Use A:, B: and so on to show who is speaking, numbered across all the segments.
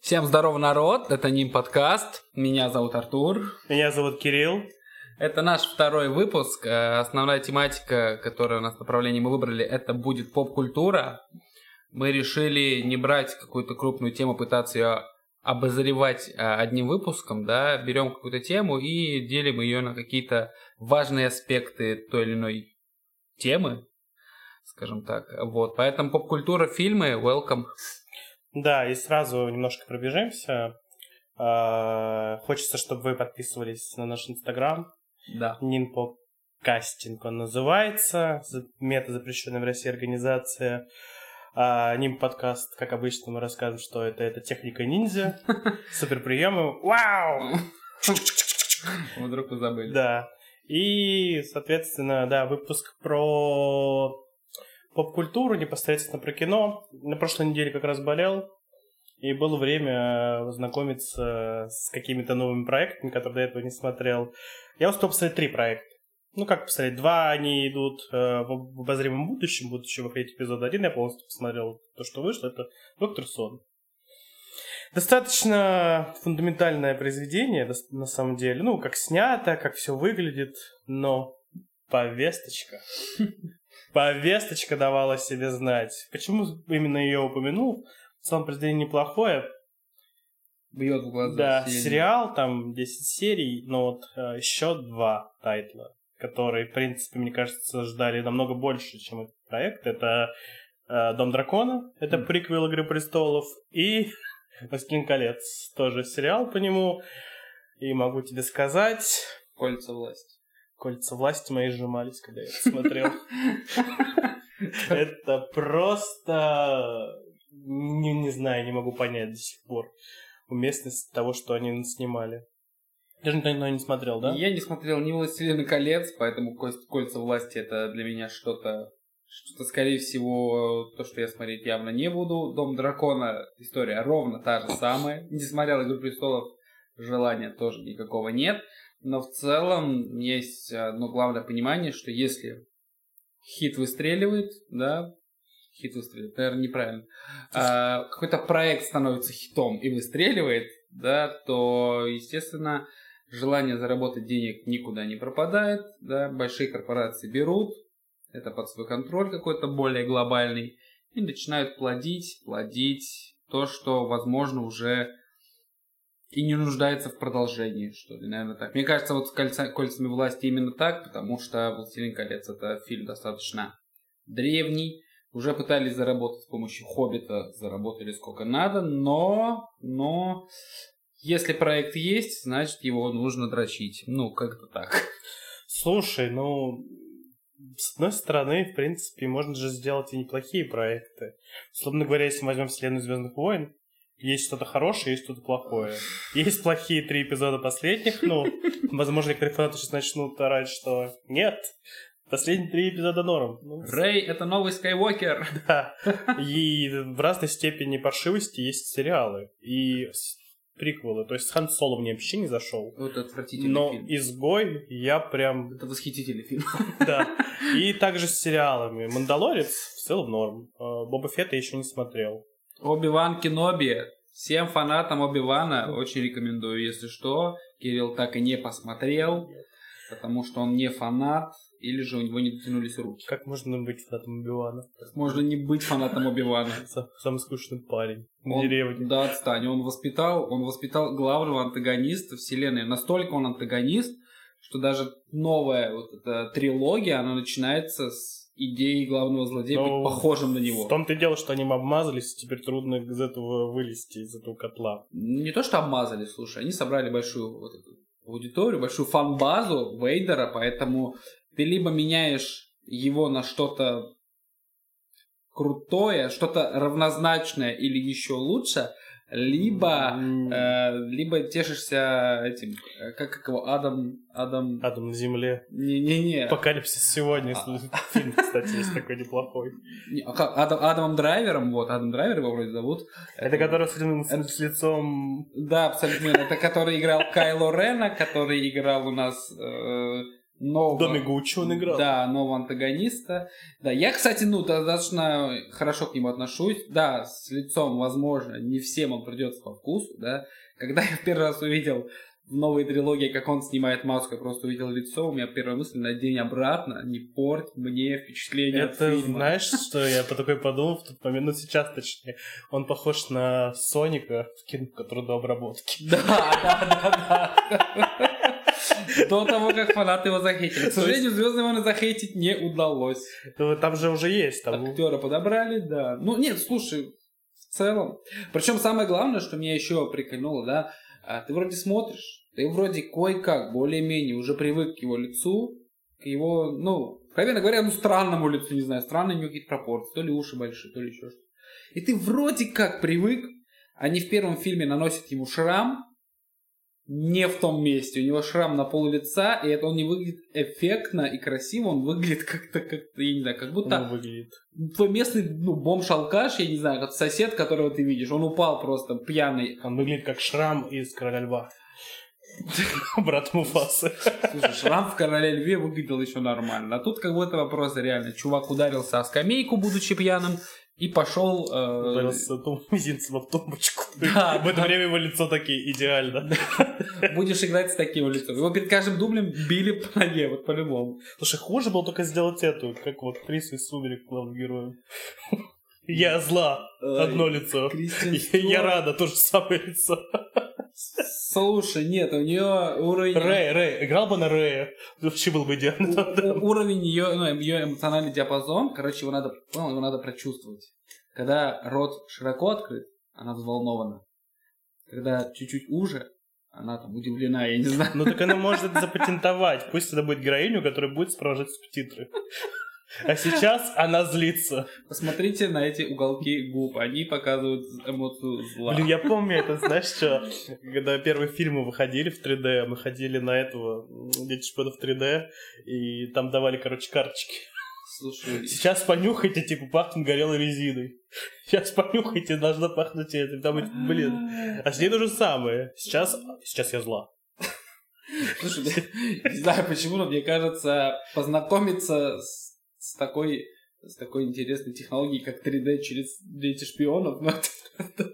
A: Всем здорово, народ! Это Ним подкаст. Меня зовут Артур.
B: Меня зовут Кирилл.
A: Это наш второй выпуск. Э, Основная тематика, которая у нас направление мы выбрали, это будет поп-культура. Мы решили не брать какую-то крупную тему, пытаться ее обозревать э, одним выпуском, да, берем какую-то тему и делим ее на какие-то важные аспекты той или иной темы, скажем так. Вот, поэтому поп-культура, фильмы, welcome.
B: Да, и сразу немножко пробежимся. Э, Хочется, чтобы вы подписывались на наш инстаграм.
A: Да.
B: Нинпоп кастинг он называется. За- Мета запрещенная в России организация. А, Ним подкаст, как обычно, мы рассказываем, что это, это техника ниндзя, суперприемы. Вау!
A: Вдруг вы забыли.
B: Да. И, соответственно, да, выпуск про поп-культуру, непосредственно про кино. На прошлой неделе как раз болел, и было время э, знакомиться с какими-то новыми проектами, которые до этого не смотрел. Я успел посмотреть три проекта. Ну, как посмотреть, два они идут э, в об- в обозримом будущем, будущего выходить эпизод один, я полностью посмотрел то, что вышло, это «Доктор Сон». Достаточно фундаментальное произведение, дос- на самом деле. Ну, как снято, как все выглядит, но повесточка. Повесточка давала себе знать. Почему именно ее упомянул? В целом произведение неплохое.
A: Бьет в глаза.
B: Да,
A: сильно.
B: сериал, там 10 серий, но вот еще два тайтла, которые, в принципе, мне кажется, ждали намного больше, чем этот проект. Это э, «Дом дракона», это
A: Мгм.
B: приквел «Игры престолов», и «Властелин колец», тоже сериал по нему. И могу тебе сказать,
A: Кольца власти.
B: кольца власти мои сжимались, когда я это смотрел. Это просто... Не, не знаю, не могу понять до сих пор уместность того, что они снимали. Даже никто никто не смотрел, да?
A: Я не смотрел ни «Властелина колец», поэтому «Кость- «Кольца власти» — это для меня что-то, что-то, скорее всего, то, что я смотреть явно не буду. «Дом дракона» — история ровно та же самая. Не смотрел «Игру престолов», желания тоже никакого нет. Но в целом есть одно главное понимание, что если хит выстреливает, да, хит выстреливает, наверное, неправильно, а, какой-то проект становится хитом и выстреливает, да, то, естественно, Желание заработать денег никуда не пропадает, да, большие корпорации берут, это под свой контроль какой-то более глобальный, и начинают плодить, плодить то, что, возможно, уже и не нуждается в продолжении, что ли, наверное, так. Мне кажется, вот с кольца, «Кольцами власти» именно так, потому что «Властелин колец» — это фильм достаточно древний, уже пытались заработать с помощью «Хоббита», заработали сколько надо, но, но если проект есть, значит его нужно дрочить. Ну, как-то так.
B: Слушай, ну... С одной стороны, в принципе, можно же сделать и неплохие проекты. Словно говоря, если мы возьмем вселенную Звездных войн, есть что-то хорошее, есть что-то плохое. Есть плохие три эпизода последних, ну, возможно, некоторые фанаты сейчас начнут орать, что нет, последние три эпизода норм. Ну,
A: Рэй это новый Скайуокер.
B: Да. И в разной степени паршивости есть сериалы и с- приквелы. То есть с Хан Соло мне вообще не зашел.
A: Вот отвратительный
B: Но
A: фильм.
B: изгой я прям,
A: Это восхитительный фильм.
B: да. И также с сериалами. Мандалорец в целом норм. Э, Боба Фетта еще не смотрел.
A: Оби-Ван Кеноби. Всем фанатам Оби-Вана очень рекомендую, если что. Кирилл так и не посмотрел, потому что он не фанат, или же у него не дотянулись руки.
B: Как можно быть фанатом Убивана?
A: Можно не быть фанатом Оби-Вана.
B: Самый скучный парень на
A: Он-
B: деревне.
A: Да, отстань. Он воспитал, он воспитал главного антагониста вселенной. Настолько он антагонист, что даже новая вот эта трилогия, она начинается с идеи главного злодея
B: Ну,
A: быть похожим на него.
B: В том-то и дело, что они им обмазались, и теперь трудно из этого вылезти, из этого котла.
A: Не то, что обмазали, слушай, они собрали большую вот эту аудиторию, большую фан-базу Вейдера, поэтому ты либо меняешь его на что-то крутое, что-то равнозначное или еще лучше, либо
B: М,
A: Э, либо тешишься этим, э, как, как его, Адам, Адам,
B: Адам на земле.
A: не-не-не,
B: Апокалипсис сегодня, если- фильм, кстати, есть такой неплохой.
A: Не, а как, Адам, Адамом Драйвером, вот, Адам Драйвер его вроде зовут.
B: Это который с, с- с лицом...
A: Да, абсолютно, верно. это который играл Кайло Рена, который играл у нас э, нового...
B: В доме Гуччи он играл.
A: Да, нового антагониста. Да, я, кстати, ну, достаточно хорошо к нему отношусь. Да, с лицом, возможно, не всем он придется по вкусу, да. Когда я в первый раз увидел в новой трилогии, как он снимает маску, я просто увидел лицо, у меня первая мысль, надень обратно, не порть мне впечатление от
B: Это,
A: фильма.
B: знаешь, что я по такой подумал в тот момент, ну сейчас точнее, он похож на Соника в кино по трудообработке.
A: Да, да, да, да. До того, как фанаты его захейтили. К сожалению, Звездные войны захейтить не удалось.
B: Ну, Там же уже есть, там
A: Актера подобрали, да. Ну, нет, слушай, в целом. Причем самое главное, что меня еще прикольнуло, да, а ты вроде смотришь, ты вроде кое-как, более-менее уже привык к его лицу, к его, ну, откровенно говоря, ну, странному лицу, не знаю, странные у него какие-то пропорции, то ли уши большие, то ли еще что-то. И ты вроде как привык, они в первом фильме наносят ему шрам, не в том месте. У него шрам на пол лица, и это он не выглядит эффектно и красиво, он выглядит как-то, как-то, я не знаю, как будто
B: он выглядит.
A: твой местный ну, бомж-алкаш, я не знаю, как сосед, которого ты видишь, он упал просто пьяный.
B: Он выглядит как шрам из Короля Льва. Брат Муфасы.
A: Слушай, шрам в «Короле льве» выглядел еще нормально. А тут как будто вопрос реально. Чувак ударился о скамейку, будучи пьяным, и пошел... э,
B: Ударился ту- мизинцем об тумбочку.
A: Да,
B: В это время его лицо такие идеально.
A: будешь играть с таким лицом. Его перед каждым дублем били по ноге, вот по-любому.
B: Слушай, хуже было только сделать эту, как вот Крис из «Сумерек» главным героем. Я зла, одно лицо.
A: Кристин
B: Я
A: Стюарт.
B: рада, то же самое лицо.
A: Слушай, нет, у нее уровень...
B: Рэй, Рэй, играл бы на Рэя. Вообще был бы идеально.
A: у- у- уровень ее, ее эмоциональный диапазон, короче, его надо, ну, его надо прочувствовать. Когда рот широко открыт, она взволнована. Когда чуть-чуть уже, она там удивлена, я не знаю.
B: Ну так она может это запатентовать. Пусть это будет героиню, которая будет сопровождать субтитры. А сейчас она злится.
A: Посмотрите на эти уголки губ, они показывают эмоцию зла.
B: Блин, я помню это, знаешь, что когда первые фильмы выходили в 3D, мы ходили на этого м, Дети шпионов 3D, и там давали, короче, карточки.
A: Слушай,
B: Сейчас понюхайте, типа, пахнет горелой резиной. Сейчас понюхайте, должна пахнуть это. Там, эти, блин. А с ней то же самое. Сейчас, сейчас я зла.
A: Слушай, да, не знаю почему, но мне кажется, познакомиться с, с такой с такой интересной технологией, как 3D через дети шпионов, ну, это-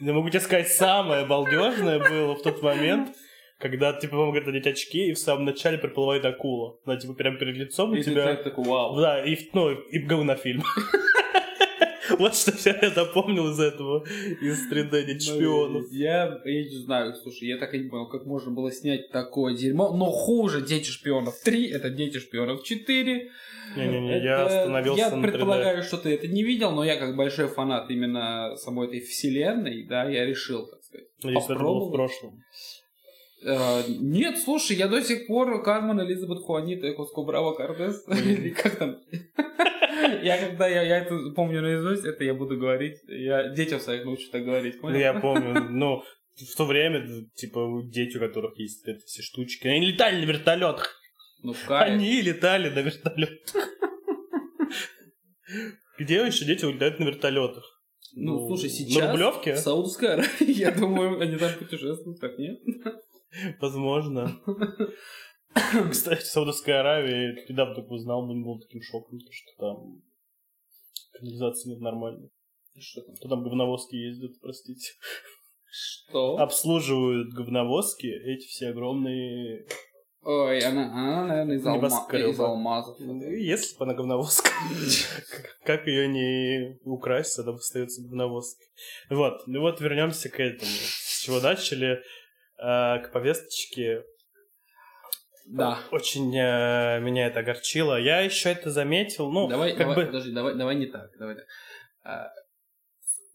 B: Я могу тебе сказать, самое балдежное было в тот момент, когда ты, по-моему, говорят, надеть очки, и в самом начале приплывает акула. Она, типа, прям перед лицом у
A: И ты
B: тебя...
A: так такой, вау.
B: Да, и, в- ну, и говнофильм. Вот что я запомнил из этого, из 3D Дети шпионов.
A: Ну, Я, я не знаю, слушай, я так и не понял, как можно было снять такое дерьмо. Но хуже Дети шпионов 3, это Дети шпионов 4.
B: Не-не-не, я
A: Это-
B: остановился
A: Я
B: на 3D.
A: предполагаю, что ты это не видел, но я как большой фанат именно самой этой вселенной, да, я решил, так сказать.
B: Надеюсь, это было
A: попробовал.
B: в прошлом. Ну,
A: Э, нет, слушай, я до сих пор Кармен, Элизабет Хуанита, Куско Браво Кардес, или как там? Я когда я, я это помню наизусть, это я буду говорить. Я детям своих научу так говорить.
B: Ну,
A: понял?
B: Я помню, ну, в то время, типа, дети, у которых есть эти все штучки, они летали на вертолетах.
A: Ну, кайф.
B: Они летали на вертолетах. Где еще дети летают на вертолетах?
A: Ну, слушай,
B: На
A: сейчас-
B: Рублевке?
A: В Саудовской Аравии, я думаю, они там путешествуют, так нет?
B: Возможно. Кстати, в Саудовской Аравии недавно только узнал, но был таким шоком, то, что там канализация нет нормальной.
A: Что там?
B: То там говновозки ездят, простите. А
A: Что?
B: Обслуживают говновозки эти все огромные
A: Ой, она, она, наверное, из, алма-
B: Небоскрёба.
A: из алмазов.
B: Ну, Если бы она говновозка. Как ее не украсть, она остается говновозкой. Вот, ну вот вернемся к этому. С чего начали, э, к повесточке. Ну,
A: Да.
B: Очень э, меня это огорчило. Я еще это заметил, ну,
A: давай,
B: как
A: давай,
B: бы...
A: подожди, давай, давай не так. Давай так. А,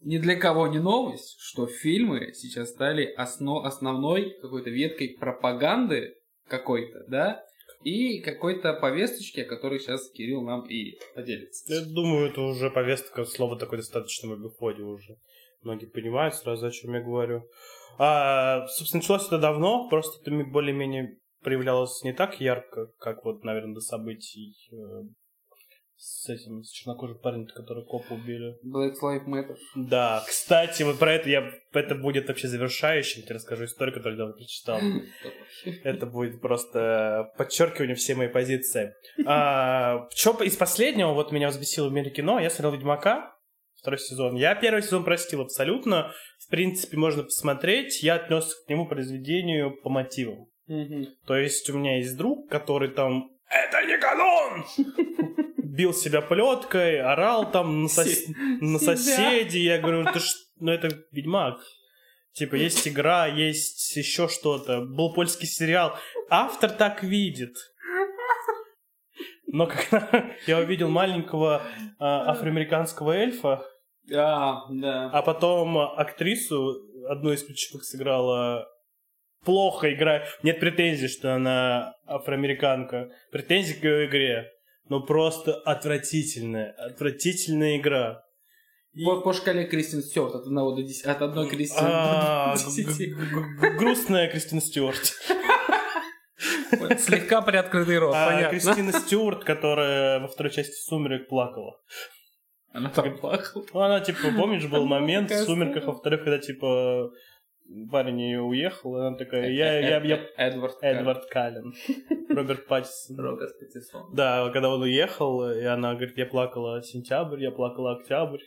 A: ни для кого не новость, что фильмы сейчас стали осно- основной какой-то веткой пропаганды какой-то, да, и какой-то повесточки, о которой сейчас Кирилл нам и поделится.
B: Я думаю, это уже повестка, слово такое достаточно в обиходе уже. Многие понимают сразу, о чем я говорю. А, собственно, началось это давно, просто это ми- более-менее проявлялось не так ярко, как вот, наверное, до событий э, с этим, с чернокожим парнем, который копа убили.
A: Black Lives Matter.
B: Да, кстати, вот про это я, это будет вообще завершающим, я тебе расскажу историю, которую я давно прочитал. Это будет просто подчеркивание всей моей позиции. А, чё из последнего вот меня взбесило в мире кино, я смотрел «Ведьмака», второй сезон. Я первый сезон простил абсолютно. В принципе, можно посмотреть. Я отнесся к нему произведению по мотивам.
A: Мгм.
B: То есть у меня есть друг, который там «Это не канон!» Бил себя плеткой, орал там на, сос-
A: Се-
B: на
A: себя.
B: соседей. Я говорю, ты ж... ну это ведьмак. Типа, есть игра, есть еще что-то. Был польский сериал. Автор так видит. Но когда я увидел маленького э, афроамериканского эльфа,
A: А, да.
B: а потом актрису, одну из ключевых, сыграла плохо игра. Нет претензий, что она афроамериканка. Претензий к ее игре. Но просто отвратительная. Отвратительная игра. И-
A: Вот по шкале Кристин Стюарт от 1 до 10. От 1 Кристин
B: А,
A: до
B: г-
A: 10.
B: г- г- Грустная Кристина Стюарт.
A: Слегка приоткрытый рот,
B: А,
A: понятно.
B: Кристина Стюарт, которая во второй части «Сумерек» плакала.
A: Она там плакала.
B: Ну, она, типа, помнишь, был
A: Она
B: момент в
A: такая
B: «Сумерках» во
A: старая.
B: вторых, когда, типа, парень ее уехал, и она такая, Э, я, я, я
A: Эдвард.
B: Эдвард Каллен. Роберт Паттисон.
A: Роберт Паттисон.
B: Да, когда он уехал, и она говорит, я плакала сентябрь, я плакала октябрь.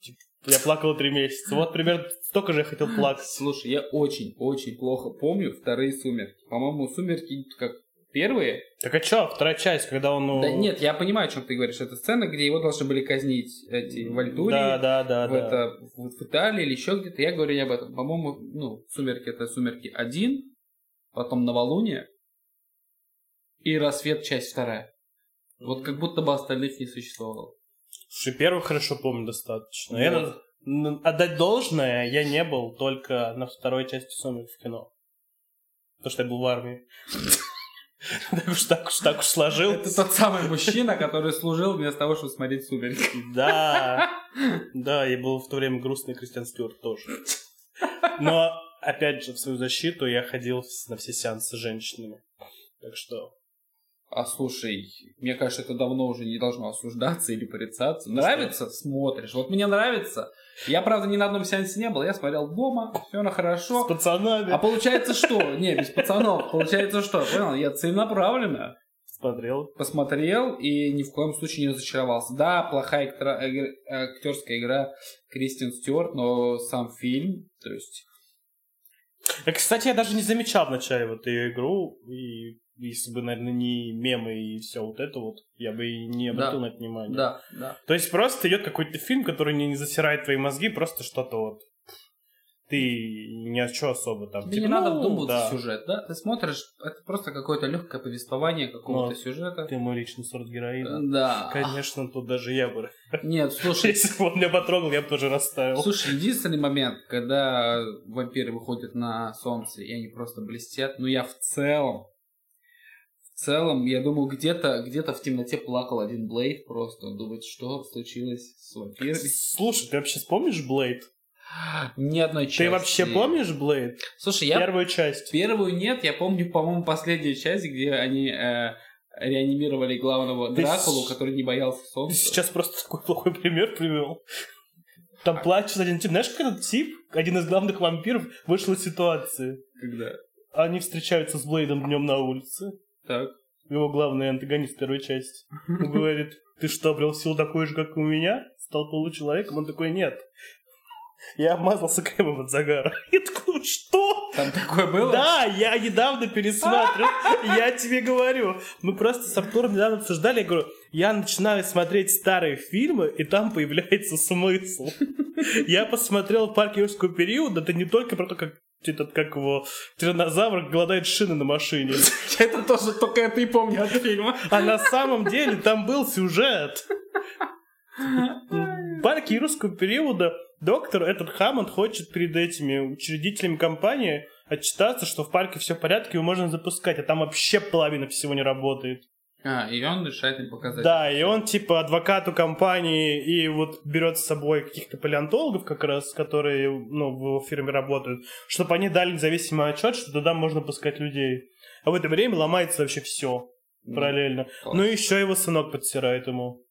B: Типа, Я плакала три месяца. Вот примерно столько же я хотел плакать.
A: Слушай, я очень-очень плохо помню вторые сумерки. По-моему, сумерки как первые.
B: Так а чё, вторая часть, когда он... у-
A: Да нет, я понимаю, о чем ты говоришь. Это сцена, где его должны были казнить эти вальтурии.
B: Да, да, да,
A: в,
B: да.
A: это, в в Италии или еще где-то. Я говорю не об этом. По-моему, ну, «Сумерки» — это «Сумерки 1», потом «Новолуние» и «Рассвет. Часть вторая». Вот как будто бы остальных не существовало.
B: Слушай, первую хорошо помню достаточно.
A: Вот.
B: Я на- на- отдать должное, я не был только на второй части «Сумерек» в кино. Потому что я был в армии. Так уж так уж так уж сложил.
A: Это тот самый мужчина, который служил вместо того, чтобы смотреть «Сумерки».
B: Да. Да, и был в то время грустный Кристиан Стюарт тоже. Но, опять же, в свою защиту я ходил в- на все сеансы с женщинами. Так что...
A: А слушай, мне кажется, это давно уже не должно осуждаться или порицаться. Нравится? Смотришь. Вот мне нравится. Я, правда, ни на одном сеансе не был. Я смотрел дома, все на хорошо.
B: С пацанами
A: А получается что? Не, без пацанов. Получается что? Понял? Я целенаправленно
B: смотрел.
A: посмотрел и ни в коем случае не разочаровался. Да, плохая актра- э, актерская игра Кристин Стюарт, но сам фильм, то есть...
B: А, Кстати, я даже не замечал вначале вот ее игру. И если бы, наверное, не мемы и все вот это вот, я бы и не обратил на это внимание.
A: Да, да.
B: То есть просто идет какой-то фильм, который не, не засирает твои мозги, просто что-то вот... Ты ни о чё особо там.
A: Тебе
B: типа,
A: не надо
B: ну,
A: вдумываться
B: да.
A: в сюжет, да? Ты смотришь, это просто какое-то легкое повествование какого-то
B: Ну,
A: сюжета.
B: Ты мой личный сорт героина.
A: Да.
B: Конечно, тут даже я бы...
A: Нет, слушай,
B: Если бы он меня потрогал, я бы тоже расставил.
A: Слушай, единственный момент, когда вампиры выходят на солнце, и они просто блестят, ну я в целом, в целом, я думаю, где-то где в темноте плакал один Блейд просто, он думает, что случилось с вампирами.
B: Слушай, ты вообще помнишь Блейд?
A: Ни одной части.
B: Ты вообще помнишь Блейд?
A: Слушай, я
B: Первую часть.
A: первую нет, я помню, по-моему, последнюю часть, где они э, реанимировали главного
B: Ты
A: Дракулу,
B: с-
A: который не боялся
B: Ты
A: солнца.
B: сейчас просто такой плохой пример привел.
A: А.
B: Там плачет один тип. Знаешь, как этот тип, один из главных вампиров, вышел из ситуации?
A: Когда?
B: Они встречаются с Блейдом днем на улице.
A: Так.
B: Его главный антагонист первой части. Он говорит, ты что, обрел силу такую же, как и у меня? Стал получеловеком? Он такой, нет. Я обмазался кремом от загара. Я такой, что?
A: Там такое было?
B: Да, я недавно пересматривал, я тебе говорю. Мы просто с Артуром недавно обсуждали, я говорю, я начинаю смотреть старые фильмы, и там появляется смысл. Я посмотрел «Парк юрского периода», это не только про то, как этот, как его, тиранозавр голодает шины на машине.
A: Это тоже только это и помню от фильма.
B: А на самом деле там был сюжет. В парке юрского периода доктор этот Хаммонд хочет перед этими учредителями компании отчитаться, что в парке все в порядке, его можно запускать, а там вообще половина всего не работает.
A: А, и он решает им показать.
B: Да, и он типа адвокату компании и вот берет с собой каких-то палеонтологов как раз, которые ну, в его фирме работают, чтобы они дали независимый отчет, что туда можно пускать людей. А в это время ломается вообще все
A: Ну,
B: параллельно.
A: класс.
B: Ну и еще его сынок подсирает ему.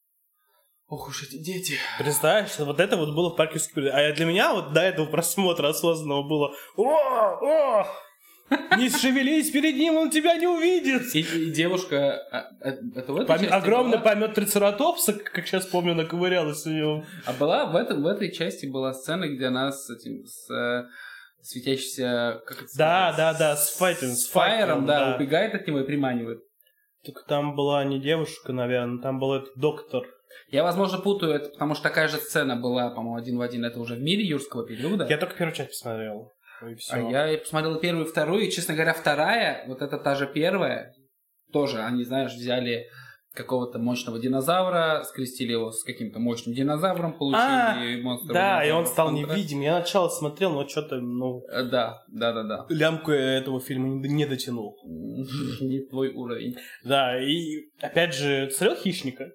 A: Ох уж эти дети.
B: Представляешь, вот это вот было в парке Скибида. А для меня вот до этого просмотра осознанного было «О, о, не шевелись перед ним, он тебя не увидит!»
A: И, и девушка... а, а, это в этой
B: Пом-
A: части
B: Огромный
A: была?
B: помет трицератопса, как сейчас помню, она ковырялась у него.
A: А была в, этом, в этой части была сцена, где она с этим... С, э, светящийся... Как это
B: Да,
A: сказать?
B: да, да, с файтом, с
A: С фаером,
B: факелом,
A: да,
B: да.
A: убегает от него и приманивает.
B: Только там была не девушка, наверное, там был этот доктор.
A: Я, возможно, путаю это, потому что такая же сцена была, по-моему, один в один. Это уже в мире юрского периода.
B: Я только первую часть посмотрел. И всё.
A: А я и посмотрел первую и вторую, и, честно говоря, вторая, вот это та же первая, тоже, они, знаешь, взяли какого-то мощного динозавра, скрестили его с каким-то мощным динозавром, получили монстра.
B: А, Да, и он стал невидим. Я начало смотрел, но что-то, ну,
A: Э, Да, да, да, да.
B: лямку я этого фильма не не дотянул.
A: Не твой уровень.
B: Да, и опять же, смотрел «Хищника»?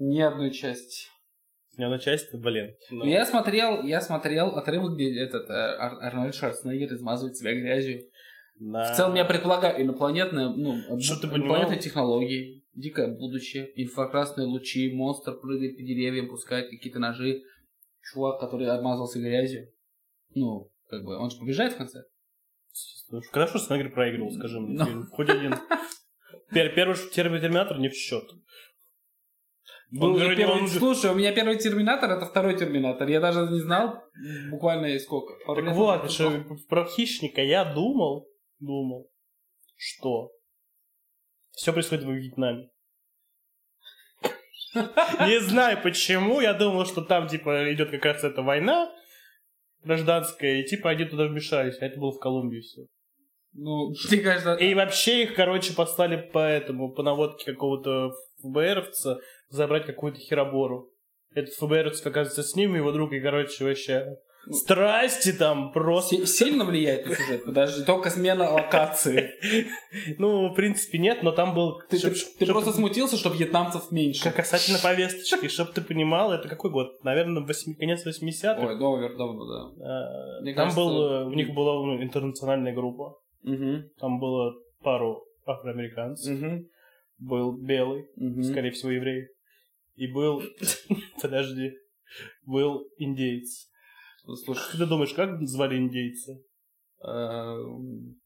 A: Ни одной части.
B: Ни одна часть, блин. Ну,
A: Я смотрел, я смотрел отрывок, где этот э, Ар- Арнольд Шварценеггер измазывает себя грязью.
B: да.
A: В целом, я предполагаю, инопланетные, ну,
B: Что ты
A: инопланетные
B: понимал?
A: технологии, дикое будущее, инфракрасные лучи, монстр прыгает по деревьям, пускает какие-то ножи. Чувак, который обмазался грязью. Ну, как бы, он же побежает в конце.
B: Слушай, Когда Шварценеггер проигрывал, скажи мне,
A: Ну.
B: фильм? Хоть один. Пер- Первый ш- терми- терминатор не в счет.
A: Был же
B: вроде-
A: первый-
B: он же-
A: Слушай, у меня первый терминатор это второй терминатор. Я даже не знал буквально сколько. Пару
B: Так
A: лет
B: вот, э,
A: назад.
B: что про хищника я думал, думал, что все происходит во Вьетнаме. Не знаю почему, я думал, что там, типа, идет как раз эта война гражданская, и, типа, они туда вмешались, а это было в Колумбии все.
A: Ну, мне кажется,
B: И вообще их, короче, послали по этому, по наводке какого-то ФБРовца забрать какую-то херобору. Этот ФБРовец, оказывается, с ним, его друг, и, короче, вообще... Страсти там просто...
A: си- сильно влияет на сюжет. Подожди, только смена локации.
B: Ну, в принципе, нет, но там был...
A: Ты, ты-
B: чтоб-
A: ты
B: чтоб-
A: просто смутился, что вьетнамцев меньше.
B: Как касательно повесточки, чтобы ты понимал, это какой год? Наверное, восьми- конец 80-х.
A: Ой, Довер давно, да.
B: А,
A: мне
B: Там
A: кажется,
B: был, э, у них была ну, интернациональная группа.
A: Мгм.
B: Там было пару афроамериканцев.
A: Мгм.
B: Был белый,
A: Мгм.
B: скорее всего, еврей. И был... Подожди. Был индейец.
A: Ну, Слушай,
B: Ты думаешь, как звали индейца?
A: эм,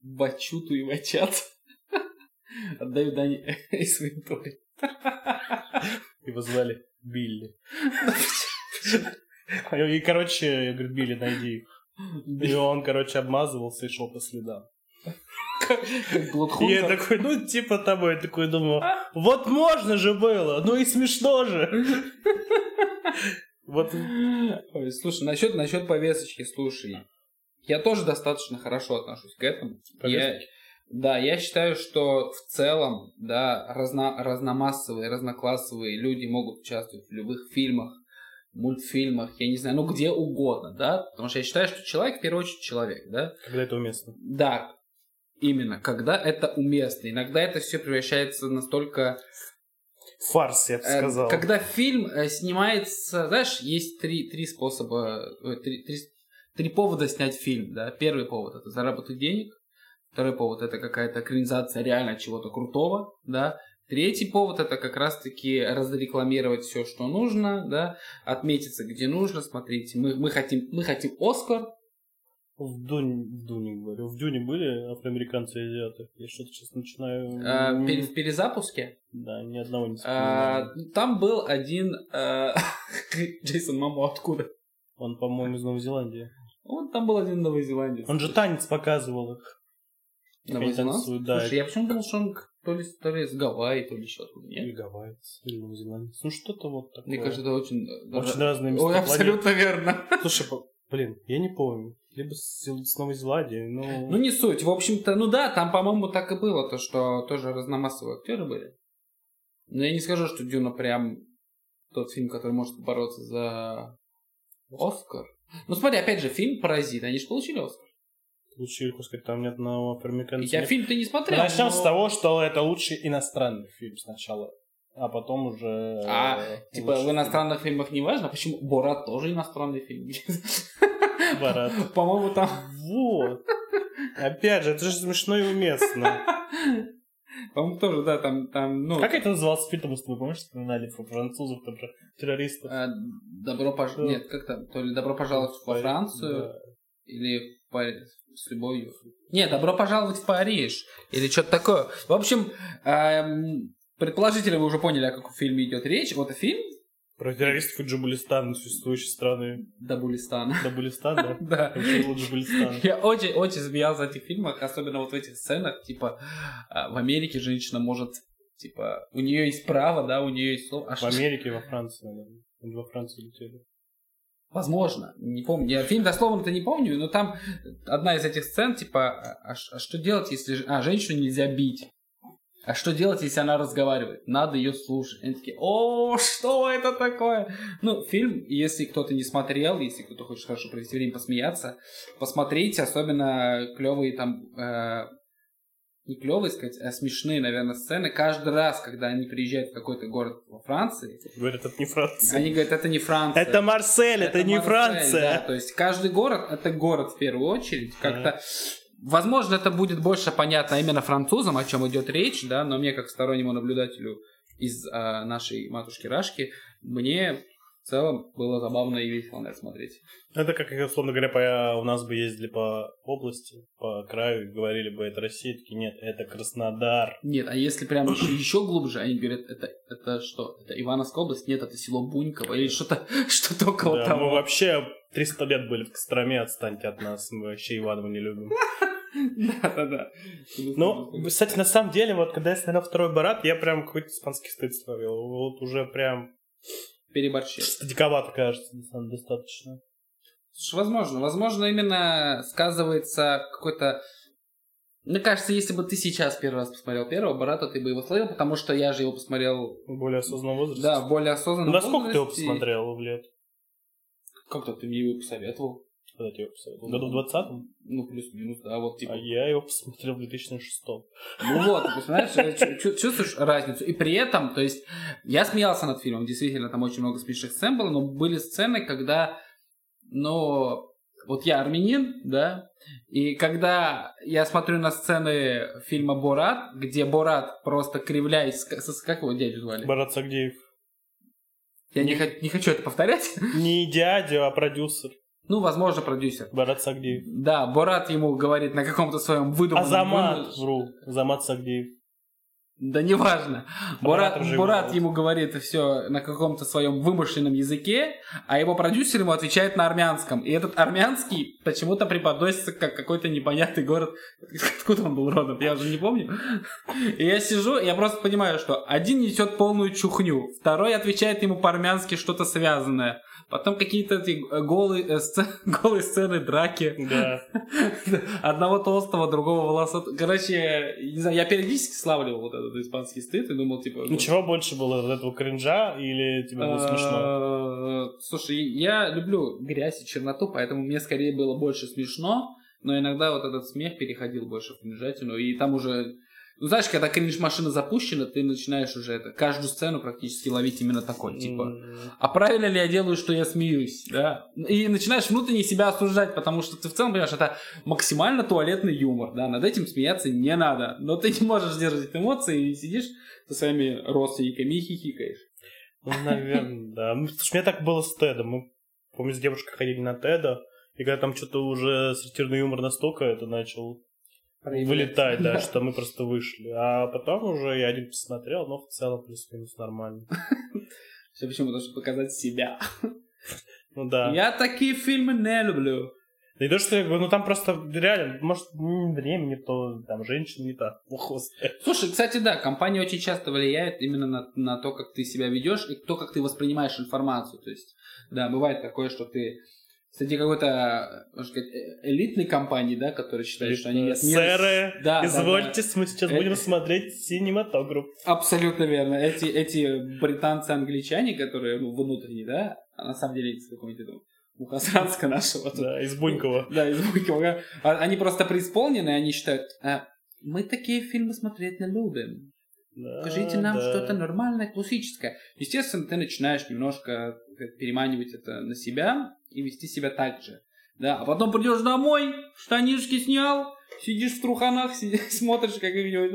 A: Бачуту и Вачат. Отдаю дань э, и своей Торе.
B: Его звали Билли. И, короче, я говорю, Билли, найди их. И он, короче, обмазывался и шел по следам.
A: Как
B: И я
A: Блудхунтер.
B: такой, ну, типа тобой, я такой думаю, вот можно же было, ну и смешно же. Вот
A: Ой, Слушай, насчет, насчет повесточки, слушай. Я тоже достаточно хорошо отношусь к этому. Я,
B: Повесточке?
A: да, я считаю, что в целом, да, разно, разномассовые, разноклассовые люди могут участвовать в любых фильмах, мультфильмах, я не знаю, ну где угодно, да, потому что я считаю, что человек в первую очередь человек, да,
B: когда это уместно.
A: Да, именно, когда это уместно. Иногда это все превращается настолько...
B: Фарс, я бы
A: э,
B: сказал.
A: когда фильм э, снимается... Знаешь, есть три, три способа... ой, три, три, три повода снять фильм, да. Первый повод — это заработать денег. Второй повод — это какая-то экранизация реально чего-то крутого, да. Третий повод — это как раз-таки разрекламировать все, что нужно, да, отметиться, где нужно. Смотрите, мы, мы, хотим, мы хотим Оскар,
B: В Дуне, в Дуне, говорю. В Дюне были афроамериканцы и азиаты? Я что-то сейчас начинаю...
A: э,
B: м,
A: пере- в перезапуске.
B: Да, ни одного не вспоминаю.
A: А, Там был один э, Джейсон Мамо откуда?
B: Он, по-моему, из Новой Зеландии.
A: Он там был один новозеландец.
B: Он же танец показывал их. Как они
A: Новозеландец?
B: танцуют, да.
A: Слушай, я почему думал, что он к- то ли, то ли с Гавайи, то ли еще откуда.
B: Или
A: Нет?
B: гавайец, или новозеландец. Ну, что-то вот такое.
A: Мне кажется, это очень... э, ра-
B: Очень разные места
A: Ой, абсолютно верно.
B: Слушай, по- блин, я не помню. Либо с, с Новой Зеландии, ну...
A: Ну, не суть. В общем-то, ну да, там, по-моему, так и было, то, что тоже разномассовые актеры были. Но я не скажу, что Дюна прям тот фильм, который может бороться за Оскар. Ну, смотри, опять же, фильм «Паразит». Они же получили Оскар.
B: Лучше их сказать, там ни одного афроамериканца.
A: Я
B: нет.
A: фильм-то не
B: Ну,
A: смотрел.
B: Начнем
A: но-
B: с того, что это лучший иностранный фильм сначала, а потом уже...
A: А,
B: э,
A: Типа
B: лучший
A: в иностранных фильмах не важно, почему Борат тоже иностранный фильм.
B: фильм. Борат.
A: По-моему, там.
B: Вот. Опять же, это же смешно и уместно.
A: По-моему, тоже, да, там, там, ну...
C: Как это называлось фильм, мы с тобой, помнишь, вспоминали про французов, там, про террористов?
A: э, Добро
B: Что?
A: пожаловать... Нет, как там? То ли добро пожаловать во
B: Пари-
A: Францию,
B: да.
A: или в Пари- с любовью. Нет, добро пожаловать в Париж, или что-то такое. В общем, эм, предположительно вы уже поняли, о каком фильме идет речь. Вот фильм
B: Про террористов и Джабулистан, существующие страны
A: Дабулистан.
B: Джабулистан, да?
A: Да.
B: Вообще, Джабулистан.
A: Я очень-очень смеялся в этих фильмах, особенно вот в этих сценах, типа, а, в Америке женщина может, типа, у нее есть право, да, у нее есть слово. А
B: В
A: что-
B: Америке, во Франции, наверное. Они Во Францию летели.
A: Возможно, не помню. Я фильм дословно-то не помню, но там одна из этих сцен, типа, а, а ш- а что делать, если... ж- А, женщину нельзя бить. А что делать, если она разговаривает? Надо ее слушать. Они такие, о, что это такое? Ну, фильм, если кто-то не смотрел, если кто-то хочет хорошо провести время, посмеяться, посмотрите, особенно клевые там... э, не клевые, сказать, а смешные, наверное, сцены. Каждый раз, когда они приезжают в какой-то город во Франции,
B: Говорят, это не Франция.
A: они говорят, это не Франция.
C: Это Марсель, это, не
A: Марсель, да,
C: Франция.
A: то есть каждый город это город в первую очередь. Как-то,
B: Мгм.
A: возможно, это будет больше понятно именно французам, о чем идет речь, да, но мне, как стороннему наблюдателю из а, нашей матушки Рашки, мне в целом было забавно и весело на это смотреть.
B: Ну, Это как, условно говоря, по- у нас бы ездили по области, по краю, и говорили бы, это Россия, такие, нет, это Краснодар.
A: Нет, а если прям еще, еще глубже, они говорят, это, это что? Это Ивановская область? Нет, это село Буньково или что-то что около
B: Да, мы
A: того.
B: вообще 300 лет были в Костроме, отстаньте от нас, мы вообще Иванова не любим.
A: Да-да-да.
B: Ну, кстати, на самом деле, вот когда я смотрел второй Барат, я прям какой-то испанский стыд словил. Вот уже прям
A: переборщил.
B: диковато кажется, на самом деле, достаточно.
A: Слушай, возможно. Возможно, именно сказывается какой-то... Мне кажется, если бы ты сейчас первый раз посмотрел первого Барата, ты бы его словил, потому что я же его посмотрел,
B: В Более осознанном возрасте.
A: да, в более осознанно.
B: Ну, во сколько ты его посмотрел в лет?
A: Как-то ты мне его посоветовал.
B: Когда ты его посмотрел? Году в 20
A: Ну, плюс-минус, да, вот типа.
B: А я его посмотрел в 2006
A: Ну вот, ты понимаешь, э, чу- чу- чувствуешь разницу. И при этом, то есть, я смеялся над фильмом, действительно, там очень много смешных сцен было, но были сцены, когда, ну, вот я армянин, да, и когда я смотрю на сцены фильма «Борат», где Борат просто кривляясь, ска- со- как его дядю звали?
B: Барат Сагдеев.
A: Я не, хо- не хочу это повторять.
B: Не дядя, а продюсер.
A: Ну, возможно, продюсер.
B: Барат Сагдеев.
A: Да, Борат ему говорит на каком-то своем выдуманном...
B: Азамат,
A: вымыш-
B: вру. Азамат Сагдеев.
A: Да неважно. Бурат,
B: Бурат уже
A: Бурат
B: его
A: ему говорит все на каком-то своем вымышленном языке, а его продюсер ему отвечает на армянском. И этот армянский почему-то преподносится как какой-то непонятный город. Откуда он был родом, я уже не помню. И я сижу, и я просто понимаю, что один несет полную чухню, второй отвечает ему по-армянски что-то связанное. Потом какие-то эти э, голые, э, сцен- голые сцены драки.
B: Да.
A: Одного толстого, другого волосатого. Короче, не знаю, я периодически славливал вот этот испанский стыд и думал, типа...
B: Ну, чего больше было вот этого кринжа или тебе было смешно?
A: э, Слушай, я люблю грязь и черноту, поэтому мне скорее было больше смешно, но иногда вот этот смех переходил больше в принижательную, и там уже... Ну, знаешь, когда кринж-машина запущена, ты начинаешь уже это, каждую сцену практически ловить именно такой, типа...
B: М,
A: А правильно ли я делаю, что я смеюсь, да? И начинаешь внутренне себя осуждать, потому что ты в целом понимаешь, это максимально туалетный юмор, да, над этим смеяться не надо. Но ты не можешь сдерживать эмоции и сидишь со своими родственниками и хихикаешь.
B: Ну, наверное, да. Ну, Потому что у меня так было с Тедом. Мы, помню, с девушкой ходили на Теда, и когда там что-то уже сортирный юмор настолько это начал вылетать, да, что мы просто вышли. А потом уже я один посмотрел, но в целом плюс-минус нормально.
A: Все почему? Потому что показать себя.
B: Ну да.
A: Я такие фильмы не люблю.
B: Да и то, что я говорю, ну там просто реально, может, м, время не то, там женщина не та. Бог знает.
A: Слушай, кстати, да, компания очень часто влияет именно на, на то, как ты себя ведешь и то, как ты воспринимаешь информацию. То есть, да, бывает такое, что ты среди какой-то, можно сказать, э- элитной компании, да, которые считают, что они... нет, мир-
B: Сэры,
A: Да, да,
B: извольте, мы сейчас
A: Э, э.
B: будем смотреть синематограф.
A: Абсолютно верно. Эти, эти британцы-англичане, которые ну, внутренние, да, а на самом деле из какого-нибудь этого Мухасранска нашего. тут.
B: Да, из Бунькова.
A: Да, из Бунькова. А Они просто преисполнены, и они считают, «А, мы такие фильмы смотреть не любим.
B: Да,
A: Покажите нам
B: Э, да.
A: что-то нормальное, классическое. э, Естественно, ты начинаешь немножко как, переманивать это на себя и вести себя так же. Да, а потом придешь домой, штанишки снял, сидишь в труханах, си- смотришь, как видео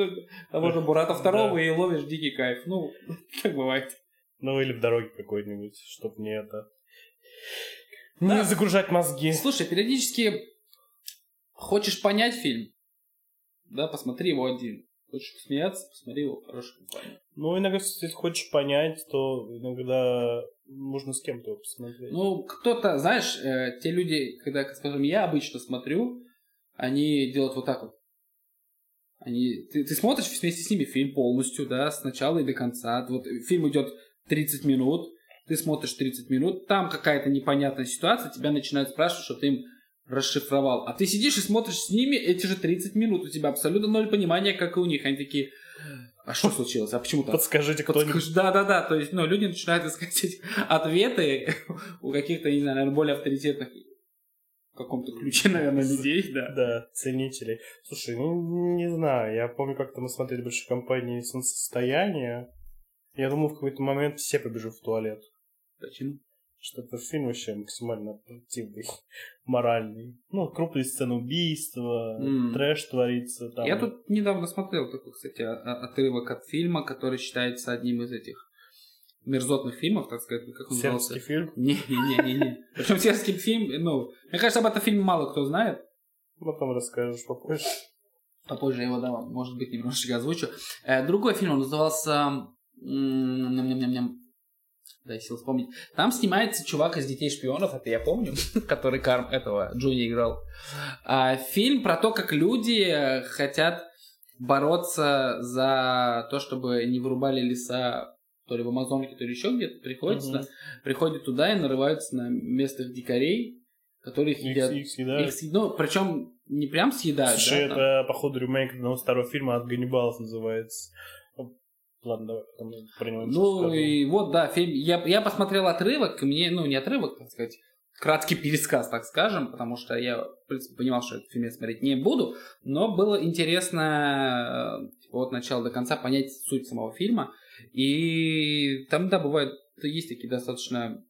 A: того же Бурата Второго и ловишь дикий кайф. Ну, как бывает.
B: Ну или в дороге какой-нибудь, чтоб не это...
A: Да.
B: Не загружать мозги.
A: Слушай, периодически хочешь понять фильм, да, посмотри его один. Хочешь посмеяться, посмотри его в хорошем плане.
B: Ну, иногда, если ты хочешь понять, то иногда нужно с кем-то его посмотреть.
A: Ну, кто-то, знаешь, э, те люди, когда, скажем, я обычно смотрю, они делают вот так вот. Они, ты, ты смотришь вместе с ними фильм полностью, да, с начала и до конца. Вот фильм идет 30 минут, ты смотришь 30 минут, там какая-то непонятная ситуация, тебя начинают спрашивать, что ты им расшифровал. А ты сидишь и смотришь с ними эти же 30 минут, у тебя абсолютно ноль понимания, как и у них. Они такие, а что случилось, а почему так?
B: Подскажите кто-нибудь.
A: Да, да, да. То есть, ну, люди начинают искать эти ответы у каких-то, не знаю, наверное, более авторитетных в каком-то ключе, наверное, людей, да.
B: Да, ценителей. Слушай, ну, не знаю, я помню, как-то мы смотрели в большой компании «Солнцестояние». Я думал, в какой-то момент все побежат в туалет.
A: Почему?
B: что это фильм вообще максимально противный, моральный. Ну, крупные сцены убийства,
A: М.
B: трэш творится. Там.
A: Я тут недавно смотрел такой, кстати, о- о- отрывок от фильма, который считается одним из этих мерзотных фильмов, так сказать, как он
B: сербский
A: назывался?
B: фильм.
A: Не-не-не-не. Причем сербский фильм, ну, мне кажется, об этом фильме мало кто знает.
B: Потом расскажешь попозже.
A: попозже я его, да, может быть, немножечко озвучу. Э, Другой фильм, он назывался... м, ням-ням-ням-ням. Дай сил вспомнить. Там снимается чувак из «Детей шпионов», это я помню, который Карм этого Джуни играл. А, Фильм про то, как люди э, хотят бороться за то, чтобы не вырубали леса то ли в Амазонке, то ли еще где-то. Приходится,
B: Мгм.
A: приходят туда и нарываются на местных дикарей, которых
B: Их-
A: едят.
B: их съедают.
A: Их съед- ну, причем не прям съедают,
B: Слушай,
A: да, там-
B: это, походу, ремейк одного старого фильма от Ганнибалов называется. Ну, Ладно, давай потом про него
A: Ну
B: расскажу.
A: и вот, да, фильм. Я, я посмотрел отрывок, и мне, ну не отрывок, так сказать, краткий пересказ, так скажем, потому что я, в принципе, понимал, что этот фильм я смотреть не буду, но было интересно э, от начала до конца понять суть самого фильма. И там, да, бывают, есть такие достаточно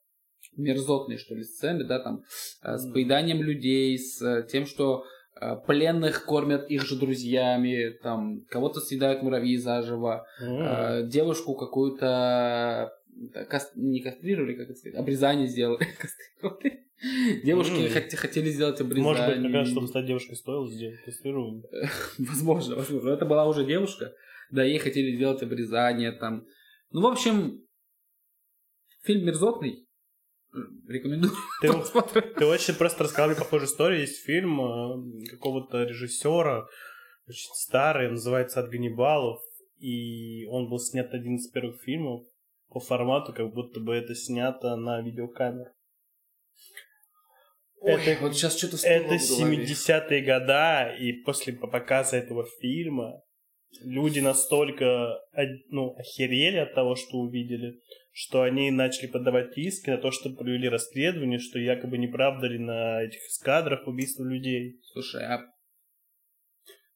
A: мерзотные, что ли, сцены, да, там, э, с
B: Мгм.
A: поеданием людей, с э, тем, что э, пленных кормят их же друзьями, там, кого-то съедают муравьи заживо,
B: М.
A: э, девушку какую-то э, кас- не кастрировали, как это сказать, обрезание сделали. Кастрировали. Девушки
B: М.
A: хот- хотели сделать обрезание.
B: Может быть, как раз, чтобы стать девушкой, стоило сделать тестирование.
A: Возможно, возможно. Это была уже девушка, да, ей хотели сделать обрезание там. Ну, в общем, фильм мерзотный. М, Рекомендую
B: Ты его
A: посмотреть.
B: Ты очень просто рассказал мне похожую историю. Есть фильм э, какого-то режиссера, очень старый, он называется «От Ганнибалов», и он был снят один из первых фильмов по формату, как будто бы это снято на видеокамеру.
A: Ой,
B: Это-
A: вот сейчас что-то
B: Это 70-е года, и после по- показа этого фильма люди настолько о- ну, охерели от того, что увидели, что они начали подавать иски на то, что провели расследование, что якобы неправда ли на этих эскадрах убийства людей.
A: Слушай, а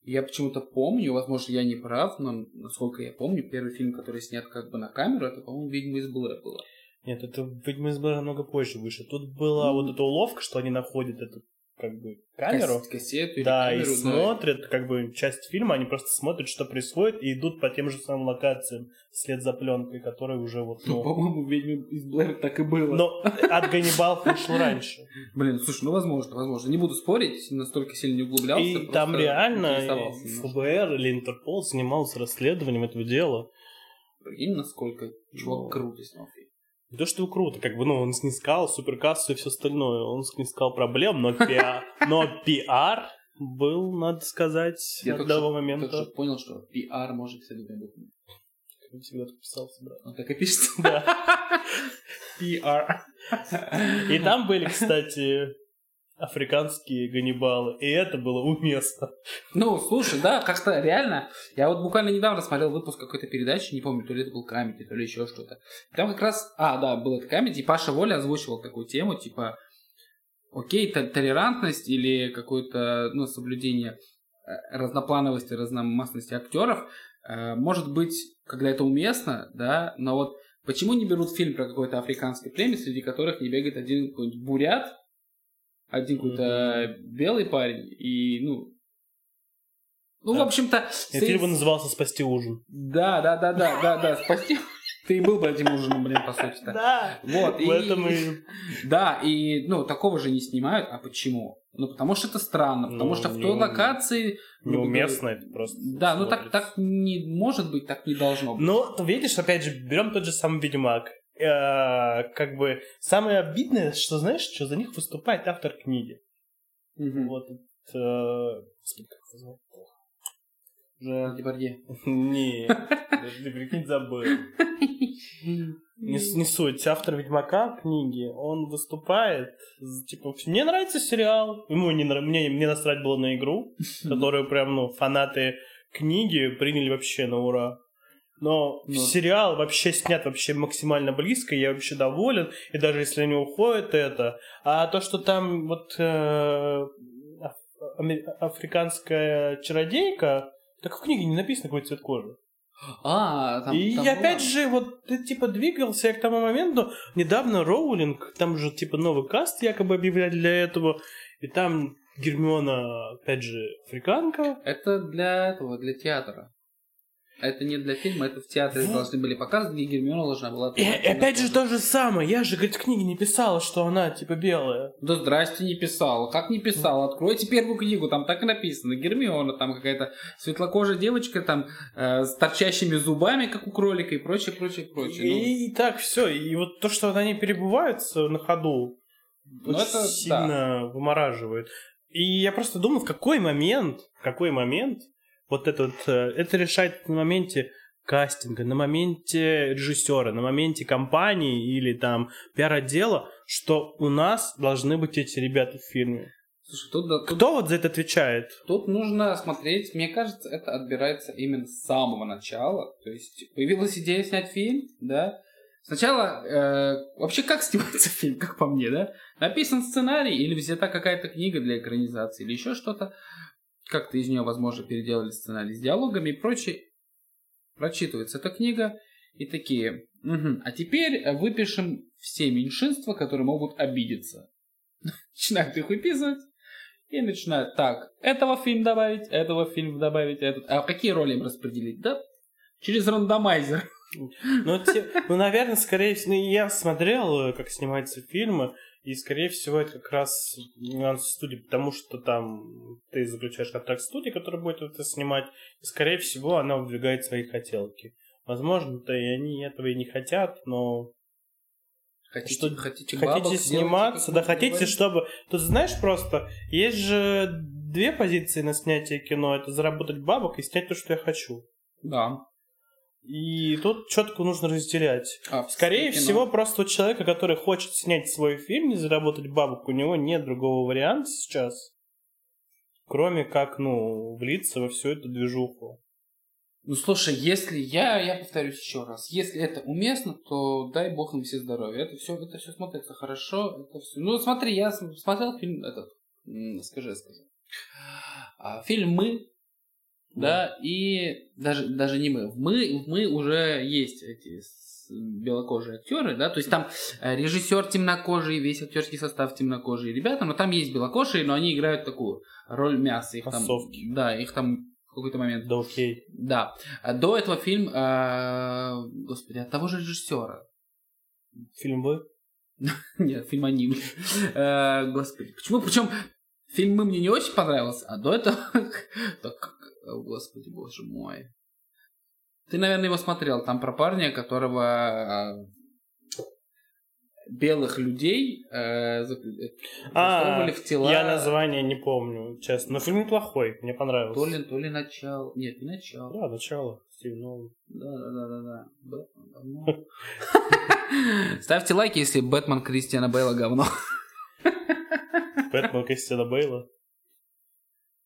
A: я почему-то помню, возможно, я не прав, но насколько я помню, первый фильм, который снят как бы на камеру, это, по-моему, «Ведьма из Блэр» было.
B: Нет, это, видимо, из Блэра намного позже выше. Тут была
A: Мгм.
B: вот эта уловка, что они находят эту как бы камеру.
A: Кас- кассету или
B: Да,
A: камеру,
B: и смотрят, как бы часть фильма, они просто смотрят, что происходит, и идут по тем же самым локациям вслед за пленкой, которая уже вот,
A: Ну,
B: ну...
A: по-моему, «Ведьма из Блэр» так и было.
B: Но от Ганнибалов вышел раньше.
A: Блин, слушай, ну, возможно, возможно. Не буду спорить, настолько сильно не углублялся.
B: И
A: просто
B: там реально
A: интересовался ну. немножко.
B: ФБР или Интерпол занимался расследованием этого дела.
A: Прикинь, насколько
B: Ну.
A: чувак круто снял фильм.
B: Не то, что его круто, как бы, ну, он снискал суперкассу и все остальное. Он снискал проблем, но пиар, но пиар был, надо сказать,
A: Я
B: до
A: только
B: того
A: Только
B: момента.
A: что понял, что PR может с любыми буквами.
B: Всегда подписался, да.
A: Он так и пишется.
B: PR. И там были, кстати, африканские ганнибалы. И это было уместно.
A: Ну, слушай, да, как-то реально. Я вот буквально недавно смотрел выпуск какой-то передачи, не помню, то ли это был Камеди, то ли еще что-то. Там как раз, а, да, был это Камеди, и Паша Воля озвучивал такую тему, типа, окей, тол- толерантность или какое-то, ну, соблюдение э, разноплановости, разномастности актеров, э, может быть, когда это уместно, да, но вот почему не берут фильм про какое-то африканское племя, среди которых не бегает один какой-нибудь бурят, Один какой-то белый парень и, ну... Ну,
B: Да.
A: в общем-то...
B: И
A: с-
B: фильм бы назывался «Спасти ужин».
A: Да, да, да, да, да, да, спасти. Ты и был по этим ужином, блин, по сути-то.
B: Да!
A: Вот, Ну,
B: В этом и...
A: Да, и, ну, такого же не снимают. А почему? Ну, потому что это странно, потому
B: Ну,
A: что в
B: не-
A: той локации... грубо
B: Неуместно это просто.
A: говоря, Да, ну так,
B: смотрится.
A: так не может быть, так не должно быть.
B: Но ты видишь, опять же, берем тот же самый Ведьмак. Э, Как бы самое обидное, что знаешь, что за них выступает автор книги.
A: Мгм.
B: Ну, Вот э, господи, как его зовут?
A: Жерар Депардье.
B: Не, ты прикинь, забыл. Не, с- не суть. Автор Ведьмака книги, он выступает, з- типа, «Вообще, мне нравится сериал, ему не нра- мне, мне насрать было на игру, которую прям, ну, фанаты книги приняли вообще на ура. Но
A: Ну.
B: сериал вообще снят вообще максимально близко, я вообще доволен, и даже если не уходит это. А то, что там вот э, аф- ами- африканская чародейка, так в книге не написано какой цвет кожи
A: А, там...
B: и
A: там была.
B: опять же, вот ты типа двигался я к тому моменту. Недавно Роулинг, там же типа новый каст якобы объявляли для этого, и там Гермиона, опять же, африканка.
A: Это для этого, для театра. Это не для фильма, это в театре
B: Вот.
A: должны были показывать, где Гермиона должна была...
B: И, и опять же то же самое. Я же, говорит, в книге не писала, что она типа белая.
A: Да здрасте, не писала. Как не писала? Откройте первую книгу, там так и написано. Гермиона, там какая-то светлокожая девочка, там э, с торчащими зубами, как у кролика и прочее, прочее, Ну, прочее.
B: И, так все. И вот то, что они перебываются на ходу,
A: Ну, ну,
B: очень
A: это,
B: сильно
A: да.
B: вымораживает. И я просто думал, в какой момент, в какой момент вот этот, э, это решает на моменте кастинга, на моменте режиссера, на моменте компании или там пиар-отдела, что у нас должны быть эти ребята в фильме.
A: Слушай, тут, да, тут,
B: Кто вот за это отвечает?
A: тут нужно смотреть, мне кажется, это отбирается именно с самого начала. То есть появилась идея снять фильм, да? Сначала, э, вообще как снимается фильм, как по мне, да? Написан сценарий или взята какая-то книга для экранизации или еще что-то. Как-то из нее, возможно, переделали сценарий с диалогами и прочее. Прочитывается эта книга и такие, «Мгм, а теперь э, выпишем все меньшинства, которые могут обидеться. Начинают их выписывать и начинают так, этого фильм добавить, этого фильм добавить, этот. А какие роли им распределить? Да через рандомайзер.
B: Ну, те- ну, наверное, скорее всего, ну, я смотрел, э, как снимаются фильмы, и, скорее всего, это как раз нюанс студии, потому что там ты заключаешь контракт с студией, которая будет это снимать, и, скорее всего, она выдвигает свои хотелки. Возможно-то и они этого и не хотят, но
A: Хотите,
B: Что-
A: хотите, Типа бабок,
B: хотите
A: делайте,
B: сниматься,
A: как
B: да
A: мы
B: хотите,
A: говорим.
B: чтобы... Тут знаешь просто, есть же две позиции на снятие кино. Это заработать бабок и снять то, что я хочу.
A: Да.
B: И тут четко нужно разделять.
A: А, в
B: Скорее
A: кино.
B: всего, просто у человека, который хочет снять свой фильм и заработать бабок, у него нет другого варианта сейчас. Кроме как, ну, влиться во всю эту движуху.
A: Ну слушай, если я, я повторюсь еще раз, если это уместно, то дай бог им все здоровья. Это все, это все смотрится хорошо, это все. Ну смотри, я см- смотрел фильм этот, м, скажи, скажи. А, фильм мы, да, и даже даже не мы, в мы, в мы уже есть эти с- белокожие актеры, да, то есть там э, режиссер темнокожий, весь актерский состав темнокожий, ребята, но там есть белокожие, но они играют такую роль мяса, их там,
B: Массовки.
A: да, их там в какой-то момент
B: Да окей.
A: да. А До этого фильм, э, господи, от того же режиссера.
B: Фильм вы?
A: Нет, фильм аниме. Э, Господи, почему? Причем фильм «Мы» мне не очень понравился, а до этого... так, как- о, Господи, боже мой. Ты, наверное, его смотрел. Там про парня, которого э, белых людей э, зак-
B: А,
A: засовывали в тела.
B: Я название не помню, честно. Но фильм неплохой, мне понравился.
A: То ли, то ли начало. Нет, не начало.
B: Да, начало. Стивен Нолан.
A: Да, да, да, да, да. Бэтмен говно. Ставьте лайки, если Бэтмен Кристиана Бейла говно.
B: Бэтмен Кристина Бейла.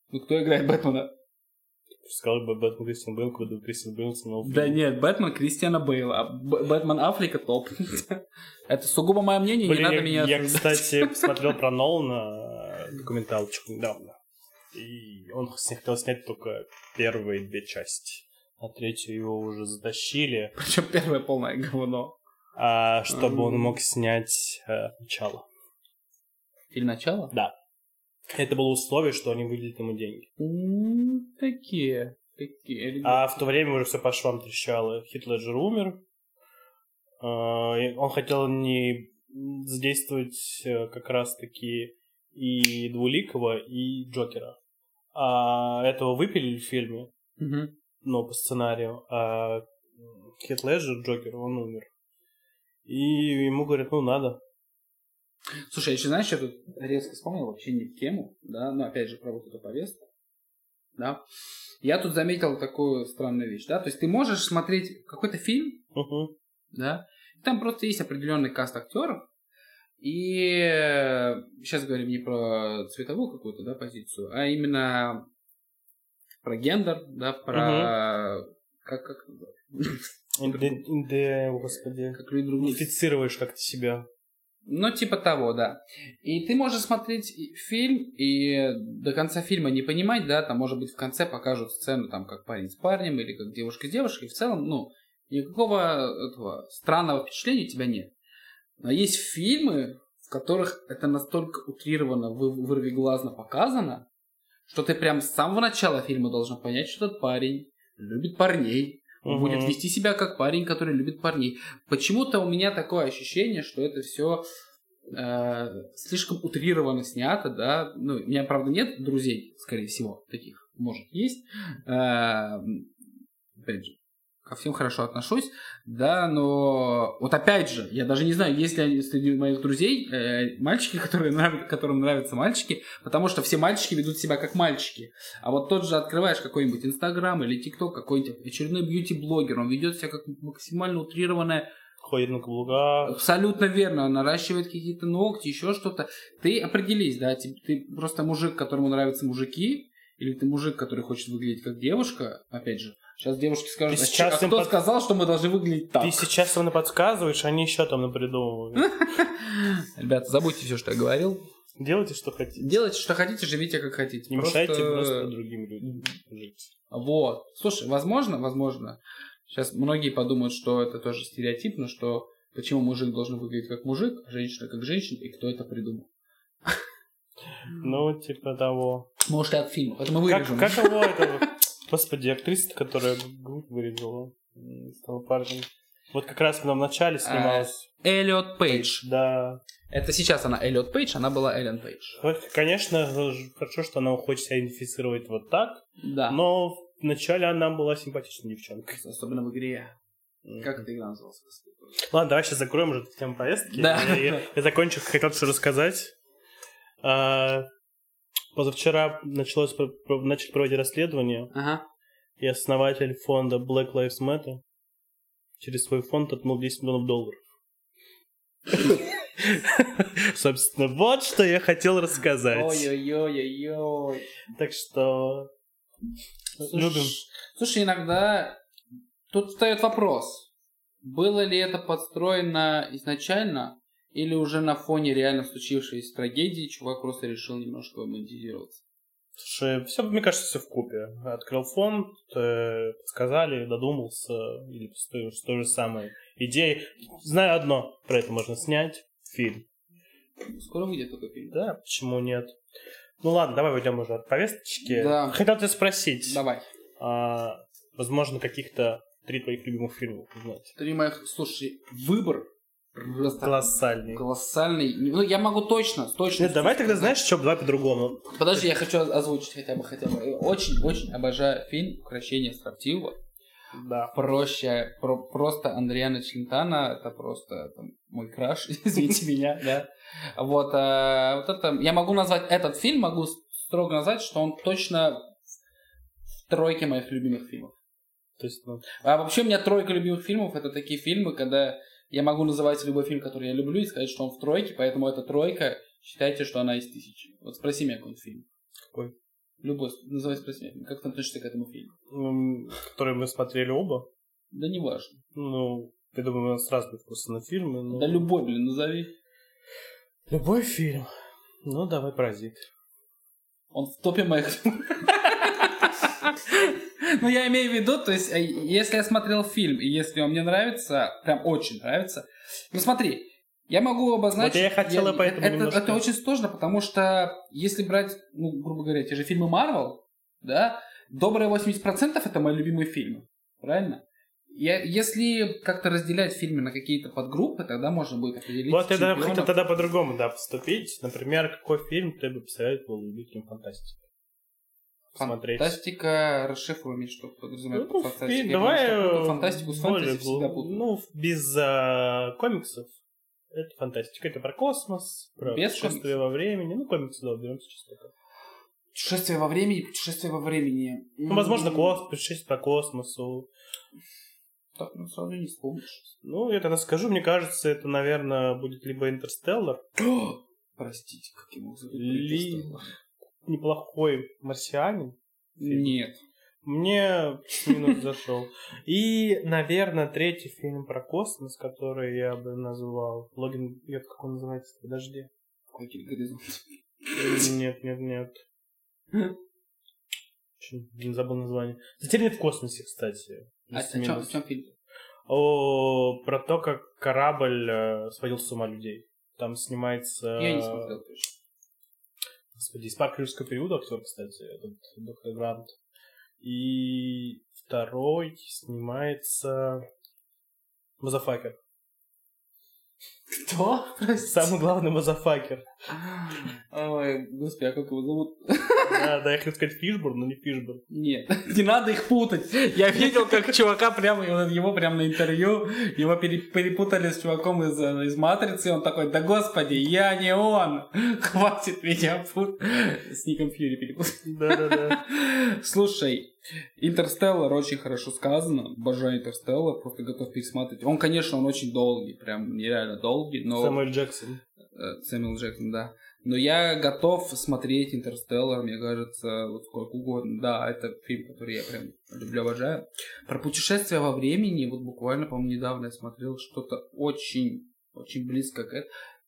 A: Ну кто играет Бэтмена?
B: Сказал бы Бэтмен Кристина Бейла, когда Кристина Бейла снимал фильм.
A: Да нет, Бэтмен Кристиана Бейла, а Б- Бэтмен Африка топ. Это сугубо мое мнение, не
B: Блин,
A: надо
B: я,
A: меня
B: я,
A: осуждать.
B: кстати, посмотрел про Нолана э, документалочку недавно. И он с них хотел снять только первые две части. А третью его уже затащили,
A: Причем первое полное говно.
B: а, чтобы он
A: Ам.
B: мог снять э, начало.
A: Фильм «Начало»?
B: Это было условие, что они выделят ему деньги.
A: М, Такие. Такие. ребята.
B: А в то время уже все по швам трещало. Хитледжер умер. А, и Он хотел не задействовать э, как раз-таки и Двуликова, и Джокера. А этого выпилили в фильме,
A: Мгм.
B: но по сценарию. А Хит Леджер, Джокер, он умер. И ему говорят, ну надо.
A: Слушай, я еще знаешь, я тут резко вспомнил, вообще не в тему, да, но опять же про вот эту повестку, да. Я тут заметил такую странную вещь, да, то есть ты можешь смотреть какой-то фильм,
B: Мгм.
A: да. Там просто есть определенный каст актеров. И сейчас говорим не про цветовую какую-то да, позицию, а именно про гендер, да, про как, как,
B: Инде- инде- господи.
A: как люди друг друга
B: Инфицируешь как-то себя.
A: Ну, типа того, да. И ты можешь смотреть и- фильм и до конца фильма не понимать, да, там, может быть, в конце покажут сцену, там, как парень с парнем или как девушка с девушкой. В целом, ну, никакого этого странного впечатления у тебя нет. Но есть фильмы, в которых это настолько утрированно, вы, вырвиглазно показано, что ты прям с самого начала фильма должен понять, что этот парень любит парней, он будет
B: Мгм.
A: вести себя как парень, который любит парней. Почему-то у меня такое ощущение, что это все слишком утрированно снято, да. Ну, у меня, правда, нет друзей, скорее всего, таких, может, есть. Э, опять же, ко всем хорошо отношусь, да, но вот опять же, я даже не знаю, есть ли они среди моих друзей э, мальчики, которые нрав- которым нравятся мальчики, потому что все мальчики ведут себя как мальчики. А вот тот же открываешь какой-нибудь Инстаграм или ТикТок, какой-нибудь очередной бьюти-блогер, он ведет себя как максимально утрированное,
B: Ходит на каблуках.
A: абсолютно верно, он наращивает какие-то ногти, еще что-то. Ты определись, да, ти- ты, просто мужик, которому нравятся мужики, или ты мужик, который хочет выглядеть как девушка, опять же. Сейчас девушки скажут,
B: Ты
A: а,
B: сейчас
A: че- а
B: им
A: кто
B: под-
A: сказал, что мы должны выглядеть так?
B: Ты сейчас именно подсказываешь, они еще там напридумывают.
A: Ребята, забудьте все, что я говорил.
B: Делайте, что хотите.
A: Делайте, что хотите, живите, как хотите.
B: Не
A: Просто-
B: мешайте просто другим людям жить.
A: Вот. Слушай, возможно, возможно. Сейчас многие подумают, что это тоже стереотипно, что почему мужик должен выглядеть как мужик, а женщина как женщина, и кто это придумал.
B: Ну, типа того.
A: Может, и от фильмов. Это мы
B: Как,
A: вырежем.
B: как его это... Господи, актриса, которая грудь вырезала, м, стала парнем. Вот как раз в самом
A: А.
B: начале снималась.
A: Эллиот Пейдж.
B: Да.
A: Это сейчас она Эллиот Пейдж, она была Эллен Пейдж.
B: Вот, Конечно, ж- хорошо, что она хочет себя идентифицировать вот так,
A: Да.
B: но вначале она была симпатичной девчонкой.
A: Особенно в игре. Как эта игра называлась?
B: Ладно, давай сейчас закроем уже эту тему повестки.
A: Да.
B: Я, я- я закончу, хотел все рассказать. А, позавчера началось, про- про- начали проводить расследование,
A: Ага.
B: и основатель фонда Black Lives Matter через свой фонд отмыл 10 миллионов долларов. Собственно, вот что я хотел рассказать.
A: Ой-ой-ой-ой-ой.
B: Так что... Любим.
A: Слушай, иногда тут встает вопрос, было ли это подстроено изначально, или уже на фоне реально случившейся трагедии чувак просто решил немножко монетизироваться.
B: Слушай, все, мне кажется, все в купе. Открыл фонд, э, сказали, додумался, или с той, с той же самой идеей. Знаю одно, про это можно снять фильм.
A: Скоро выйдет такой фильм.
B: Да, почему нет? Ну ладно, давай уйдем уже от повесточки.
A: Да.
B: Хотел тебя спросить,
A: Давай.
B: а, возможно, каких-то три твоих любимых фильма узнать.
A: Три моих... Слушай, выбор просто
B: Колоссальный.
A: колоссальный. Ну, я могу точно, с точностью
B: Нет, давай тогда,
A: сказать.
B: знаешь, что, давай по-другому.
A: Подожди, я хочу оз- озвучить хотя бы, хотя бы. Очень-очень обожаю фильм «Укращение строптивого».
B: Да.
A: проще, про- просто Андриана Челентана, это просто там, мой краш, извините меня, да. Вот, а, вот это, я могу назвать этот фильм, могу с- строго назвать, что он точно в тройке моих любимых фильмов.
B: То есть, ну,
A: А вообще у меня тройка любимых фильмов, это такие фильмы, когда я могу называть любой фильм, который я люблю, и сказать, что он в тройке, поэтому эта тройка, считайте, что она из тысячи. Вот спроси меня какой фильм.
B: Какой?
A: Любой, называй, спроси меня, как ты относишься к этому фильму?
B: м, который мы смотрели оба.
A: Да не важно.
B: Ну, я думаю, у нас разные вкусы на фильмы. но-
A: Да любой, блин, назови.
B: Любой фильм. Ну, давай «Паразит».
A: Он в топе моих... Ну, я имею в виду, то есть, э, если я смотрел фильм, и если он мне нравится, прям очень нравится, ну, смотри, Я могу обозначить...
B: Вот я и хотела поэтому
A: это,
B: немножко-
A: это очень сложно, потому что если брать, ну, грубо говоря, те же фильмы Марвел, да, добрые 80% это мои любимые фильмы, правильно? Я, если как-то разделять фильмы на какие-то подгруппы, тогда можно будет определить
B: Вот я даже
A: чемпионов.
B: хотел тогда по-другому, да, поступить. Например, какой фильм ты бы посоветовал любителям фантастики? Смотреть.
A: Фантастика, расшифруй мне, что подразумевает
B: Ну,
A: под
B: фильм,
A: фантастикой.
B: давай...
A: Потому что
B: э,
A: фантастику с
B: более
A: фэнтези всегда
B: глуб-
A: путаю.
B: Ну, без а, комиксов. Это фантастика. Это про космос, про
A: Без
B: путешествие во времени. Ну, комиксы, да, уберем сейчас. пока.
A: Путешествие во времени, путешествие во времени.
B: Ну, возможно,
A: М,
B: космос, путешествие по космосу.
A: Так, ну, сразу не вспомнишь.
B: Ну, я тогда скажу, мне кажется, это, наверное, будет либо Интерстеллар,
A: Простите, как я мог забыть про
B: Ли-
A: Интерстеллар.
B: неплохой марсианин.
A: Нет.
B: Мне минус зашел. И, наверное, третий фильм про космос, который я бы назвал. Логин, нет, как он называется? Подожди.
A: Какой горизонт.
B: Нет, нет, нет. Чё, Блин, забыл название. Затерянный в космосе, кстати.
A: А о
B: Плюс
A: чем,
B: минус.
A: о чем фильм?
B: О, про то, как корабль э, сводил с ума людей. Там снимается...
A: Я не смотрел точно.
B: Господи, из парка Юрского периода актер, кстати, этот доктор Грант. И второй снимается Мазафакер.
A: Кто?
B: Самый главный Мазафакер.
A: Ой, господи, а как его зовут?
B: Да, да, я хотел сказать Фишбурн, но не Фишбурн.
A: Нет, не надо их путать. Я видел, как чувака прямо, его прямо на интервью, его пере- перепутали с чуваком из, э, из Матрицы, и он такой, да господи, я не он, хватит меня путать. С Ником Фьюри перепутал.
B: Да-да-да.
A: Слушай, Интерстеллар очень хорошо сказано. Обожаю Интерстеллар, просто готов пересматривать. Он, конечно, он очень долгий, прям нереально долгий, но...
B: Самуэль Джексон.
A: Э, Сэмюэл Джексон, да. Но я готов смотреть Интерстеллар, мне кажется, вот сколько угодно. Да, это фильм, который я прям люблю, обожаю. Про путешествие во времени, вот буквально, по-моему, недавно я смотрел что-то очень, очень близко к, э-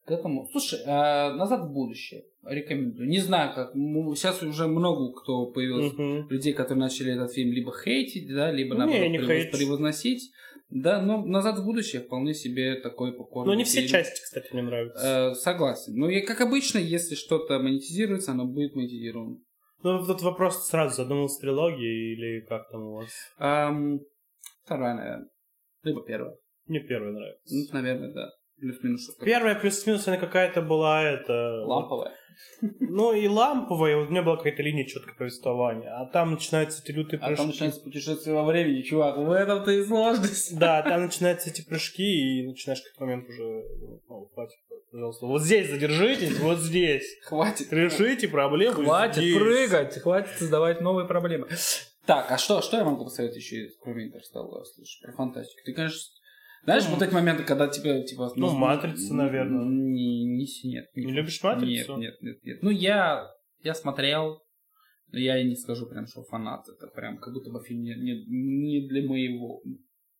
A: к этому. Слушай, а, «Назад в будущее» рекомендую. Не знаю, как, ну, сейчас уже много кто появился,
B: Мгм.
A: людей, которые начали этот фильм либо хейтить, да, либо
B: Не,
A: наоборот
B: я не
A: превоз-
B: хейчу.
A: превозносить. Да, но «Назад в будущее» вполне себе такой попкорн.
B: Ну, не все
A: фильм.
B: части, кстати, мне нравятся.
A: Э, Согласен. Ну, и как обычно, если что-то монетизируется, оно будет монетизировано.
B: Ну, тут вопрос сразу задумался трилогии или как там у вас?
A: Ам, вторая, наверное. Либо первая.
B: Мне первая
A: Ну,
B: нравится.
A: наверное, да. Плюс-минус что-то.
B: Первая плюс-минус, она какая-то была, это...
A: Ламповая.
B: Ну и ламповая, вот у меня была какая-то линия четкое повествования, а там начинаются эти лютые
A: А
B: прыжки.
A: там начинается путешествие во времени, чувак. В этом-то и сложность.
B: Да, там начинаются эти прыжки, и начинаешь в какой-то момент уже, ну, хватит, пожалуйста, вот здесь задержитесь, вот здесь,
A: Хватит.
B: решите проблему здесь.
A: Хватит прыгать, хватит создавать новые проблемы. Так, а что, что я могу посоветовать еще, из- кроме Интерстеллара, слушай, про фантастику? Ты, конечно, знаешь,
B: Ну,
A: вот эти моменты, когда тебя, типа...
B: ну, «Матрица»,
A: м,
B: наверное.
A: Не, не, с- нет,
B: Не
A: нет.
B: любишь «Матрицу»?
A: Нет, нет, нет, нет. Ну, я, я смотрел, но я и не скажу прям, что фанат. Это прям как будто бы фильм не, не- не для моего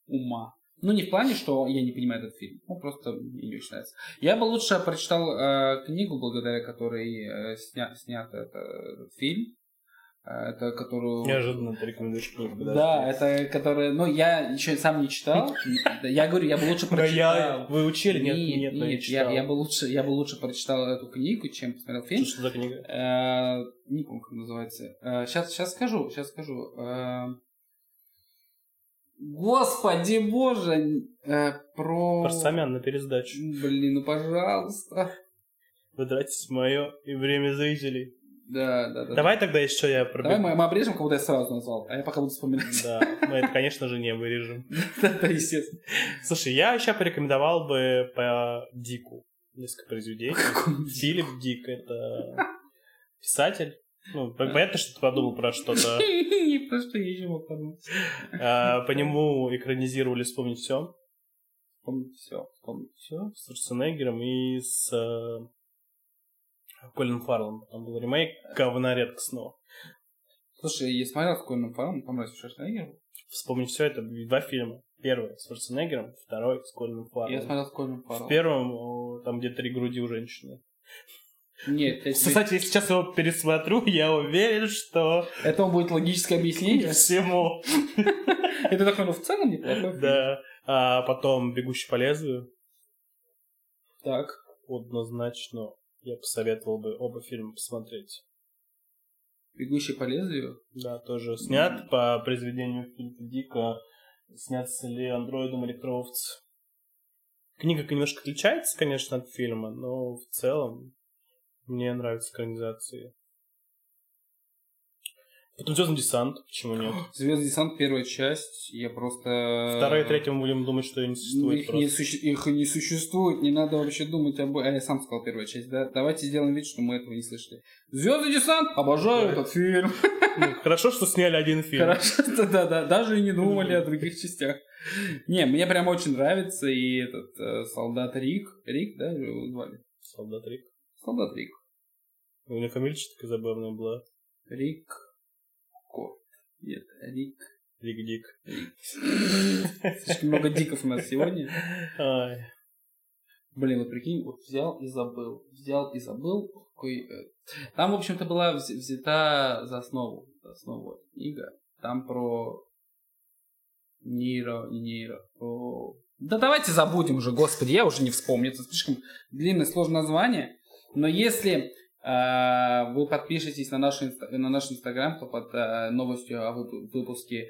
A: ума. Ну, не в плане, что я не понимаю этот фильм. Ну, просто мне не очень нравится. Я бы лучше прочитал э, книгу, благодаря которой э, сня- снят этот э, фильм. Э, это которую...
B: Неожиданно ты рекомендуешь книгу,
A: Да, это которая... Ну, я еще сам не читал. Я говорю, я бы лучше
B: Да я
A: прочитал.
B: вы учили, нет,
A: Не-
B: нет, но я
A: нет,
B: читал.
A: я, я бы лучше, я бы лучше прочитал эту книгу, чем посмотрел фильм.
B: Что, что за книга?
A: Э, не помню, как называется. Сейчас, сейчас скажу, сейчас скажу. Э, Господи боже, э, про...
B: Парсамян на пересдачу.
A: Блин, ну пожалуйста.
B: Вы тратите мое и время зрителей.
A: Да, да, да.
B: Давай тогда еще я
A: Давай
B: пробегу.
A: мы, мы обрежем, как будто я сразу назвал, а я пока буду вспоминать.
B: Да, мы это, конечно же, не вырежем.
A: Да, естественно.
B: Слушай, я еще порекомендовал бы по Дику несколько произведений. Филипп Дик — это писатель. Ну, по- понятно, что ты подумал про что-то.
A: Не про что я еще мог подумать.
B: А, По нему экранизировали «Вспомнить все»
A: Вспомнить все, вспомнить все.
B: с Шварценеггером и с Колин Фарлом. Там был ремейк «Говна редкостного».
A: Слушай, я смотрел с Колином Фарреллом, там раз Шварценеггер.
B: «Вспомнить все» — это два фильма. Первый с Шварценеггером, второй с Колином
A: Я
B: Фарлом.
A: смотрел с Колином
B: В
A: Фарреллом.
B: первом о, там где три груди у женщины.
A: Нет, я тебе-
B: Кстати, если сейчас его пересмотрю, я уверен, что
A: это будет логическое
B: И
A: объяснение.
B: всему.
A: Это такой, ну, в целом неплохой фильм.
B: Да. А потом «Бегущий по лезвию».
A: Так.
B: Однозначно я посоветовал бы оба фильма посмотреть.
A: Бегущий по лезвию.
B: Да, тоже снят по произведению Филиппа Дика. Снят с ли андроидом электровцы. Книга немножко отличается, конечно, от фильма, но в целом мне нравятся экранизации. Потом «Звездный десант», почему нет?
A: Звездный десант, первая часть. Я просто... э,
B: Вторая и третья мы будем думать, что ее не существует
A: их
B: просто.
A: А. не, суще- их не существует, не надо вообще думать об... А я сам сказал первая часть, да? Давайте сделаем вид, что мы этого не слышали. Звездный десант! Обожаю этот фильм!
B: Ну, хорошо, что сняли один фильм.
A: Хорошо, да-да-да, даже и не думали о других частях. Не, мне прям очень нравится и этот э, солдат Рик. Рик, да, его звали?
B: Солдат Рик.
A: Солдат Рик.
B: У меня фамилия что-то такая забавная была.
A: Рик. Ко. Нет, Рик.
B: Рик Дик.
A: Слишком много диков у нас сегодня.
B: Ай.
A: Блин, вот прикинь, вот взял и забыл. Взял и забыл. Какой, э, Там, в общем-то, была вз- взята за основу, за основу эта книга. Там про нейро, не нейро, про... Да давайте забудем уже, господи, я уже не вспомню. Это слишком длинное, сложное название. Но если э, вы подпишетесь на наш, инста- на наш инстаграм, то под э, новостью о вып- выпуске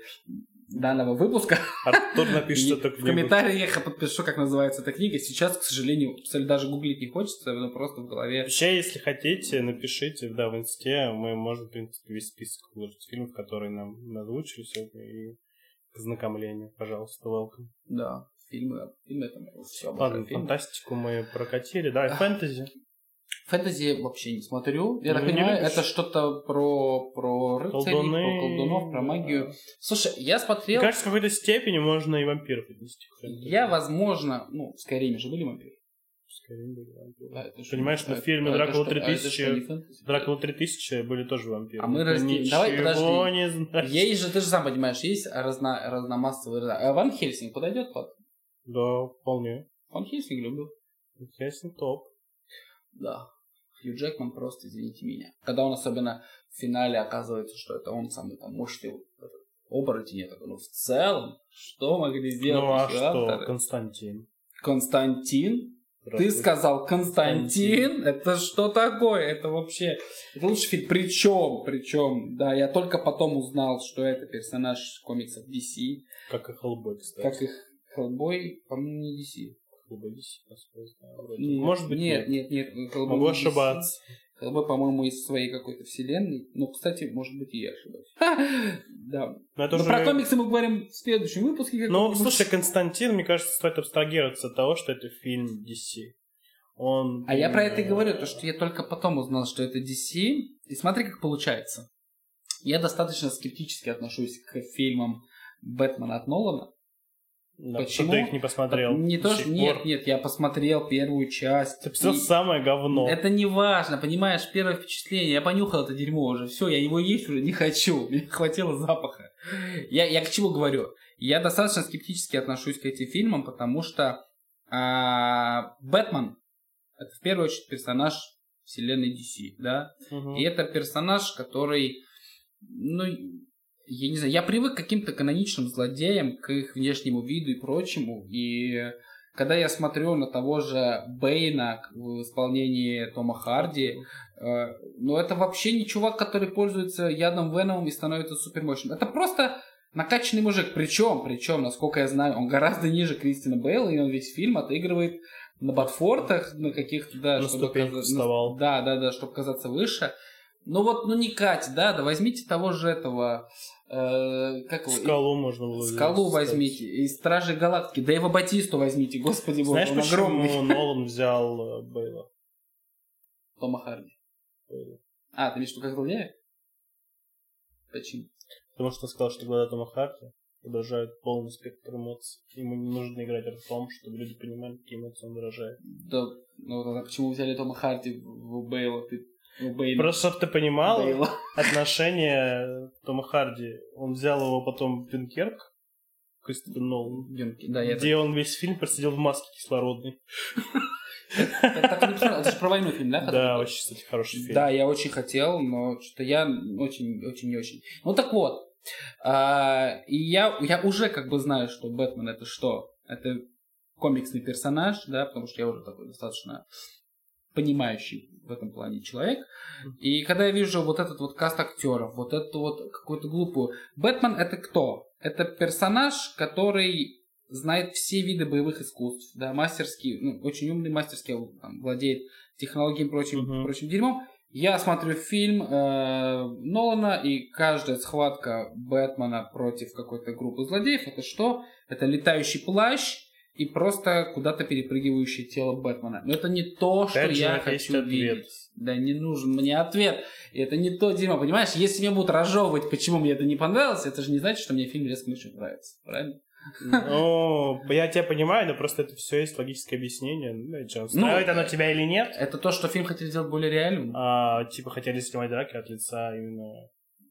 A: данного выпуска
B: Артур напишет
A: и
B: эту
A: В
B: книгу.
A: комментариях я подпишу, как называется эта книга. Сейчас, к сожалению, абсолютно даже гуглить не хочется, но просто в голове.
B: Вообще, если хотите, напишите, да, в инсте, мы можем, в принципе, весь список выложить фильмов, которые нам озвучили сегодня, и к знакомлению, пожалуйста, welcome.
A: Да, фильмы, фильмы это все
B: Ладно, фантастику мы прокатили, да, и фэнтези.
A: Фэнтези вообще не смотрю. Я
B: Ну,
A: так
B: не
A: понимаю,
B: любишь?
A: это что-то про, про рыцарей, про
B: Колдуны,
A: ну, колдунов, про
B: да.
A: магию. Слушай, я
B: Мне
A: смотрел...
B: кажется, в какой-то степени можно и вампиров отнести. к фэнтези.
A: Я, возможно... Ну, в Скайриме же были вампиры.
B: Скорее бы, да.
A: Да, это ж-
B: Понимаешь, но
A: а-
B: в фильме
A: а это
B: «Дракула
A: что- а это
B: 3000»
A: что, не фэнтези?
B: Дракула 3000 были тоже вампиры.
A: А мы
B: Это
A: разделим. Давай,
B: Ничего
A: подожди.
B: не знаю.
A: Есть же, ты же сам понимаешь, есть разно, разномассовые... разно- А Ван Хельсинг подойдет под?
B: Да, вполне.
A: Ван Хельсинг люблю.
B: Интересно, топ.
A: Да. Хью Джекман просто, извините меня. Когда он особенно в финале оказывается, что это он самый там мощный вот этот оборотень, я такой, ну в целом, что могли сделать
B: Ну а
A: наши
B: что,
A: авторы?
B: Константин?
A: Константин? Ты
B: Здравствуй.
A: сказал Константин? Это что такое? Это вообще... Это лучший фильм. Причем, причем, да, я только потом узнал, что это персонаж комиксов DC.
B: Как и Хеллбой, кстати.
A: Как их Хеллбой, по-моему, не DC.
B: Хеллбой DC, насколько я знаю, вроде.
A: Нет,
B: Может быть,
A: нет,
B: нет.
A: нет, нет. Hellboy
B: Могу
A: не DC.
B: ошибаться.
A: Хеллбой, по-моему, из своей какой-то вселенной. Ну, кстати, может быть, и я ошибаюсь. Да.
B: Но это
A: Но
B: уже-
A: Ну, про комиксы мы говорим в следующем выпуске. как
B: Ну,
A: бы.
B: слушай, Константин, мне кажется, стоит абстрагироваться от того, что это фильм DC. Он...
A: А я про это и
B: э,
A: говорю, то, что я только потом узнал, что это DC. И смотри, как получается. Я достаточно скептически отношусь к фильмам Бэтмена от Нолана.
B: да,
A: Почему?
B: Ты их не посмотрел.
A: Не
B: до
A: то, что...
B: сих
A: Нет,
B: пор.
A: нет, я посмотрел первую часть.
B: Ты посмотрел
A: И-
B: самое говно.
A: Это не важно, понимаешь, первое впечатление. Я понюхал это дерьмо уже, все, я его есть уже не хочу, мне хватило запаха. Я, я к чему говорю? Я достаточно скептически отношусь к этим фильмам, потому что а, Бэтмен это в первую очередь персонаж вселенной DC, да?
B: Мгм.
A: И это персонаж, который, ну, я не знаю, я привык к каким-то каноничным злодеям, к их внешнему виду и прочему, и когда я смотрю на того же Бэйна в исполнении Тома Харди, э, ну это вообще не чувак, который пользуется ядом Веномом и становится супермощным. Это просто накачанный мужик. Причем, причем, насколько я знаю, он гораздо ниже Кристина Бейла, и он весь фильм отыгрывает на Батфортах, на каких-то, да,
B: На
A: чтобы
B: ступеньку
A: каза- на-
B: вставал.
A: Ну, Да, да, да, чтобы казаться выше. Ну вот, ну не Кать, да, да возьмите того же этого, э, как его,
B: Скалу можно было взять,
A: Скалу
B: кстати.
A: возьмите, и Стражи Галактики, да его Батисту возьмите, господи боже,
B: Знаешь,
A: он
B: почему
A: огромный.
B: Нолан взял э, Бейла?
A: Тома Харди.
B: Бейла?
A: А, ты имеешь в виду как злодея? Почему?
B: Потому что он сказал, что глаза Тома Харди выражают полный спектр эмоций. Ему не нужно играть ртом, чтобы люди понимали, какие эмоции он выражает.
A: Да, ну тогда почему взяли Тома Харди в в Бейла? Ты, в Бейна?
B: Просто, чтобы ты понимал,
A: Бейла.
B: отношение э, Тома Харди. Он взял его потом в Дюнкерк, Кристофер Нолан,
A: Ёмки, Да, я
B: где он весь фильм просидел в маске кислородной.
A: так, я так и не посмотрел. Это же про войну фильм, да? который
B: Да,
A: был?
B: очень, кстати, хороший фильм.
A: Да, я очень хотел, но что-то я очень, очень, не очень. Ну так вот, а, и я, я уже как бы знаю, что Бэтмен это что? Это комиксный персонаж, да, потому что я уже такой достаточно понимающий в этом плане человек. И когда я вижу вот этот вот каст актеров, вот эту вот какую-то глупую... Бэтмен это кто? Это персонаж, который знает все виды боевых искусств, да, мастерский, ну, очень умный мастерский, он там, владеет технологиями и прочим,
B: Мгм.
A: прочим дерьмом. Я смотрю фильм э, Нолана, и каждая схватка Бэтмена против какой-то группы злодеев, это что? Это летающий плащ и просто куда-то перепрыгивающее тело Бэтмена. Но это не то, что
B: Опять же,
A: я
B: есть
A: хочу
B: ответ.
A: видеть. Да не нужен мне ответ. И это не то, Дима, понимаешь? Если мне будут разжевывать, почему мне это не понравилось, это же не значит, что мне фильм резко очень нравится. Правильно?
B: Ну, я тебя понимаю, но просто это все есть логическое объяснение. Ну, и чё,
A: Ну,
B: устраивает оно тебя или нет?
A: Это то, что фильм хотели сделать более реальным.
B: А, типа хотели снимать драки от лица именно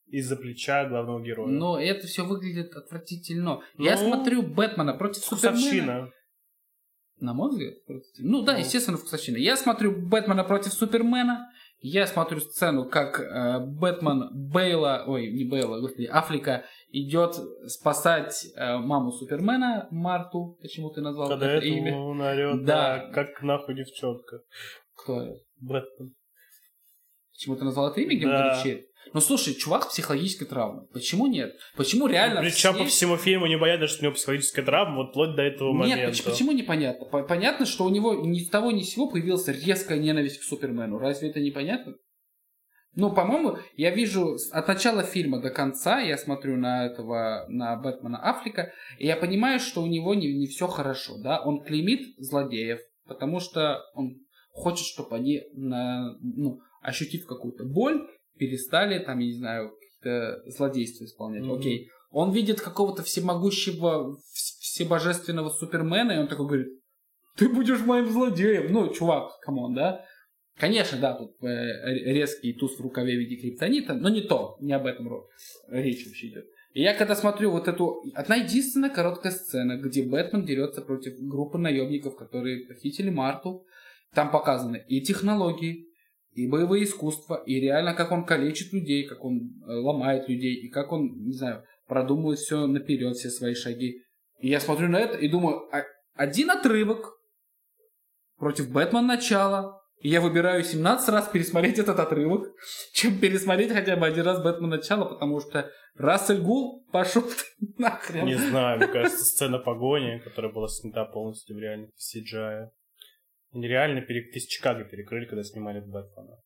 B: из-за плеча главного героя.
A: Но это все выглядит отвратительно. Я
B: Ну,
A: смотрю Бэтмена против Супермена.
B: Вкусовщина.
A: На мой взгляд, отвратительно. Ну да,
B: Ну.
A: естественно, вкусовщина. Я смотрю Бэтмена против Супермена. Я смотрю сцену, как э, Бэтмен Бейла, ой, не Бейла, господи, Афлика идет спасать э, маму Супермена, Марту, почему ты назвал
B: Когда
A: это
B: это
A: имя?
B: он орёт,
A: Да.
B: да. как нахуй девчонка.
A: Кто?
B: Бэтмен.
A: Почему ты назвал это имя Гем
B: Да.
A: Дричи? Ну слушай, чувак с психологической травмой. Почему нет? Почему реально?
B: Причем Ну, по
A: все-
B: всему фильму непонятно, что у него психологическая травма, вот вплоть до этого
A: Нет,
B: момента.
A: поч- почему непонятно? По- Понятно, что у него ни с того ни с сего появилась резкая ненависть к Супермену. Разве это непонятно? Ну, по-моему, я вижу с- от начала фильма до конца, я смотрю на этого, на Бэтмена Африка, и я понимаю, что у него не, все хорошо, да? Он клеймит злодеев, потому что он хочет, чтобы они, на, ну, ощутив какую-то боль, перестали, там, я не знаю, какие-то злодейства исполнять.
B: Мгм.
A: Окей. Он видит какого-то всемогущего, вс- всебожественного Супермена, и он такой говорит, ты будешь моим злодеем. Ну, чувак, камон, да? Конечно, да, тут э, р- резкий туз в рукаве в виде криптонита, но не то, не об этом ро- речь вообще идет. И я когда смотрю вот эту... Одна единственная короткая сцена, где Бэтмен дерется против группы наемников, которые похитили Марту. Там показаны и технологии, и боевые искусства, и реально, как он калечит людей, как он э, ломает людей, и как он, не знаю, продумывает все наперед, все свои шаги. И я смотрю на это и думаю, «А- один отрывок против Бэтмен начала. И я выбираю 17 раз пересмотреть этот отрывок, чем пересмотреть хотя бы один раз Бэтмен начало, потому что Рассель Гул пошел ты нахрен.
B: Не знаю, мне кажется, сцена погони, которая была снята полностью в реальности CGI. Они реально пере- из Чикаго перекрыли, когда снимали Бэтмена.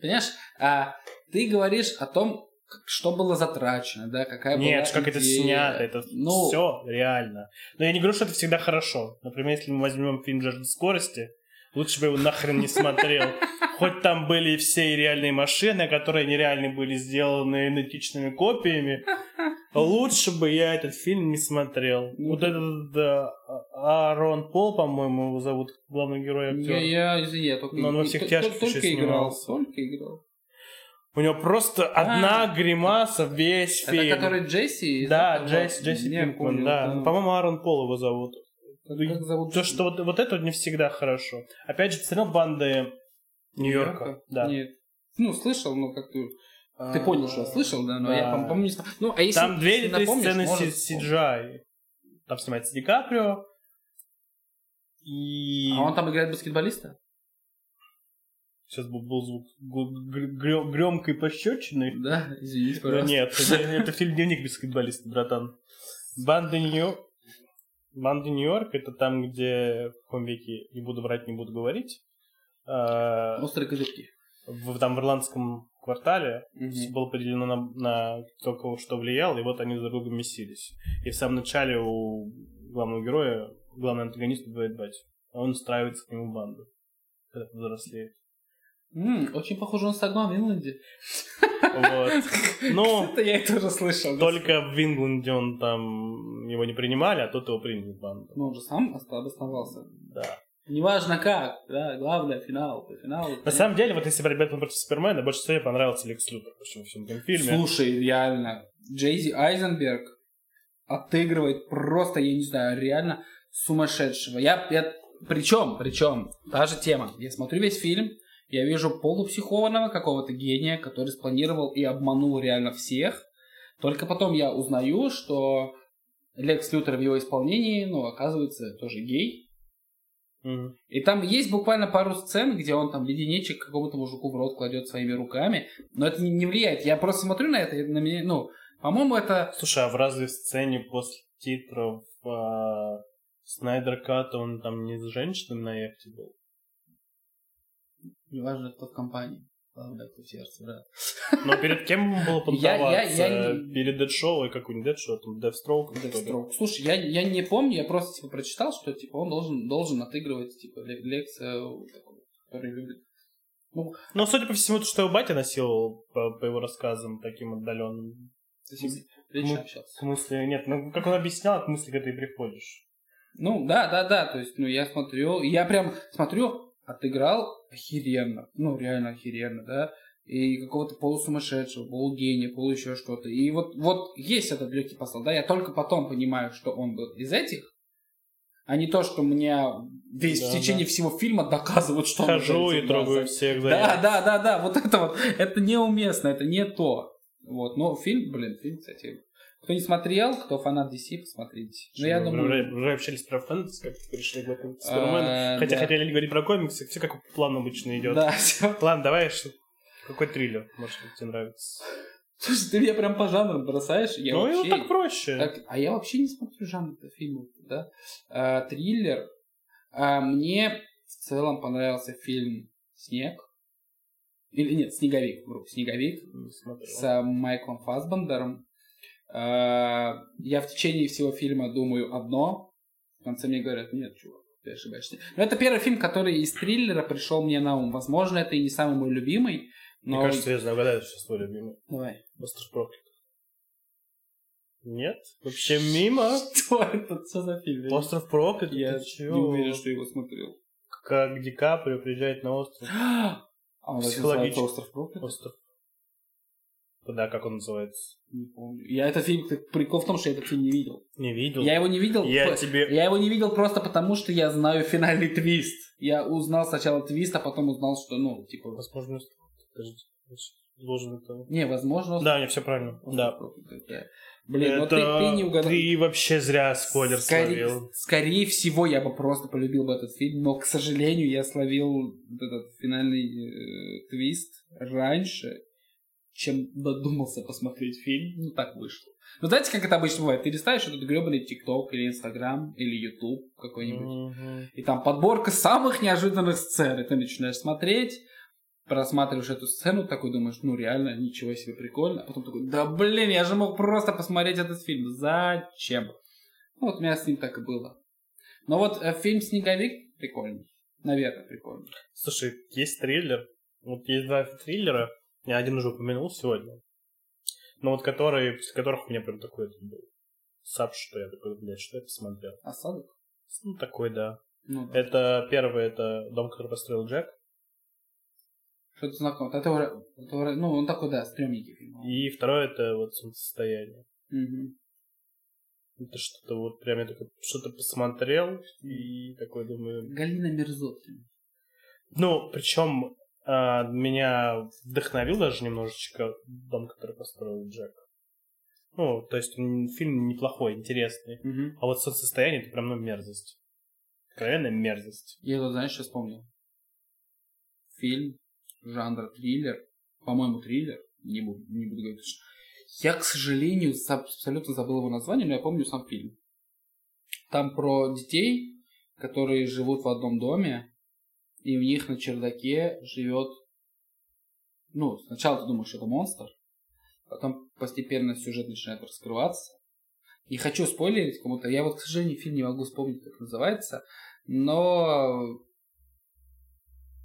A: Понимаешь, а, ты говоришь о том, как- что было затрачено, да, какая была
B: Нет, как это
A: идея.
B: снято, это
A: ну,
B: все реально. Но я не говорю, что это всегда хорошо. Например, если мы возьмем фильм «Жажда скорости», лучше бы его нахрен не смотрел. Хоть там были все и реальные машины, которые нереально были сделаны идентичными копиями, лучше бы я этот фильм не смотрел.
A: Ну,
B: Вот
A: да.
B: этот да, А- Аарон Пол, по-моему, его зовут, главный герой актер.
A: Я, я, извини, я только,
B: Но он во
A: и-
B: всех
A: то-
B: тяжких
A: только
B: еще
A: играл,
B: снимался.
A: только играл.
B: У него просто одна гримаса весь
A: А. Это
B: фильм.
A: который Джесси?
B: Да,
A: этого-
B: Джесси, Джесси
A: Не
B: Пинкман,
A: помню,
B: да.
A: да.
B: По-моему, Аарон Пол его зовут.
A: Как зовут?
B: То, что вот, вот это вот не всегда хорошо. Опять же, ты смотрел банды Нью-Йорка? Да.
A: Нет. Ну, слышал, но как ты...
B: А,
A: Ты понял, что я слышал, да, но я,
B: да.
A: по- по-моему, не знаю. Ну, а если
B: Там две или три
A: напомнишь,
B: сцены
A: может,
B: си- CGI. Там снимается Ди Каприо. И...
A: А он там играет баскетболиста?
B: Сейчас был, был звук гу- гр- гр- громкой пощечины.
A: Да, извините,
B: Да
A: пожалуйста.
B: Нет, это, это фильм «Дневник баскетболиста», братан. Банды Нью... Банды Нью-Йорк — это там, где в каком веке, не буду врать, не буду говорить, а,
A: Острые козырьки.
B: в, там в ирландском квартале
A: Мгм.
B: было поделено на, на кто кого что влиял, и вот они друг с другом месились. И в самом начале у главного героя, главный антагонист убивает батю. А он устраивается к нему в банду, когда взрослеет.
A: М, Очень похоже он с огнем в Инленде.
B: Вот. Ну,
A: я это уже слышал.
B: Только в Ингланде он там его не принимали, а тут его приняли в банду.
A: Ну, он же сам оста- обосновался.
B: Да.
A: Неважно как, да, главное, финал, по финалу.
B: На самом деле, вот если брать Бэтмен против Супермена, больше всего мне понравился Лекс Лютер вообще во всем этом фильме.
A: Слушай, реально, Джейзи Айзенберг отыгрывает просто, я не знаю, реально сумасшедшего. Я, я... Причем, причем, та же тема. Я смотрю весь фильм, я вижу полупсихованного какого-то гения, который спланировал и обманул реально всех. Только потом я узнаю, что Лекс Лютер в его исполнении, ну, оказывается, тоже гей.
B: Мгм.
A: И там есть буквально пару сцен, где он там леденечек какому-то мужику в рот кладет своими руками, но это не, не влияет. Я просто смотрю на это, и на меня, ну, по-моему, это...
B: Слушай, а в разве сцене после титров а, Снайдер Кат он там не с женщиной на яхте был?
A: Неважно, кто в компании. Главное, кто в сердце, да.
B: Но перед кем ему было
A: Я- я-
B: поддаваться?
A: я не-
B: Перед Дэдшоу и какой-нибудь Дэдшоу, там Дэвстроук? что ли?
A: Deathstroke. Слушай, я, я не помню, я просто типа прочитал, что типа он должен, должен отыгрывать типа ле- Лекса, э, такого, который любит.
B: Ну, судя по всему, то, что его батя насиловал, по, по его рассказам, таким отдаленным.
A: Лично
B: Ну.
A: общался.
B: В смысле, нет, ну, как он объяснял, от мысли к этой приходишь.
A: Ну, да, да, да, то есть, ну, я смотрю, я прям смотрю, отыграл охеренно, ну, реально охеренно, да, и какого-то полусумасшедшего, полугения, полу еще что-то. И вот, вот есть этот легкий посыл, да, я только потом понимаю, что он был из этих, а не то, что мне весь, в
B: Да,
A: течение всего фильма доказывают, что он
B: Хожу
A: из этих,
B: и
A: да,
B: трогаю всех за
A: Да,
B: яйца.
A: да, да, да, вот это вот, это неуместно, это не то. Вот, но фильм, блин, фильм, кстати, кто не смотрел, кто фанат DC, посмотрите. Ну, я
B: Мы
A: думаю...
B: уже- уже общались про фэнтези, как перешли к этому Супермену.
A: э,
B: Хотя
A: да.
B: хотели говорить про комиксы, все как план обычно идет.
A: Да, все.
B: Ладно, давай, что- какой триллер, может, тебе нравится?
A: Слушай, ты меня прям по жанрам бросаешь. Я
B: ну,
A: вообще...
B: его так проще.
A: так- А я вообще не смотрю жанр фильмов, да? А, триллер. А, мне в целом понравился фильм «Снег». Или нет, «Снеговик». вру, «Снеговик»
B: Не смотрел.
A: с а, Майклом Фассбендером. А, я в течение всего фильма думаю одно. В конце мне говорят, нет, чувак, ты ошибаешься. Но это первый фильм, который из триллера пришел мне на ум. Возможно, это и не самый мой любимый, но...
B: Мне кажется, я знаю, угадаю, что твой любимый.
A: Давай.
B: Остров проклятых. Нет? Вообще мимо.
A: Что это? Что за фильм?
B: Остров проклятых?
A: Я
B: ты
A: не
B: чё?
A: уверен, что его смотрел.
B: Как Ди Каприо приезжает на остров.
A: А он разве называется
B: Психологически.
A: «Остров проклятых»?
B: Остров. Да, как он называется?
A: Не помню. Я этот фильм, прикол в том, что я этот фильм не видел.
B: Не видел.
A: Я его не видел.
B: Я
A: по-
B: тебе...
A: Я его не видел просто потому, что я знаю финальный твист. Я узнал сначала твист, а потом узнал, что, ну, типа...
B: Возможно, подожди. Должен это...
A: Не, возможно...
B: Да, не все правильно.
A: «Остров
B: Да.
A: проклятых», да. Блин, ну
B: Это
A: ты, ты не угадал.
B: Ты вообще зря спойлер
A: Скорее-
B: словил.
A: Скорее всего, я бы просто полюбил бы этот фильм, но, к сожалению, я словил вот этот финальный э, твист раньше, чем додумался посмотреть фильм. Ну, так вышло. Ну, знаете, как это обычно бывает? Ты листаешь этот гребаный ТикТок или Инстаграм или Ютуб какой-нибудь,
B: Мгм.
A: и там подборка самых неожиданных сцен, и ты начинаешь смотреть, просматриваешь эту сцену, такой думаешь, ну реально, ничего себе, прикольно. А потом такой, да блин, я же мог просто посмотреть этот фильм. Зачем? Ну, вот у меня с ним так и было. Но вот э, фильм «Снеговик» прикольный. Наверное, прикольный.
B: Слушай, есть триллер. Вот есть два триллера. Я один уже упомянул сегодня. Но вот которые, после которых у меня прям такой этот был. Сап, что я такой, блядь, что я посмотрел.
A: Осадок?
B: Ну, такой, да.
A: Ну, да.
B: Это первый, это дом, который построил Джек.
A: Что-то знакомое. Это уже, это уже- ну, он такой, да, стрёмненький фильм.
B: И второй, это вот солнцестояние.
A: Мгм.
B: Это что-то вот прям я такой что-то посмотрел и такой думаю,
A: Галина Мерзоткина.
B: Ну, причем а, меня вдохновил даже немножечко дом, который построил Джек. Ну, то есть м, фильм неплохой, интересный.
A: Мгм.
B: А вот состояние это прям ну мерзость. Откровенная мерзость.
A: Я вот, знаешь, что вспомнил? Фильм жанра триллер, по-моему, триллер, не буду, не буду говорить. что- Я, к сожалению, за- абсолютно забыл его название, но я помню сам фильм. Там про детей, которые живут в одном доме, и у них на чердаке живет... Ну, сначала ты думаешь, это монстр, а потом постепенно сюжет начинает раскрываться. Не хочу спойлерить кому-то, я вот, к сожалению, фильм не могу вспомнить, как называется, но...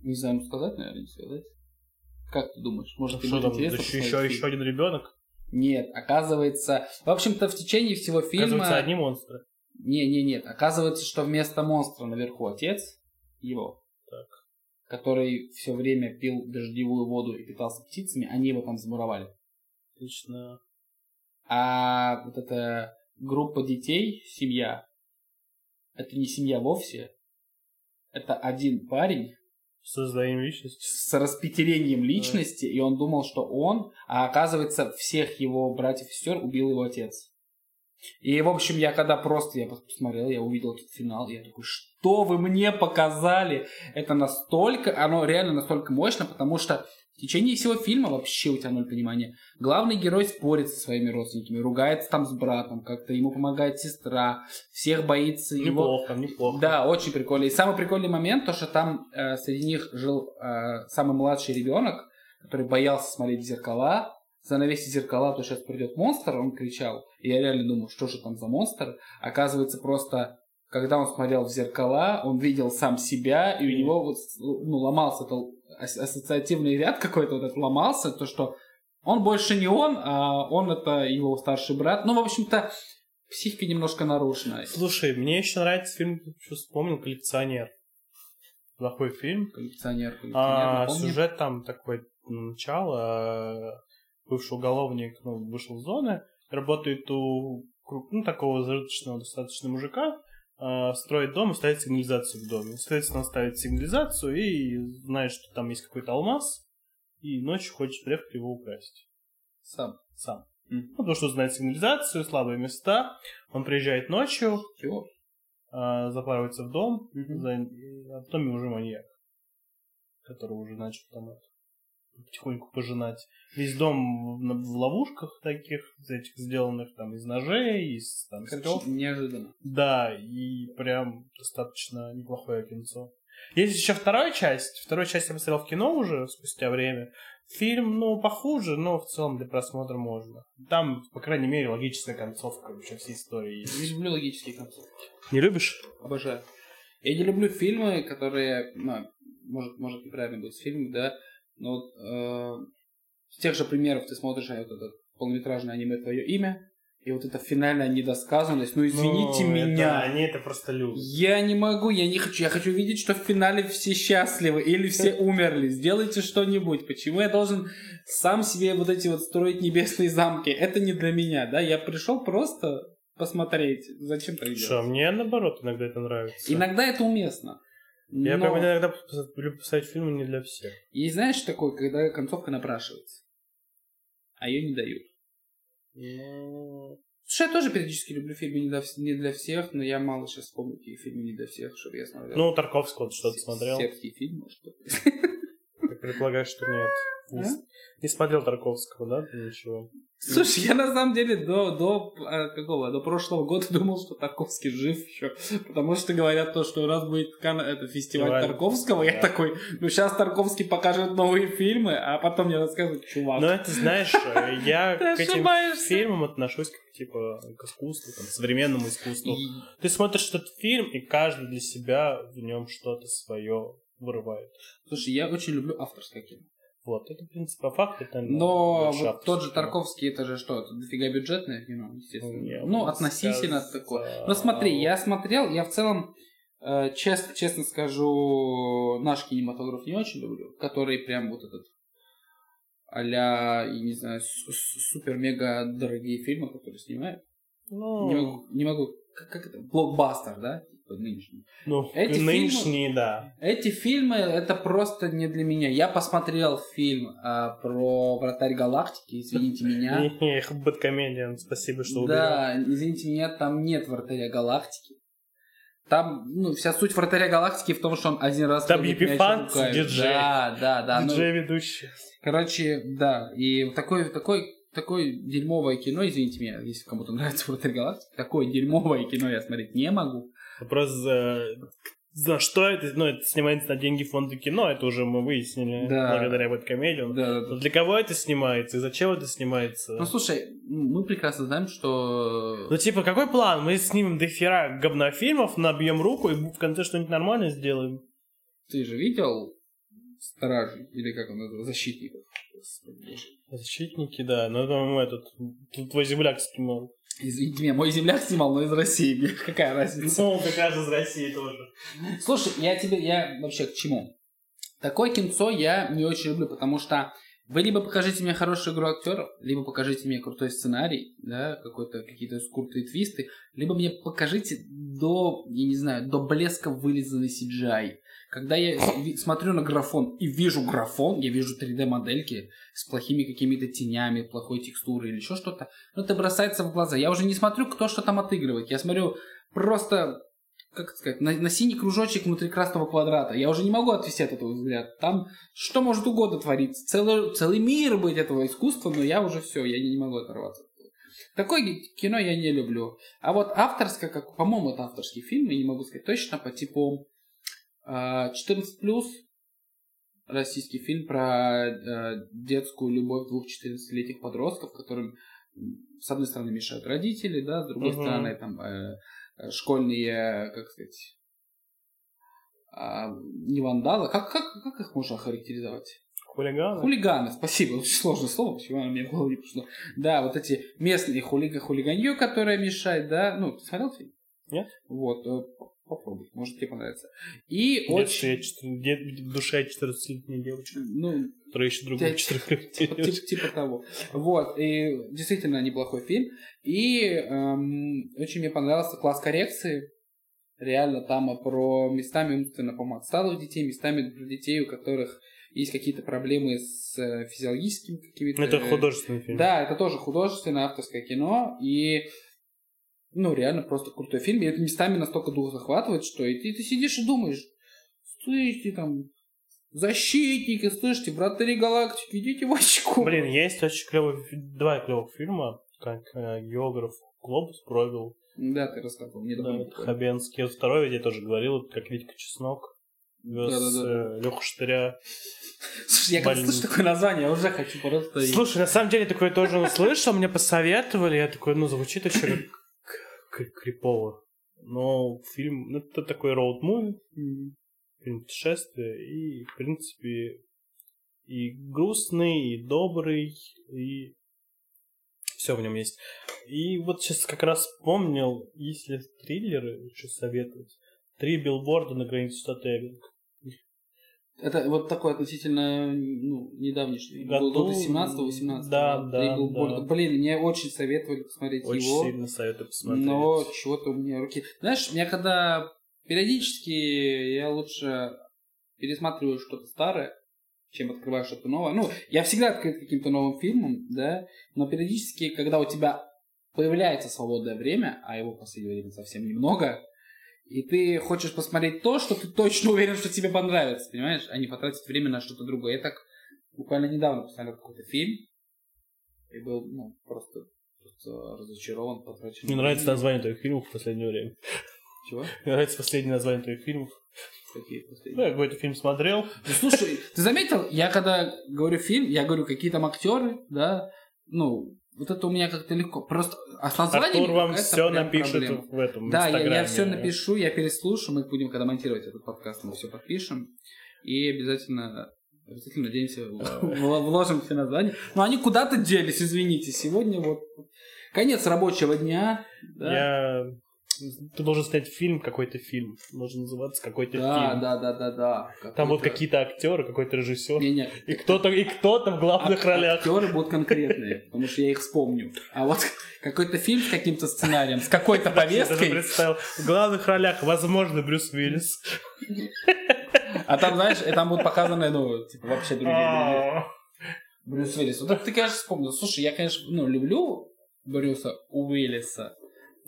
A: Не знаю, ну, сказать, наверное, не сказать. Как ты думаешь? Может, тебе
B: Что
A: будет
B: там,
A: интересно
B: еще,
A: посмотреть
B: еще,
A: фильм?
B: еще один ребенок?
A: Нет, оказывается... В общем-то, в течение всего
B: Оказывается,
A: фильма...
B: одни монстры.
A: Не, не, нет. Оказывается, что вместо монстра наверху отец его,
B: Так.
A: который все время пил дождевую воду и питался птицами, они его там замуровали.
B: Отлично.
A: А вот эта группа детей, семья, это не семья вовсе. Это один парень,
B: Создаем личность.
A: с распятерением личности, и он думал, что он, а оказывается, всех его братьев и сестер убил его отец. И, в общем, я когда просто, я просто посмотрел, я увидел этот финал, и я такой, что вы мне показали? Это настолько, оно реально настолько мощно, потому что в течение всего фильма вообще у тебя ноль понимания. Главный герой спорит со своими родственниками, ругается там с братом, как-то ему помогает сестра, всех боится его.
B: Неплохо, неплохо.
A: Да, очень прикольно. И самый прикольный момент, то, что там э, среди них жил э, самый младший ребенок, который боялся смотреть в зеркала. Занавесить зеркала, то сейчас придет монстр, он кричал. И я реально думал, что же там за монстр. Оказывается, просто когда он смотрел в зеркала, он видел сам себя, и у него вот, ну, ломался этот ас- ассоциативный ряд какой-то, вот этот ломался, то, что он больше не он, а он это его старший брат. Ну, в общем-то, психика немножко нарушена.
B: Слушай, мне еще нравится фильм, что вспомнил, «Коллекционер». Плохой фильм.
A: Коллекционер, коллекционер,
B: А,
A: напомню.
B: сюжет там такой м, начало. э, Бывший уголовник ну, вышел из зоны, работает у кру- ну, такого зажиточного достаточно мужика, э, строит дом и ставит сигнализацию в доме. Соответственно, он ставит сигнализацию и знает, что там есть какой-то алмаз, и ночью хочет приехать его украсть
A: Сам.
B: сам.
A: М.
B: Ну, потому что знает сигнализацию, слабые места. Он приезжает ночью,
A: Чего?
B: а, запарывается в дом,
A: Мгм.
B: за- а в доме уже маньяк, который уже начал там это, потихоньку пожинать. Весь дом в, на- в ловушках таких, из этих сделанных там из ножей, из там
A: Короче,
B: стрел.
A: неожиданно.
B: Да, и прям достаточно неплохое кинцо. Есть еще вторая часть. Вторую часть я посмотрел в кино уже спустя время. Фильм, ну, похуже, но в целом для просмотра можно. Там, по крайней мере, логическая концовка вообще всей истории есть.
A: Не люблю логические концовки.
B: Не любишь?
A: Обожаю. Я не люблю фильмы, которые, ну, может, может неправильно будет фильм, да, но вот э, с тех же примеров ты смотришь а, вот этот полнометражный аниме «Твое имя», и вот эта финальная недосказанность, ну извините
B: Ну, это-
A: меня,
B: они это просто любят.
A: я не могу, я не хочу, я хочу видеть, что в финале все счастливы или все умерли, сделайте что-нибудь, почему я должен сам себе вот эти вот строить небесные замки, это не для меня, да, я пришел просто посмотреть, зачем так делать?
B: Что, мне наоборот иногда это нравится.
A: Иногда это уместно.
B: Я
A: но-
B: прям иногда пос- люблю писать фильмы не для всех.
A: И знаешь такое, когда концовка напрашивается, а ее не дают. Ну, Слушай, я тоже периодически люблю фильмы не для, вс- не для всех, но я мало сейчас помню, какие фильмы не для всех, чтобы я смотрел.
B: Ну, Тарковского ты что-то
A: С-
B: смотрел?
A: Сербский фильм, может быть.
B: Ты предполагаешь, что нет. Не,
A: А?
B: с- не смотрел Тарковского, да? Ты ничего.
A: Слушай, я на самом деле до, до а, какого? До прошлого года думал, что Тарковский жив еще. Потому что говорят то, что раз будет кан- это, фестиваль
B: Фестиваль.
A: Тарковского, я
B: Да.
A: такой, ну сейчас Тарковский покажет новые фильмы, а потом мне расскажут, чувак.
B: Но это, знаешь, э, я
A: А Ты
B: к этим
A: ошибаешься.
B: фильмам отношусь как, типа, к искусству, там, к современному искусству.
A: И-
B: Ты смотришь этот фильм, и каждый для себя в нем что-то свое вырывает.
A: Слушай, я очень люблю авторское кино.
B: Вот, это, в принципе, по факту. Это, ну,
A: Но
B: больше
A: вот тот же
B: авторское.
A: Тарковский, это же что, это дофига бюджетное кино, естественно.
B: Не,
A: ну,
B: мне
A: относительно
B: кажется,
A: такое. Но Ну, смотри, я смотрел, я в целом, э, чест- честно скажу, наш кинематограф не очень люблю, который прям вот этот а-ля, я не знаю, с- с- супер-мега дорогие фильмы, которые снимают.
B: Ну,
A: Не могу, не могу, как, как это, блокбастер, да, типа нынешний.
B: ну,
A: эти
B: нынешние, да.
A: Эти фильмы это просто не для меня. Я посмотрел фильм а, про вратарь галактики, извините меня.
B: Не, их Бэткомедиан, спасибо, что убирал.
A: Да, извините меня, там нет вратаря галактики. Там, ну, вся суть вратаря галактики в том, что он один раз...
B: Там
A: ловит мяч
B: Епифанц,
A: руками.
B: диджей.
A: Да, да, да. ну,
B: Диджей-ведущий.
A: короче, да. И такое, такое, такое дерьмовое кино, извините меня, если кому-то нравится вратарь галактики, такое дерьмовое кино я смотреть не могу.
B: Вопрос, э, за что это? Ну, это снимается на деньги фонда кино, это уже мы выяснили
A: Да.
B: благодаря Бэткомедиану.
A: Да, да, да.
B: Но для кого это снимается и зачем это снимается?
A: Ну,
B: Ну,
A: слушай, мы прекрасно знаем, что...
B: типа, какой план? Мы снимем дохера говнофильмов, набьем руку и в конце что-нибудь нормальное сделаем.
A: Ты же видел стражей, или как он называется, защитников?
B: Защитники, да. Ну, там этот, тут твой земляк снимал.
A: Извините меня, мой земляк снимал, но из России. Мне какая разница?
B: Ну, как раз из России тоже.
A: Слушай, я тебе, я вообще к чему? Такое кинцо я не очень люблю, потому что Вы либо покажите мне хорошую игру актеров, либо покажите мне крутой сценарий, да, какой-то какие-то крутые твисты, либо мне покажите до, я не знаю, до блеска вылизанный CGI. Когда я ви- смотрю на графон и вижу графон, я вижу 3D-модельки с плохими какими-то тенями, плохой текстурой или еще что-то, но это бросается в глаза. Я уже не смотрю, кто что там отыгрывает. Я смотрю просто, как это сказать, на, на синий кружочек внутри красного квадрата. Я уже не могу отвести от этого взгляд. Там что может угодно твориться. Целый, целый мир быть этого искусства, но я уже все, я не, не могу оторваться. от этого. Такое ги- кино я не люблю. А вот авторское, как, по-моему, это авторский фильм, я не могу сказать точно, по типу а, 14+, российский фильм про э, детскую любовь двух 14-летних подростков, которым с одной стороны мешают родители, да, с другой
B: Мгм.
A: стороны там э, э, школьные, как сказать, а, не вандалы, как, как, как их можно охарактеризовать?
B: Хулиганы.
A: Хулиганы, спасибо, очень сложное слово, почему оно мне в голову не пришло. Да, вот эти местные хулига, хулиганье, которое мешает, да, ну, ты смотрел фильм?
B: Нет.
A: Вот, э, попробуй, может тебе понравится. И
B: Нет,
A: очень...
B: что я четыр- дед- в душе 14-летней девочки,
A: Ну,
B: которая еще другую
A: Пять.
B: 4
A: Тип- типа того. Вот, и действительно неплохой фильм. И эм, очень мне понравился класс коррекции. Реально там про местами умственно по-моему, отсталых детей, местами про детей, у которых есть какие-то проблемы с э, физиологическими какими-то...
B: Ну, Это
A: э,
B: художественный фильм.
A: Да, это тоже художественное авторское кино, и ну, реально просто крутой фильм. И это местами настолько дух захватывает, что и ты, ты сидишь и думаешь, слышите, там, защитники, слышите, вратари галактики, идите в очко.
B: Блин, есть очень клевый, фи- два клевых фильма, как э, географ Глобус провел,
A: Да, ты рассказывал. Мне
B: да,
A: давно
B: это
A: такое.
B: Хабенский, а второй, где я тоже говорил, это как Витька Чеснок вез
A: Да-да-да.
B: Леху Штыря.
A: Слушай, я как
B: больно.
A: слышу такое название, я уже хочу просто... и-
B: Слушай, на самом деле такое тоже услышал, мне посоветовали, я такой, ну звучит очень как крипово. Но фильм, ну это такой роуд-муви,
A: Мгм.
B: фильм путешествия, и, в принципе, и грустный, и добрый, и все в нем есть. И вот сейчас как раз вспомнил, если триллеры лучше советовать, три билборда на границе Статевинг.
A: Это вот такой относительно ну, недавнешний.
B: Году-
A: Года 17-18.
B: Да, да,
A: Три билборда.
B: да.
A: Блин, мне очень советовали посмотреть
B: Очень
A: его.
B: сильно советую посмотреть.
A: Но чего-то у меня руки... Знаешь, меня когда периодически я лучше пересматриваю что-то старое, чем открываю что-то новое. Ну, я всегда открыт каким-то новым фильмом, да, но периодически, когда у тебя появляется свободное время, а его в последнее время совсем немного, и ты хочешь посмотреть то, что ты точно уверен, что тебе понравится, понимаешь, а не потратить время на что-то другое. Я так буквально недавно посмотрел какой-то фильм и был, ну, просто, просто разочарован, потрачен.
B: Мне нравится
A: времени.
B: название твоих фильмов в последнее время.
A: Чего?
B: Мне нравится последнее название твоих фильмов.
A: Какие последние?
B: Ну, я какой-то фильм смотрел.
A: Ну, слушай, ты заметил, я когда говорю фильм, я говорю, какие там актеры, да, ну, вот это у меня как-то легко. Просто а с названиями
B: Артур вам
A: какая-то
B: все
A: прям
B: напишет
A: проблема.
B: в этом, в
A: Да, я,
B: Инстаграме.
A: все напишу, я переслушаю, мы будем, когда монтировать этот подкаст, мы все подпишем. И обязательно, обязательно надеемся, в- вложим все названия. Но они куда-то делись, извините. Сегодня вот конец рабочего дня. Да,
B: Я... Ты должен снять фильм, какой-то фильм. Должен называться какой-то
A: да,
B: фильм.
A: да, да, да, да.
B: Там вот
A: Какой-то-
B: какие-то актеры, какой-то режиссер.
A: Не-не,
B: И кто-то, и кто-то в главных ролях.
A: Актеры будут конкретные, потому что я их вспомню. А вот какой-то фильм с каким-то сценарием, с какой-то
B: Я даже
A: повесткой,
B: представил, в главных ролях, возможно, Брюс Уиллис.
A: а там, знаешь, и там будут показаны, ну, типа, вообще другие.
B: А,
A: Брюс Уиллис. Вот это ты, конечно, вспомнил. Слушай, я, конечно, ну, люблю Брюса Уиллиса,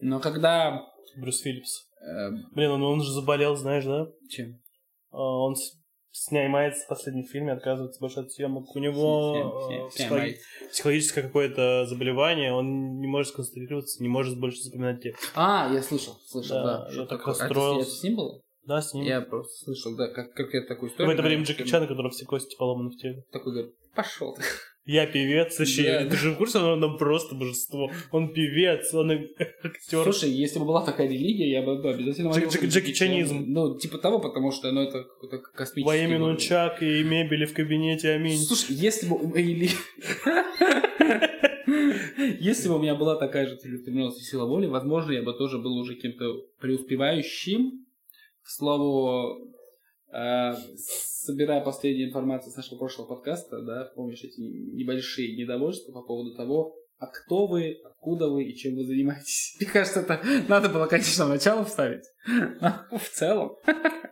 A: но когда...
B: Брюс Уиллис.
A: э,
B: Блин, он, он же заболел, знаешь, да?
A: Чем?
B: А, Он с- снимается в последнем фильме, отказывается больше от съемок. У него
A: Всем- всем-
B: э, психологи- психологическое какое-то заболевание, он не может сконцентрироваться, не может больше запоминать текст.
A: А, я слышал, слышал,
B: Да,
A: да.
B: я
A: что
B: так
A: такое. А это с-
B: расстроился.
A: это с ним было?
B: Да, с ним.
A: Я просто слышал, да, как, как я такую
B: В
A: историю...
B: это время Джеки
A: наверное,
B: Чан, у которого все кости поломаны в теле.
A: Такой говорит, пошел ты.
B: Я певец, еще
A: Да.
B: ты же в курсе, он, он просто божество. Он певец, он и актер.
A: Слушай, если бы была такая религия, я бы да, обязательно...
B: Джек-
A: молился
B: Джек-
A: бы
B: Джеки
A: Джеки Чану.
B: чанизм.
A: Ну, типа того, потому что ну, это какой-то космический...
B: Во имя
A: уровень.
B: Нунчак и мебели в кабинете, аминь.
A: Слушай, если бы... у- Или... Если бы у меня была такая же целеустремленность и сила воли, возможно, я бы тоже был уже кем-то преуспевающим. К слову, А, собирая последнюю информацию с нашего прошлого подкаста, да, помнишь эти небольшие недовольства по поводу того, а кто вы, откуда вы и чем вы занимаетесь. Мне кажется, это надо было, конечно, в начало вставить. Но в целом.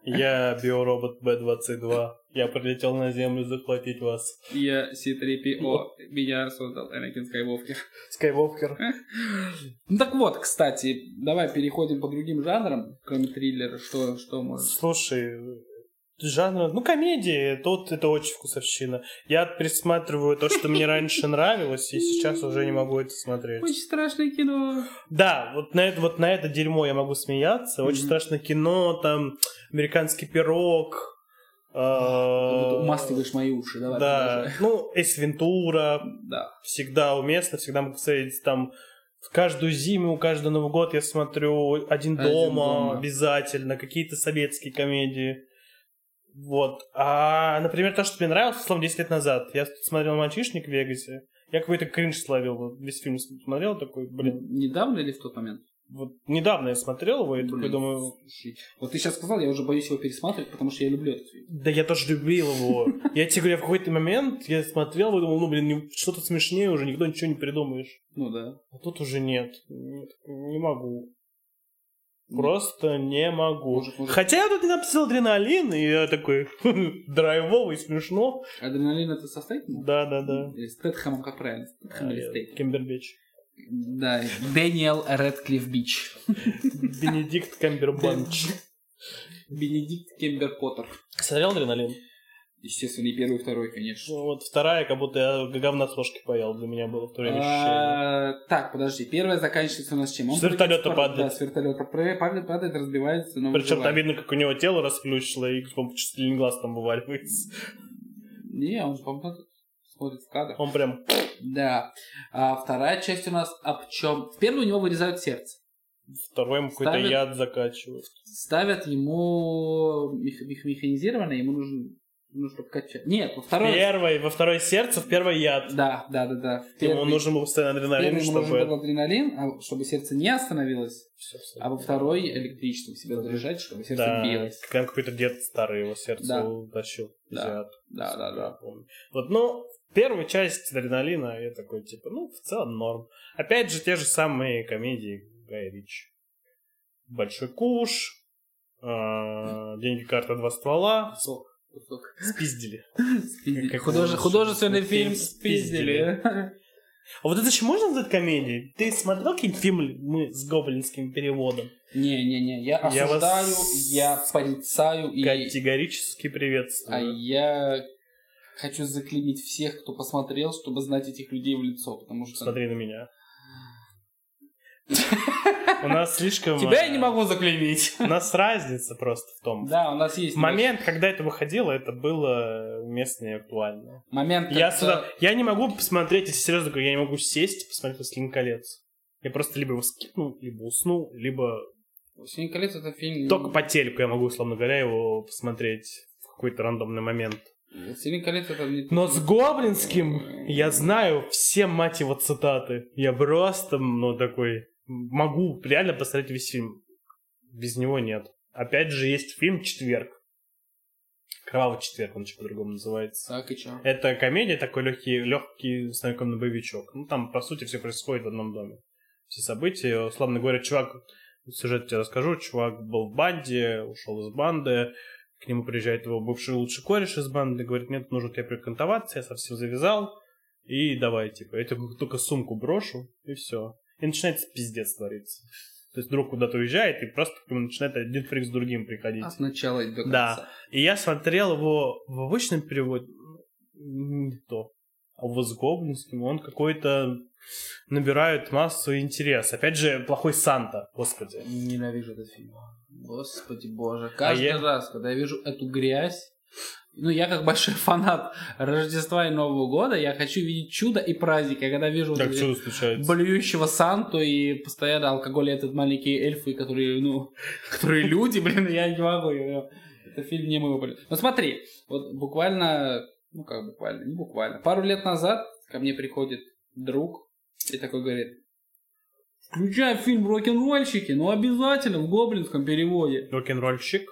B: Я биоробот Б-22. Я прилетел на Землю захватить вас.
A: Я C3PO, меня создал Энакин Скайуокер.
B: Скайвокер.
A: Ну так вот, кстати, давай переходим по другим жанрам, кроме триллера, что, что может.
B: Слушай, жанр, ну, комедии, тут это очень вкусовщина. Я пересматриваю то, что мне раньше нравилось, и сейчас уже не могу это смотреть.
A: Очень страшное кино.
B: Да, вот на это, вот на это дерьмо я могу смеяться. Очень
A: Мгм.
B: страшное кино, там, американский пирог. э,
A: Умастываешь мои уши, давай.
B: Да,
A: продолжай.
B: ну, Эс Вентура,
A: Да.
B: всегда уместно, всегда могу посмотреть там в каждую зиму, каждый Новый год я смотрю
A: «Один
B: «Один, дома»,
A: дома.
B: обязательно, какие-то советские комедии. Вот. А, например, то, что мне нравилось, словом, 10 лет назад. Я смотрел «Мальчишник» в Вегасе. Я какой-то кринж словил. вот Весь фильм смотрел, такой, блин.
A: Недавно или в тот момент?
B: Вот недавно я смотрел его, и такой
A: Блин,
B: думаю,
A: слушай, Вот ты сейчас сказал, я уже боюсь его пересматривать, потому что я люблю этот фильм.
B: Да я тоже любил его. Я тебе говорю, в какой-то момент я смотрел, и думал, ну, блин, не- что-то смешнее уже, никто ничего не придумаешь.
A: Ну да.
B: А тут уже нет. Нет, Не могу. Просто не могу.
A: Может, может.
B: Хотя я тут не написал адреналин, и я такой драйвово и смешно.
A: Адреналин это со Стейтмом?
B: Да-да-да.
A: Или с Тетхэмом, как правильно? С Тетхэмом или с Стейтмом?
B: Кембербич.
A: Да, Дэниел Редклифф Бич.
B: Бенедикт Камбербанч.
A: Бенедикт Кембер Поттер.
B: Смотрел адреналин?
A: Естественно, и первый, и второй, конечно.
B: Ну, Вот вторая, как будто я говна с ложки поел, для меня было в то время ощущение.
A: А, Так, подожди. Первая заканчивается у нас чем? Он
B: С вертолета
A: прыгает пар-
B: падает.
A: Да, с вертолета пр- падает, падает, разбивается. но
B: Причем там
A: выживает.
B: видно, как у него тело расплющило, и он чуть ли не глаз там вываливается.
A: Не, он, по-моему, смотрит в кадр.
B: Он прям...
A: Да. А вторая часть у нас об чем? В первую у него вырезают сердце.
B: Второй ему какой-то
A: Ставит-
B: яд закачивает.
A: Ставят ему мех- мех- механизированное, ему нужен, ну, чтобы качать. Нет, во второй...
B: Первый, во второй сердце, в первой яд.
A: Да, да, да, да. В
B: Ему
A: первый-
B: нужен был постоянно адреналин,
A: первый ему нужен был
B: чтобы...
A: адреналин, а чтобы сердце не остановилось, а во второй электричеством себя заряжать, чтобы сердце
B: Да,
A: билось.
B: к нам какой-то дед старый его сердце
A: Да.
B: утащил.
A: Да.
B: Азиат,
A: Да, да,
B: я
A: да.
B: помню. Вот, ну, первая часть адреналина, я такой, типа, ну, в целом норм. Опять же, те же самые комедии Гая Ричи. Большой куш, э, деньги, карта, два ствола.
A: Сок. Сок.
B: Спиздили.
A: Спиздили.
B: Как
A: Художе-
B: лучше.
A: Художественный
B: Фильм
A: фильм
B: спиздили.
A: спиздили.
B: А вот это еще можно назвать комедией? Ты смотрел какие-нибудь фильмы мы с гоблинским переводом?
A: Не-не-не, я
B: Я вас
A: осуждаю, я порицаю и
B: Категорически приветствую.
A: А я хочу заклеймить всех, кто посмотрел, чтобы знать этих людей в лицо, потому что...
B: Смотри на меня. У нас слишком...
A: Тебя
B: э,
A: я не могу заклеймить.
B: У нас разница просто в том.
A: Да, у нас есть
B: Момент, когда это выходило, это было местно и актуально.
A: момент
B: Я
A: когда-
B: сюда... Я не могу посмотреть, если серьезно говорю, я не могу сесть и посмотреть «Властелин колец». Я просто либо его скипну, либо усну, либо...
A: «Властелин колец» это фильм...
B: Только по телеку я могу, условно говоря, его посмотреть в какой-то рандомный момент.
A: «Властелин колец» это не...
B: Но с Гоблинским я знаю все, мать его, цитаты. Я просто, ну, такой, могу реально посмотреть весь фильм. Без него нет. Опять же, есть фильм «Четверг». «Кровавый четверг», он еще по-другому называется.
A: Так и чё?
B: Это комедия, такой легкий, легкий знакомый боевичок. Ну, там, по сути, все происходит в одном доме. Все события. Условно говоря, чувак, сюжет тебе расскажу, чувак был в банде, ушел из банды, к нему приезжает его бывший лучший кореш из банды, говорит, нет, нужно тебе прикантоваться, я совсем завязал, и давай, типа, я тебе только сумку брошу, и все. И начинается пиздец твориться. То есть друг куда-то уезжает, и просто к нему начинает один фрик с другим приходить.
A: От начала и до
B: Да.
A: конца.
B: И я смотрел его в обычном переводе, м, не то, а вот с гоблинским он какой-то набирает массу интереса. Опять же, плохой Санта, господи.
A: Ненавижу этот фильм. Господи боже. Каждый
B: я-
A: раз, когда я вижу эту грязь, ну, я как большой фанат Рождества и Нового года, я хочу видеть чудо и праздник. Я когда вижу вот
B: Как
A: эти-
B: чудо случается.
A: блюющего Санту и постоянно алкоголь и этот маленькие эльфы, которые, ну, которые люди, блин, я не могу. я- Это фильм не мой блин. Но смотри, вот буквально, ну как буквально, не буквально, пару лет назад ко мне приходит друг и такой говорит, включай фильм «Рок-н-ролльщики», но обязательно в ну, гоблинском переводе.
B: Рок-н-ролльщик.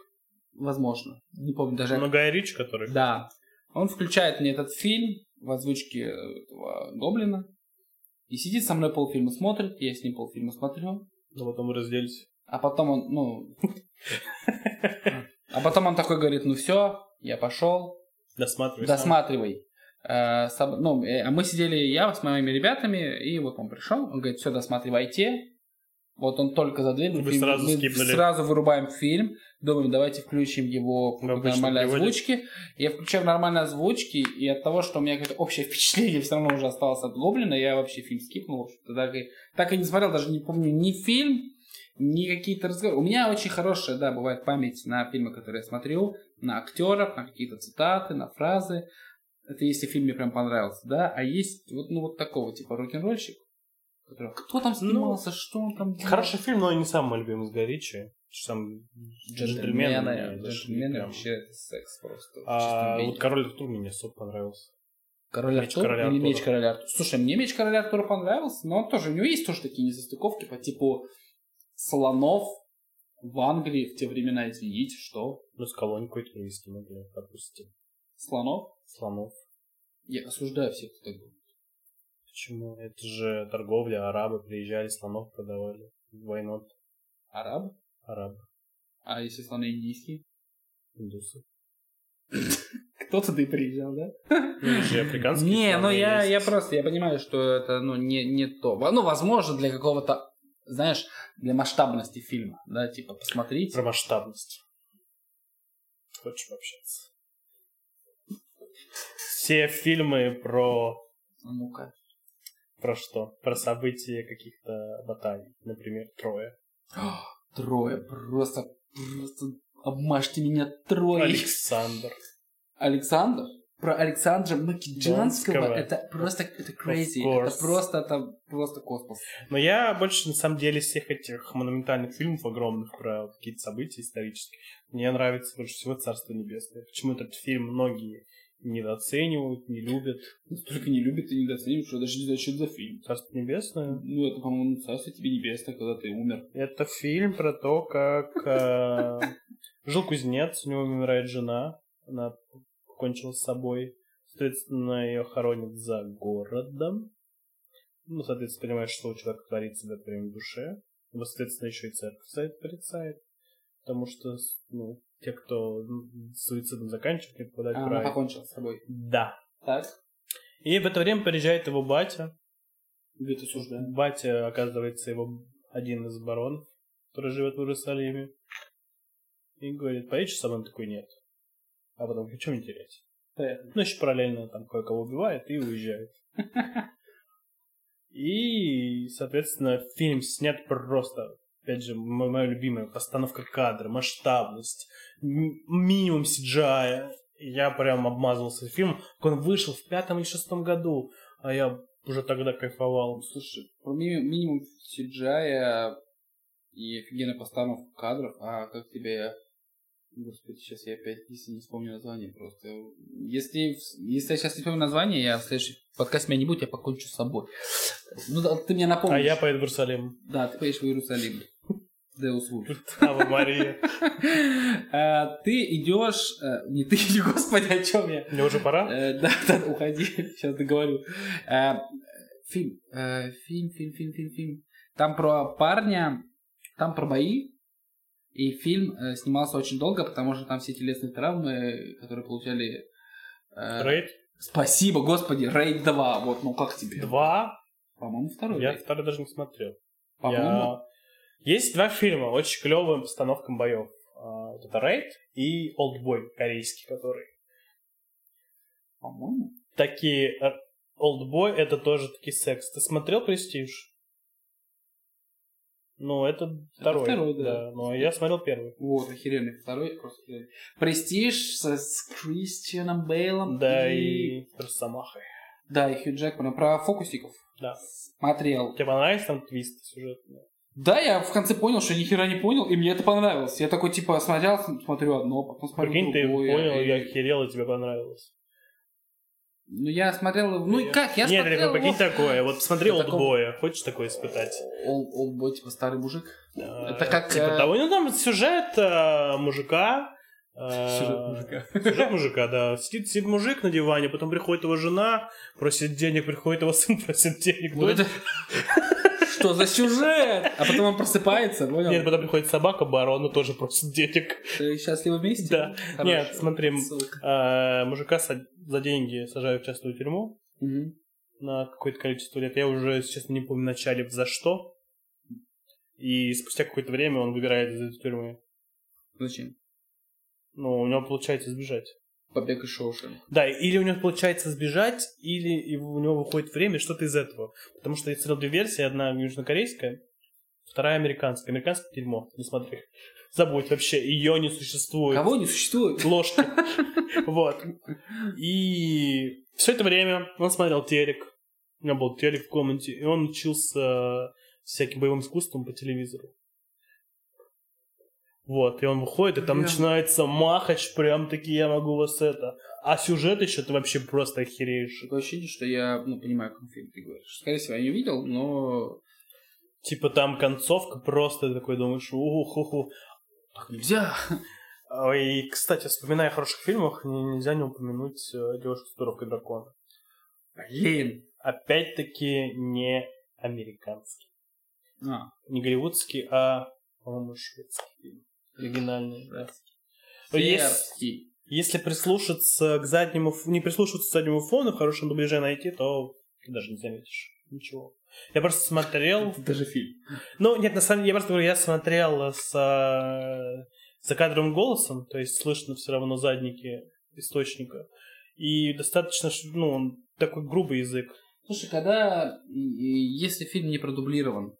A: Возможно. Не помню даже.
B: Ну, Гай Рич, который...
A: Да. Он включает мне этот фильм в озвучке э, этого Гоблина. И сидит со мной полфильма смотрит, я с ним полфильма смотрю.
B: Ну, потом разделись.
A: А потом он, ну... А потом он такой говорит, ну все, я пошел,
B: Досматривай. сам.
A: досматривай. Э, соб- Ну, э, а мы сидели, я с моими ребятами, и вот он пришел, он говорит, все, досматривайте. Вот он только за дверь.
B: Вы
A: фильм-
B: сразу
A: мы
B: скипнули.
A: сразу вырубаем фильм, думаем, давайте включим его в
B: В обычном
A: нормальной
B: переводе.
A: озвучке. Я включаю в нормальной озвучке, и от того, что у меня какое-то общее впечатление все равно уже осталось от Гоблина, я вообще фильм скипнул. в общем-то, Так и, так и не смотрел, даже не помню ни фильм, ни какие-то разговоры. У меня очень хорошая, да, бывает память на фильмы, которые я смотрю, на актеров, на какие-то цитаты, на фразы. Это если фильм мне прям понравился, да. А есть вот, ну, вот такого, типа, рок-н-ролльщик, которого кто там снимался, что он там делал?
B: Ну, Хороший фильм, но не самый мой любимый с Гай Ричи. Сам джентльмены. мне
A: Джентльмены,
B: даже
A: джентльмены
B: прям.
A: вообще это секс просто. в чистом
B: А
A: виде.
B: вот Король Артур мне не особо понравился.
A: Король
B: Меч
A: Артур
B: короля
A: или
B: Артура?
A: Меч короля Артура? Слушай, мне Меч короля Артура понравился, но он тоже, у него есть тоже такие несостыковки по типу слонов в Англии в те времена, извините, что?
B: Ну, с колонь какой-то риски могли, допустим.
A: Слонов?
B: Слонов.
A: Я осуждаю всех, кто так думает.
B: Почему? Это же торговля, арабы приезжали, слонов продавали. Войнот,
A: Араб?
B: арабы,
A: А если слоны индийские?
B: индусы.
A: Кто-то ты приезжал, да?
B: Ну, есть же африканские
A: Не,
B: слоны
A: ну я,
B: есть.
A: я просто, я понимаю, что это, ну, не, не то. Во- Ну, возможно, для какого-то, знаешь, для масштабности фильма, да, типа, посмотрите.
B: Про масштабность. Хочешь пообщаться? Все фильмы про...
A: А Ну-ка.
B: Про что? Про события каких-то баталий. Например, Троя.
A: Трое, просто, просто обмажьте меня трое.
B: Александр.
A: Александр? Про Александра Македонского
B: Донского.
A: это просто это crazy.
B: course.
A: Это просто, это просто космос.
B: Но я больше, на самом деле, из всех этих монументальных фильмов огромных про какие-то события исторические, мне нравится больше всего «Царство небесное». Почему этот фильм многие недооценивают, не любят.
A: Столько не любит и недооценивает, что даже не знаю, что это за фильм.
B: «Царство небесное»
A: Ну, это, по-моему, царство тебе небесное, когда ты умер.
B: — это фильм про то, как э, жил кузнец, у него умирает жена, она покончила с собой. Соответственно, ее хоронят за городом. Ну, соответственно, понимаешь, что у человека творится в это время в душе. Ну, соответственно, еще и церковь за это порицает. Потому что, с- ну, те, кто м, суицидом заканчивает, не попадают
A: А,
B: в
A: она
B: рай.
A: покончила с собой.
B: Да.
A: Так?
B: И в это время приезжает его батя.
A: Говорит, осуждаю.
B: Батя, оказывается, его один из баронов, который живет в Иерусалиме. И говорит, поедешь со мной? Он такой, нет. А потом, а чем мне терять? Ну, еще параллельно там кое-кого убивает и уезжает. И, соответственно, фильм снят просто, опять же, мо- моя любимая постановка кадра, масштабность, м- минимум CGI. И Я прям обмазывался фильмом. Он вышел в пятом или шестом году, а я уже тогда кайфовал.
A: Слушай, про ми- минимум CGI и офигенная постановка кадров, а как тебе... Господи, сейчас я опять, если не вспомню название просто. Если, в- если я сейчас не вспомню название, я в следующем подкасте меня не будет, я покончу с собой. Ну, да, ты мне напомнишь.
B: А я поеду в Иерусалим.
A: Да, ты поедешь в Иерусалим. Деус Вуд.
B: Ава Мария.
A: А, Ты идешь... э, Не ты, господи, о чем я?
B: Мне уже пора?
A: Э, Да, да, уходи, сейчас договорю. Э, Фильм, э, фильм, фильм, фильм, фильм, фильм. Там про парня, там про бои. И фильм э, снимался очень долго, потому что там все телесные травмы, которые получали... э,
B: Рейд
A: Спасибо, господи, Рейд 2. Вот, ну как тебе?
B: 2.
A: По-моему, второй.
B: Я
A: Ну, Рейд.
B: второй даже не смотрел.
A: По-моему,
B: Я- Есть два фильма, очень клевым постановкам боев. А, вот Это Рейд и Олдбой корейский, который.
A: по-моему.
B: Такие... э, Олдбой это тоже такие секс. Ты смотрел Престиж? Ну, это второй.
A: второй, да.
B: Но я смотрел первый.
A: Вот, охеренный второй, просто охеренный. Престиж со- с Кристианом Бейлом.
B: Да, и Росомахой.
A: Да, и Хью Джекманом. Про фокусников.
B: Да.
A: Смотрел.
B: Тебе понравился там твист сюжетный?
A: Да, я в конце понял, что ни хера не понял, и мне это понравилось. Я такой, типа, смотрел, смотрю одно, а потом смотрю
B: Прикинь, ты
A: другое.
B: понял,
A: и-
B: я охерел, и тебе понравилось.
A: Ну, я смотрел... Ну, и как? Я
B: Нет,
A: смотрел...
B: Олег, прикинь такое. Вот посмотри
A: Что такого?
B: Олдбоя. Хочешь такое испытать?
A: Ол- Олдбой, типа, старый мужик.
B: Э,
A: Это как,
B: Типа
A: э,
B: того, ну там сюжет э, мужика, э,
A: Сюжет мужика.
B: Сюжет мужика, да. Сидит, сидит мужик на диване, потом приходит его жена, просит денег, приходит его сын, просит денег.
A: Вот это- Что за сюжет? А потом он просыпается, понял?
B: Ну, Нет, потом приходит собака барона, тоже просит денег.
A: Ты счастливы вместе?
B: Да.
A: Хорошо.
B: Нет, смотри,
A: Ссылка.
B: э, мужика са- за деньги сажают в частную тюрьму
A: Мгм.
B: на какое-то количество лет. Я уже, если честно, не помню в начале за что. И спустя какое-то время он выбирает из этой тюрьмы.
A: Зачем?
B: Ну, у него получается сбежать.
A: Побег из Шоушенка.
B: Да, или у него получается сбежать, или и у него выходит время, что-то из этого. Потому что я смотрел две версии, одна южнокорейская, вторая американская. Американская дерьмо, не смотри. Забудь вообще, ее не существует.
A: Кого не существует?
B: Ложки. Вот. И все это время он смотрел телек. У него был телек в комнате, и он учился всяким боевым искусством по телевизору. Вот, и он выходит, и там
A: Прям.
B: начинается махач, прям таки я могу вас это. А сюжет еще ты вообще просто охереешь.
A: Такое ощущение, что я ну, понимаю, о каком фильме ты говоришь. Скорее всего, я не видел, но...
B: Типа там концовка просто ты такой думаешь, уху-ху-ху.
A: Так нельзя.
B: А, И, кстати, вспоминая о хороших фильмах, н- нельзя не упомянуть э, «Девушку с дуровкой дракона».
A: Блин.
B: опять-таки не американский.
A: А,
B: Не голливудский, а, по-моему, шведский. фильм. Оригинальный, да. Ну, Есть-
A: сербский.
B: Если прислушаться к заднему... ф- Не прислушиваться к заднему фону, в хорошем дубляже найти, то ты даже не заметишь ничего. Я просто смотрел...
A: Это даже фильм.
B: Ну, нет, на самом деле, я просто говорю, я смотрел с э, за кадровым голосом, то есть слышно все равно задники источника. И достаточно, ш- ну, он такой грубый язык.
A: Слушай, когда... и- и Если фильм не продублирован,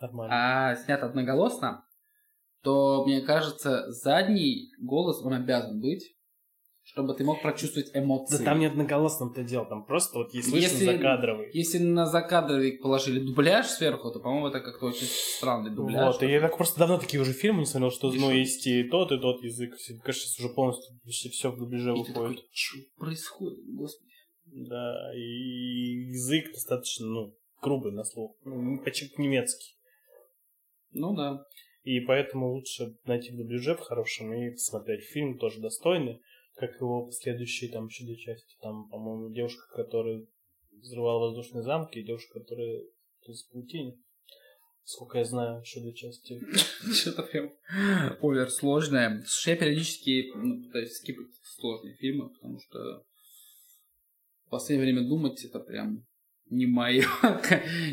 B: Нормально.
A: а снят одноголосно, то, мне кажется, задний голос, он обязан быть, чтобы ты мог прочувствовать эмоции.
B: Да там не одноголосным-то дело, там просто вот есть слышно
A: Если-
B: закадровый.
A: Если на закадровик положили дубляж сверху, то, по-моему, это как-то очень странный дубляж.
B: Вот, и я так просто давно такие уже фильмы не смотрел, что, ну,
A: Дешевле.
B: есть и тот, и тот язык. Все- Кажется, сейчас уже полностью почти все в дубляже
A: И ты
B: выходит.
A: такой, «Чё происходит, господи.
B: Да, и язык достаточно, ну, грубый на слух. Ну, почти как немецкий.
A: Ну да.
B: И поэтому лучше найти в дубляже в хорошем и посмотреть фильм тоже достойный, как его последующие там еще две части. Там, по-моему, девушка, которая взрывала воздушные замки, и девушка, которая из паутины. Сколько я знаю, еще две части.
A: Что-то прям овер сложное. Слушай, я периодически ну, пытаюсь скипать сложные фильмы, потому что в последнее время думать это прям не мое.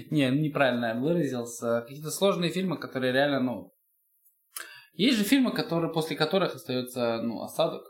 A: не, ну, неправильно я выразился. Какие-то сложные фильмы, которые реально, ну... Есть же фильмы, которые, после которых остается, ну, осадок.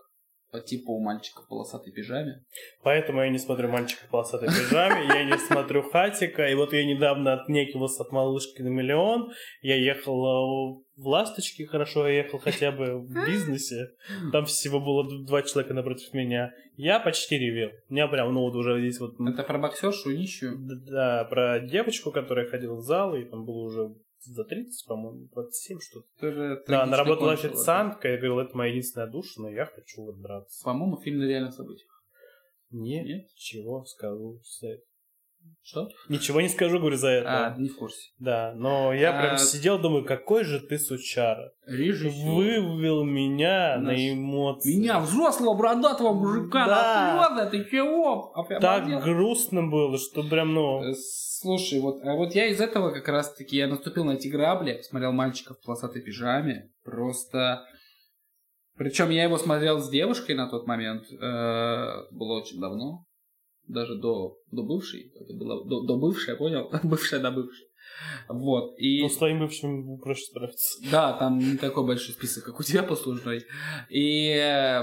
A: По типу мальчика в полосатой пижаме.
B: Поэтому я не смотрю «Мальчика в полосатой пижаме», я не смотрю «Хатика», и вот я недавно отнекивался от «Малышки на миллион», я ехал э, в «Ласточки», хорошо, я ехал хотя бы в бизнесе, там всего было д- два человека напротив меня, я почти ревел, у меня прям, ну вот уже здесь вот, м,
A: Это про боксершу и нищую.
B: д- да, про девочку, которая ходила в зал, и там было уже за 30, по-моему, 27 что-то. Да, она работала официанткой, я говорил, это моя единственная душа, но я хочу вот драться.
A: По-моему, фильм на реальных событиях. Нет?
B: Ничего скажу за это.
A: Что?
B: Ничего не скажу, говорю, за это.
A: А, не в курсе.
B: Да, но я прям
A: А-
B: сидел, думаю, какой же ты сучара.
A: Режиссер.
B: Вывел меня
A: Наш-
B: на эмоции.
A: Меня, взрослого, бородатого мужика,
B: Да.
A: на ты чего? А прям
B: Так
A: обалдел.
B: грустно было, что прям, ну...
A: Э, Слушай, вот, а вот я из этого как раз-таки, я наступил на эти грабли, смотрел мальчика в полосатой пижаме, просто... Причем я его смотрел с девушкой на тот момент, э, было очень давно, даже до, до бывшей, это было до, до бывшей, понял? Бывшая до бывшей. Вот, и...
B: Ну, с твоим бывшим проще справиться.
A: Да, там не такой большой список, как у тебя послужной. И э,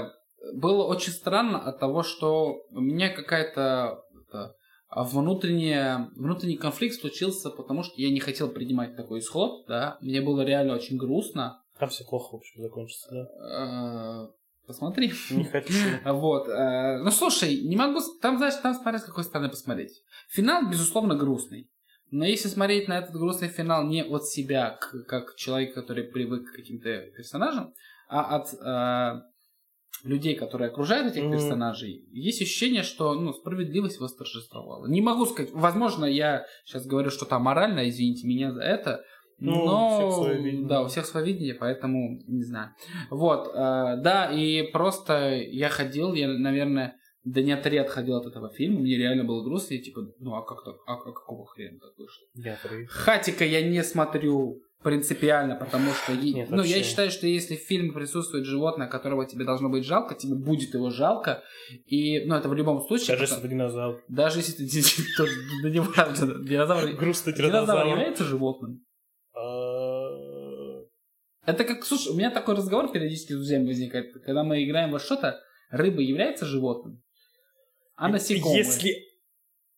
A: было очень странно от того, что у меня какая-то это, а, внутренняя, внутренний конфликт случился, потому что я не хотел принимать такой исход, да. Мне было реально очень грустно.
B: Там все плохо, в общем, закончится, да.
A: Э, Посмотри.
B: Не хочу.
A: Вот. э, Ну, слушай, не могу... с- Там, знаешь, там смотря с какой стороны посмотреть. Финал, безусловно, грустный. Но если смотреть на этот грустный финал не от себя, к- как человек, который привык к каким-то персонажам, а от э, людей, которые окружают этих
B: Мгм.
A: персонажей, есть ощущение, что ну, справедливость восторжествовала. Не могу сказать... Возможно, я сейчас говорю что-то аморально, извините меня за это,
B: Ну,
A: Но,
B: у всех своё видение.
A: Да, у всех свое видение, поэтому не знаю. Вот, э, да, и просто я ходил, я, наверное, да не три отходил от этого фильма, мне реально было грустно, и типа, ну а как так, а, а какого хрена так вышло?
B: Я при-
A: Хатика я не смотрю принципиально, потому что... е-
B: Нет,
A: ну, я
B: вообще.
A: считаю, что если в фильме присутствует животное, которого тебе должно быть жалко, тебе будет его жалко, и, ну, это в любом случае...
B: Даже если
A: потому-
B: это динозавр.
A: даже если ты... то- Да не важно, динозавр... Динозавр
B: Грустный тиранозавр.
A: является животным?
B: А,
A: Это как, слушай, у меня такой разговор периодически с друзьями возникает. Когда мы играем во что-то, рыба является животным, а насекомые.
B: Если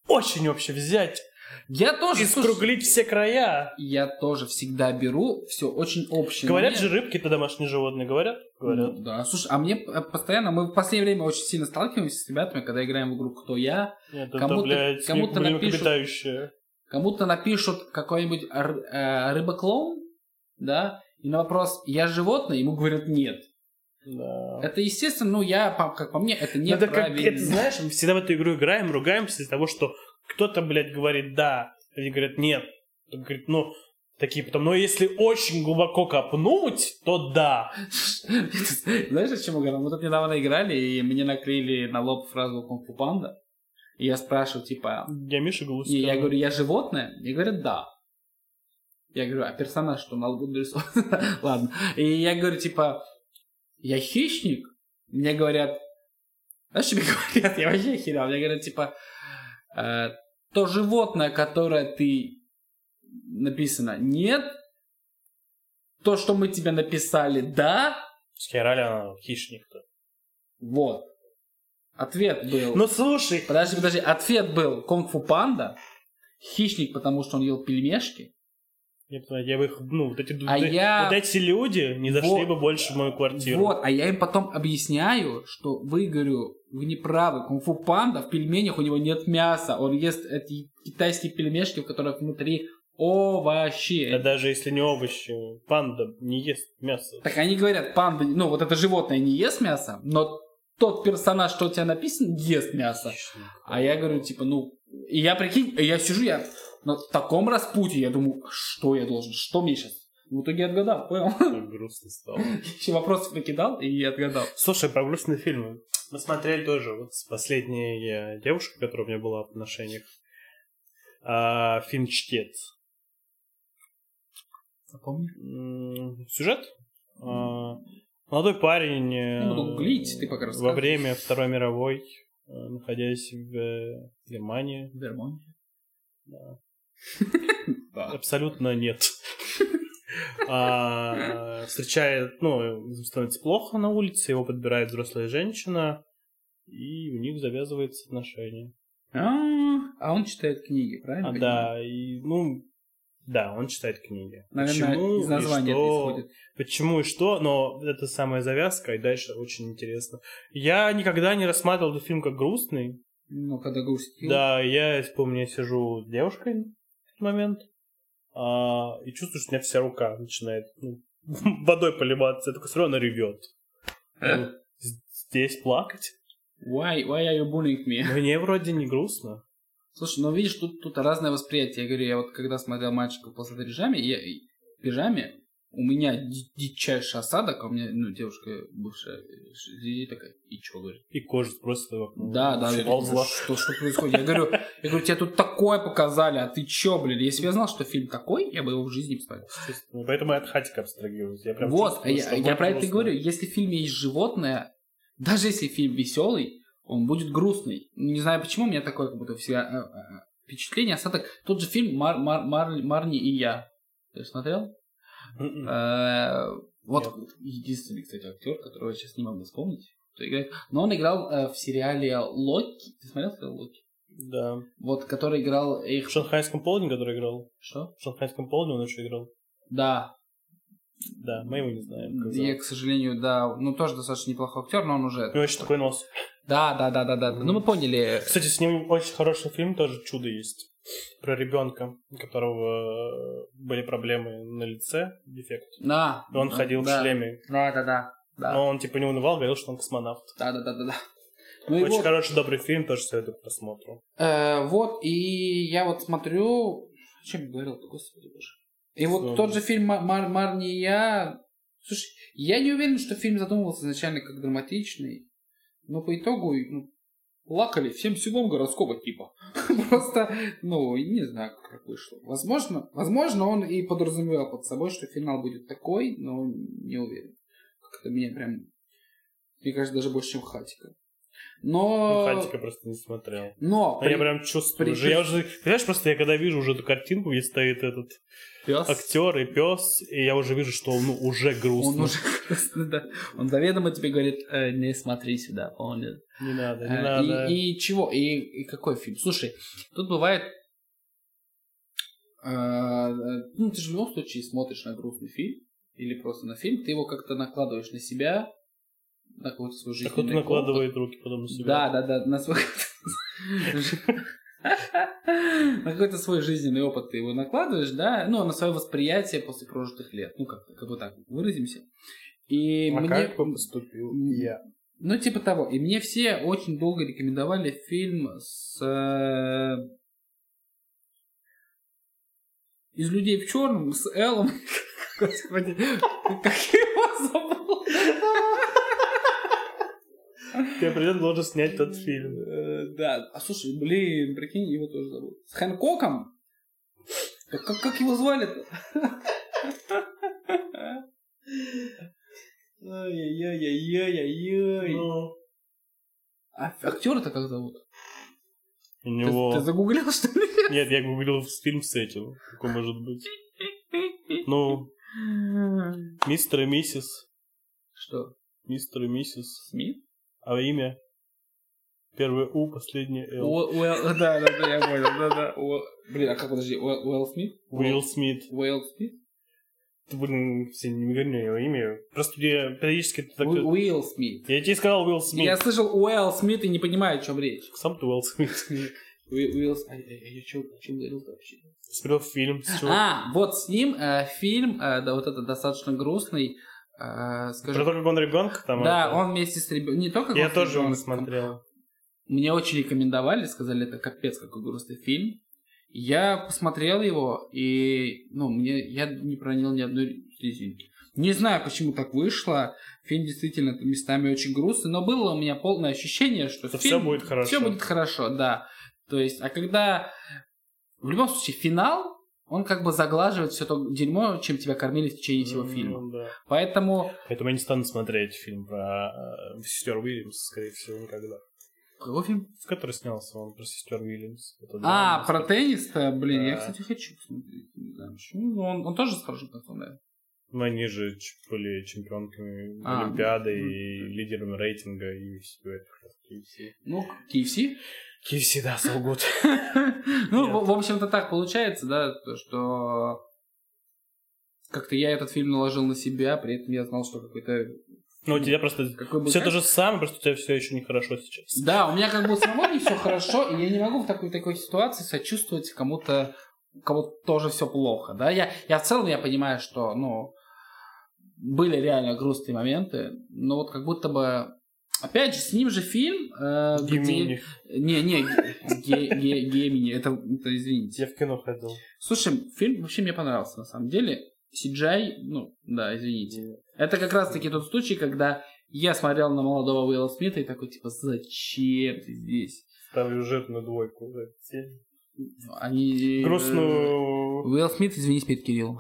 B: очень вообще взять
A: Я тоже,
B: и
A: слушай,
B: скруглить все края.
A: я тоже всегда беру все очень общее.
B: Говорят
A: Мне-
B: же, рыбки это домашние животные, говорят? Говорят.
A: Ну Да, слушай, а мне э, постоянно, мы в последнее время очень сильно сталкиваемся с ребятами, когда играем в игру «Кто я?»,
B: Нет, это,
A: Кому-то-
B: блядь,
A: кому-то
B: блин,
A: напишут.
B: млекопитающие.
A: кому-то напишут какой-нибудь р- э, рыба-клоун, да, и на вопрос «Я животное?» ему говорят «Нет».
B: Да.
A: Это естественно, ну я, по- как по мне, это
B: Ну, это как,
A: неправильно.
B: это, знаешь, мы всегда в эту игру играем, ругаемся из-за того, что кто-то, блядь, говорит «да», они говорят «нет». Кто-то Говорит, ну, такие потом, но если очень глубоко копнуть, то да.
A: Знаешь, о чем я говорю? Мы тут недавно играли, и мне наклеили на лоб фразу «Кунг-фу панда». И я спрашиваю, типа,
B: Я Миша Галустян.
A: не, я говорю, я животное? И говорят, да. Я говорю, а персонаж что, на лбу нарисован? Ладно. И я говорю, типа, я хищник? Мне говорят, знаешь, что мне говорят? Я вообще охерел. Мне говорят, типа, «Э, то животное, которое ты написано, нет. То, что мы тебе написали, да.
B: Схерали она хищник-то.
A: Вот. Ответ был.
B: Ну, слушай,
A: Подожди, подожди. Ответ был Конг-фу панда. Хищник, потому что он ел пельмешки.
B: я, не знаю, я бы их, ну, вот эти,
A: А
B: вот, эти-
A: я-
B: вот эти люди не зашли
A: Вот.
B: бы больше в мою квартиру.
A: Вот, а я им потом объясняю, что вы, говорю, вы не правы. Конг-фу панда в пельменях у него нет мяса. Он ест эти китайские пельмешки, в которых внутри овощи.
B: Да даже если не овощи, панда не ест мясо.
A: Так они говорят, панда, ну вот это животное не ест мясо, но тот персонаж, что у тебя написан, ест мясо.
B: Хищник.
A: А я говорю, типа, ну... И я, прикинь, я сижу, я на таком распутье, я думаю, что я должен, что мне сейчас? В итоге отгадал, понял?
C: Так грустно стало.
A: Еще вопросов накидал и отгадал.
B: Слушай, про грустные фильмы. Мы смотрели тоже вот с последней э, девушкой, которая у меня была в отношениях. а, фильм «Чтец».
A: Запомни.
B: М, Сюжет? А, Молодой парень э,
A: Ну, буду гуглить, ты пока
B: во
A: рассказывай.
B: время Второй мировой, э, находясь в э, Германии,
A: Гармония.
B: да,
A: Да.
B: абсолютно нет. А, Встречает, ну, ему становится плохо на улице, его подбирает взрослая женщина, и у них завязывается отношения.
A: А а он читает книги, правильно?
B: А,
A: понимаю?
B: да, и, ну, да, он читает книги.
A: Наверное,
B: Почему
A: из
B: и
A: названия это
B: что-
A: исходит.
B: Почему и что, но это самая завязка, и дальше очень интересно. Я никогда не рассматривал этот фильм как грустный.
A: Ну, когда грустил.
B: Да, я помню, я сижу с девушкой в этот момент, а, и чувствую, что у меня вся рука начинает ну, водой поливаться. Я такой, смотрю, она ревет. Ну, з- Здесь плакать?
A: Why, why are you bullying me?
B: Мне вроде не грустно.
A: Слушай, ну видишь, тут, тут разное восприятие. Я говорю, я вот когда смотрел мальчиков после пижаме, я, и- пижаме, у меня ди- дичайший осадок, а у меня, ну, девушка бывшая, э, ш- и такая, и чё, говорит?
B: И кожа спросит в окно.
A: Да, да, я
B: Ползла.
A: говорю, что, что происходит? Я говорю, я говорю, тебе тут такое показали, а ты чё, блин? Если бы я знал, что фильм такой, я бы его в жизни не посмотрел.
B: Естественно. Поэтому я от хатика абстрагируюсь. Я прям
A: Вот,
B: чувствую,
A: я,
B: что
A: я
B: будет
A: про это и
B: грустно.
A: говорю. Если в фильме есть животное, даже если фильм веселый, он будет грустный. Не знаю почему, у меня такое как будто всегда э, э, впечатление, остаток. Тот же фильм «Мар- Мар- Мар- «Марни и я». Ты смотрел?
B: Мгм.
A: Э, Вот
B: Нет.
A: единственный, кстати, актер, которого я сейчас не могу вспомнить, кто играет. Но он играл э, в сериале Локи. Ты смотрел сериал Локи?
B: Да.
A: Вот, который играл
B: В
A: их...
B: шанхайском полдне, который играл.
A: Что?
B: В шанхайском полдне он еще играл.
A: Да,
B: Да, мы его не знаем. как зовут.
A: я, к сожалению, да, ну тоже достаточно неплохой актер, но он уже...
B: У него очень такой нос.
A: Да, да, да, да, да.
B: Мгм.
A: Ну мы поняли.
B: Кстати, с ним очень хороший фильм, тоже чудо есть. Про ребенка, у которого э, были проблемы на лице, дефект.
A: Да.
B: И он
A: Да,
B: ходил
A: да. А.
B: в шлеме.
A: Да, да, да. Да,
B: Но он типа не унывал, говорил, что он космонавт.
A: да, да, да, да. да. Ну и
B: Очень
A: вот,
B: хороший, добрый фильм, тоже советую к просмотру.
A: э, вот, и я вот смотрю... О чем я говорил-то, господи боже. И вот
B: Сложно.
A: тот же фильм «Мар- Мар- Марни и я... Слушай, я не уверен, что фильм задумывался изначально как драматичный, но по итогу ну, плакали всем селом городского типа. Просто, ну, не знаю, как так вышло. Возможно, возможно, он и подразумевал под собой, что финал будет такой, но не уверен. Как-то меня прям... Мне кажется, даже больше, чем Хатика. Но...
B: Ну, Хантика просто не смотрел.
A: Но...
B: А я прям чувствую.
A: при-
B: уже, я уже, понимаешь, просто я когда вижу уже эту картинку, где стоит этот
A: Пёс.
B: актер и пес, и я уже вижу, что он ну, уже грустно.
A: Он уже красный, да. Он заведомо тебе говорит, «Э, не смотри сюда, помнит.
B: Не надо, не
A: Э,
B: надо.
A: И, и чего? И, и какой фильм? Слушай, тут бывает... э, ну, ты же в любом случае смотришь на грустный фильм или просто на фильм, ты его как-то накладываешь на себя, на какую-то свою жизнь.
B: Так вот накладывает руки потом на себя.
A: Да, да, да, на свой... На какой-то свой жизненный опыт ты его накладываешь, да, ну, на свое восприятие после прожитых лет, ну, как, как бы так выразимся. И
B: А
A: мне...
B: как бы поступил я?
A: Ну, типа того. И мне все очень долго рекомендовали фильм с... э, Из людей в черном с Эллом. Господи, как я его забыл.
B: Тебе придет должен снять тот фильм.
A: Э, Да, а слушай, блин, прикинь, его тоже зовут. С Хэнкоком? Да как, как его звали-то? Ай-яй-яй-яй-яй-яй.
B: Ну,
A: А актера-то как зовут?
B: у
A: Ты, ты
B: него...
A: загуглил, что ли?
B: Нет, я гуглил фильм с этим. Какой может быть? Ну, мистер и миссис.
A: Что,
B: Мистер и миссис.
A: Смит?
B: А имя? Первое У, последнее Л.
A: Уэ- Уэлл- Да, да, да, я понял, да, да. Уэ- Блин, а как, подожди, Уэ- Уэлл Смит?
B: Уилл Смит.
A: Уэлл Смит?
B: Ты, блин, все не верни его имя. Просто я периодически ты так...
A: Уэ- Уилл Смит.
B: Я тебе сказал Уилл Смит.
A: Я слышал Уэлл Смит и не понимаю, о чем речь.
B: Сам ты Уилл Смит.
A: Уи- Уилл... с- А, а- а я чё- о чем говорил-то вообще?
B: Смотрел фильм. с чего-
A: А, вот с ним э, фильм, э, да, вот этот достаточно грустный, э,
B: Про
A: скажи...
B: то, как он ребенка там.
A: Да,
B: это.
A: он вместе с ребенком, не только...
B: Я
A: он с
B: тоже его не
A: ребёнком.
B: смотрел.
A: Мне очень рекомендовали, сказали, это капец какой грустный фильм. Я посмотрел его, и, ну, мне, я не пронял ни одной слезинки. Не знаю, почему так вышло. Фильм действительно местами очень грустный, но было у меня полное ощущение, что
B: Что всё будет хорошо.
A: Все будет хорошо, да. То есть, а когда... В любом случае, финал, он как бы заглаживает все то дерьмо, чем тебя кормили в течение всего
B: Ну,
A: фильма.
B: да.
A: Поэтому...
B: Поэтому я не стану смотреть фильм про сестер Уильямс, скорее всего, никогда.
A: Какой фильм?
B: В который снялся он про сестер Уильямс. Это
A: А,
B: драма,
A: про
B: кстати.
A: теннис-то, блин, я,
B: Да.
A: кстати, хочу посмотреть. Не знаю, почему. Ну, Он, он тоже с хорошим концом, наверное.
B: Ну, они же ч- были чемпионками
A: А,
B: Олимпиады
A: ну,
B: и лидерами рейтинга и всего этого. KFC.
A: Ну, KFC.
B: KFC, да, солгут.
A: Ну, в- в общем-то, так получается, да, то, что как-то я этот фильм наложил на себя, при этом я знал, что какой-то...
B: Ну, у тебя просто...
A: Какой был
B: Все то
A: кайф.
B: же самое, просто у тебя все еще нехорошо сейчас.
A: Да, у меня как бы у самого не все хорошо, и я не могу в такой такой ситуации сочувствовать кому-то, у кого тоже все плохо, да. Я, я в целом я понимаю, что, ну, были реально грустные моменты, но вот как будто бы... Опять же, с ним же фильм, э, где-
B: Гемини.
A: Не, не, ге- ге- Гемини, это, это извините.
B: Я в кино ходил.
A: Слушай, фильм вообще мне понравился, на самом деле. CGI, ну, да, извините. Это как раз-таки тот случай, когда я смотрел на молодого Уилла Смита и такой, типа, зачем ты здесь?
B: Ставлю жирную двойку. за этот фильм.
A: Они... э,
B: Грустную...
A: Уилл Смит, извинись перед Кириллом.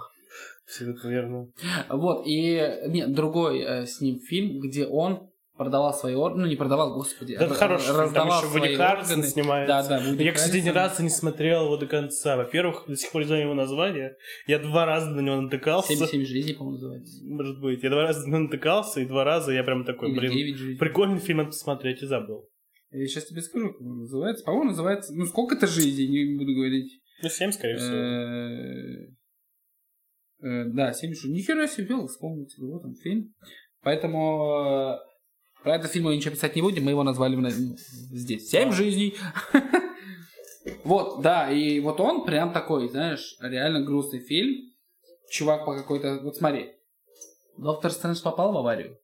B: Абсолютно верно.
A: Вот, и... Нет, другой э, с ним фильм, где он продавал свои органы, ну, не продавал, господи,
B: Да, это
A: ра-
B: хороший фильм, там
A: раздавал
B: еще Вуди
A: свои
B: Харрисон
A: органы.
B: снимается.
A: Да, да, Вуди
B: Я, кстати, ни
A: Харрисон.
B: разу не смотрел его до конца. Во-первых, до сих пор не знаю его название. Я два раза на него натыкался.
A: «Семь- «Семь жизней», по-моему, называется.
B: Может быть. Я два раза на него натыкался, и два раза я прям такой,
A: Или
B: блин,
A: «Девять жизней».
B: прикольный фильм надо посмотреть, и забыл.
A: Я сейчас тебе скажу, как он называется. По-моему, называется... Ну, сколько-то жизней, не буду говорить.
B: Ну, семь, скорее всего.
A: Э, э, Да, 70. Нихера себе, Белл, вспомните, вот он фильм. Поэтому э, про этот фильм мы ничего писать не будем, мы его назвали на- здесь. Семь жизней. Вот, да, и вот он прям такой, знаешь, реально грустный фильм. Чувак по какой-то... Вот смотри. Доктор Стрэндж попал в аварию.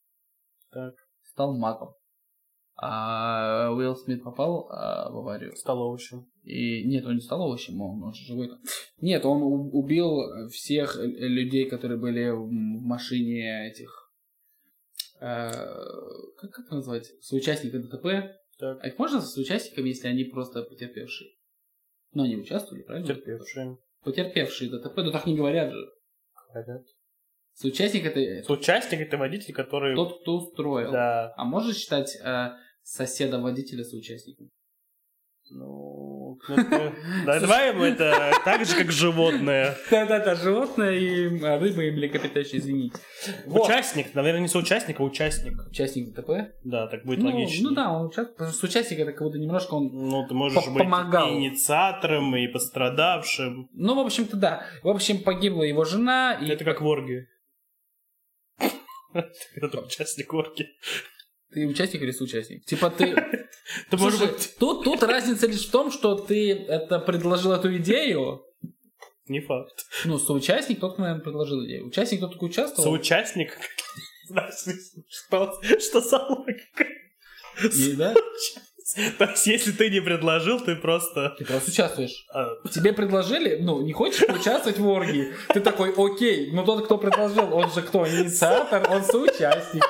B: Так.
A: Стал магом. А Уилл Смит попал а, в аварию.
B: Стал
A: ну,
B: овощем.
A: И нет, он не стал овощем, он, он же живой. Нет, он у- убил всех э, людей, которые были в м- в машине этих... э, как это назвать? Соучастников ДТП.
B: Так,
A: А их можно с соучастниками, если они просто потерпевшие? Ну, они участвовали, правильно?
B: терпевшие.
A: Потерпевшие ДТП, но так не говорят же.
B: Говорят.
A: Соучастник это
B: Участник это водитель, который...
A: тот, кто устроил.
B: Да.
A: А можно считать э, соседа водителя соучастником?
B: Ну, ну, ты- да, давай мы это так же, как животное.
A: Да-да-да, животное и э, рыба и млекопитающие, извините. Вот.
B: Участник, наверное, не соучастник, а участник.
A: Участник ДТП?
B: Да, так будет
A: ну,
B: логично.
A: ну да, он участвовал, потому что соучастник это как будто немножко он...
B: Ну, ты можешь
A: По-
B: быть
A: помогал.
B: и инициатором, и пострадавшим.
A: Ну, в общем-то, да. В общем, погибла его жена, и
B: Это как в оргии. Это участник оргии.
A: ты участник или соучастник? Типа ты...
B: Ты можешь
A: Слушай,
B: быть
A: Тут, тут разница лишь в том, что ты это предложил эту идею.
B: Не факт.
A: Ну, соучастник тот, кто, наверное, предложил идею. Участник тот, кто участвовал.
B: Соучастник. Знаешь, Что что за логика?
A: И, да?
B: То есть, если ты не предложил, ты просто...
A: Ты просто участвуешь.
B: а,
A: Тебе предложили, ну, не хочешь участвовать в оргии? Ты такой, окей, но тот, кто предложил, он же кто, инициатор, он соучастник.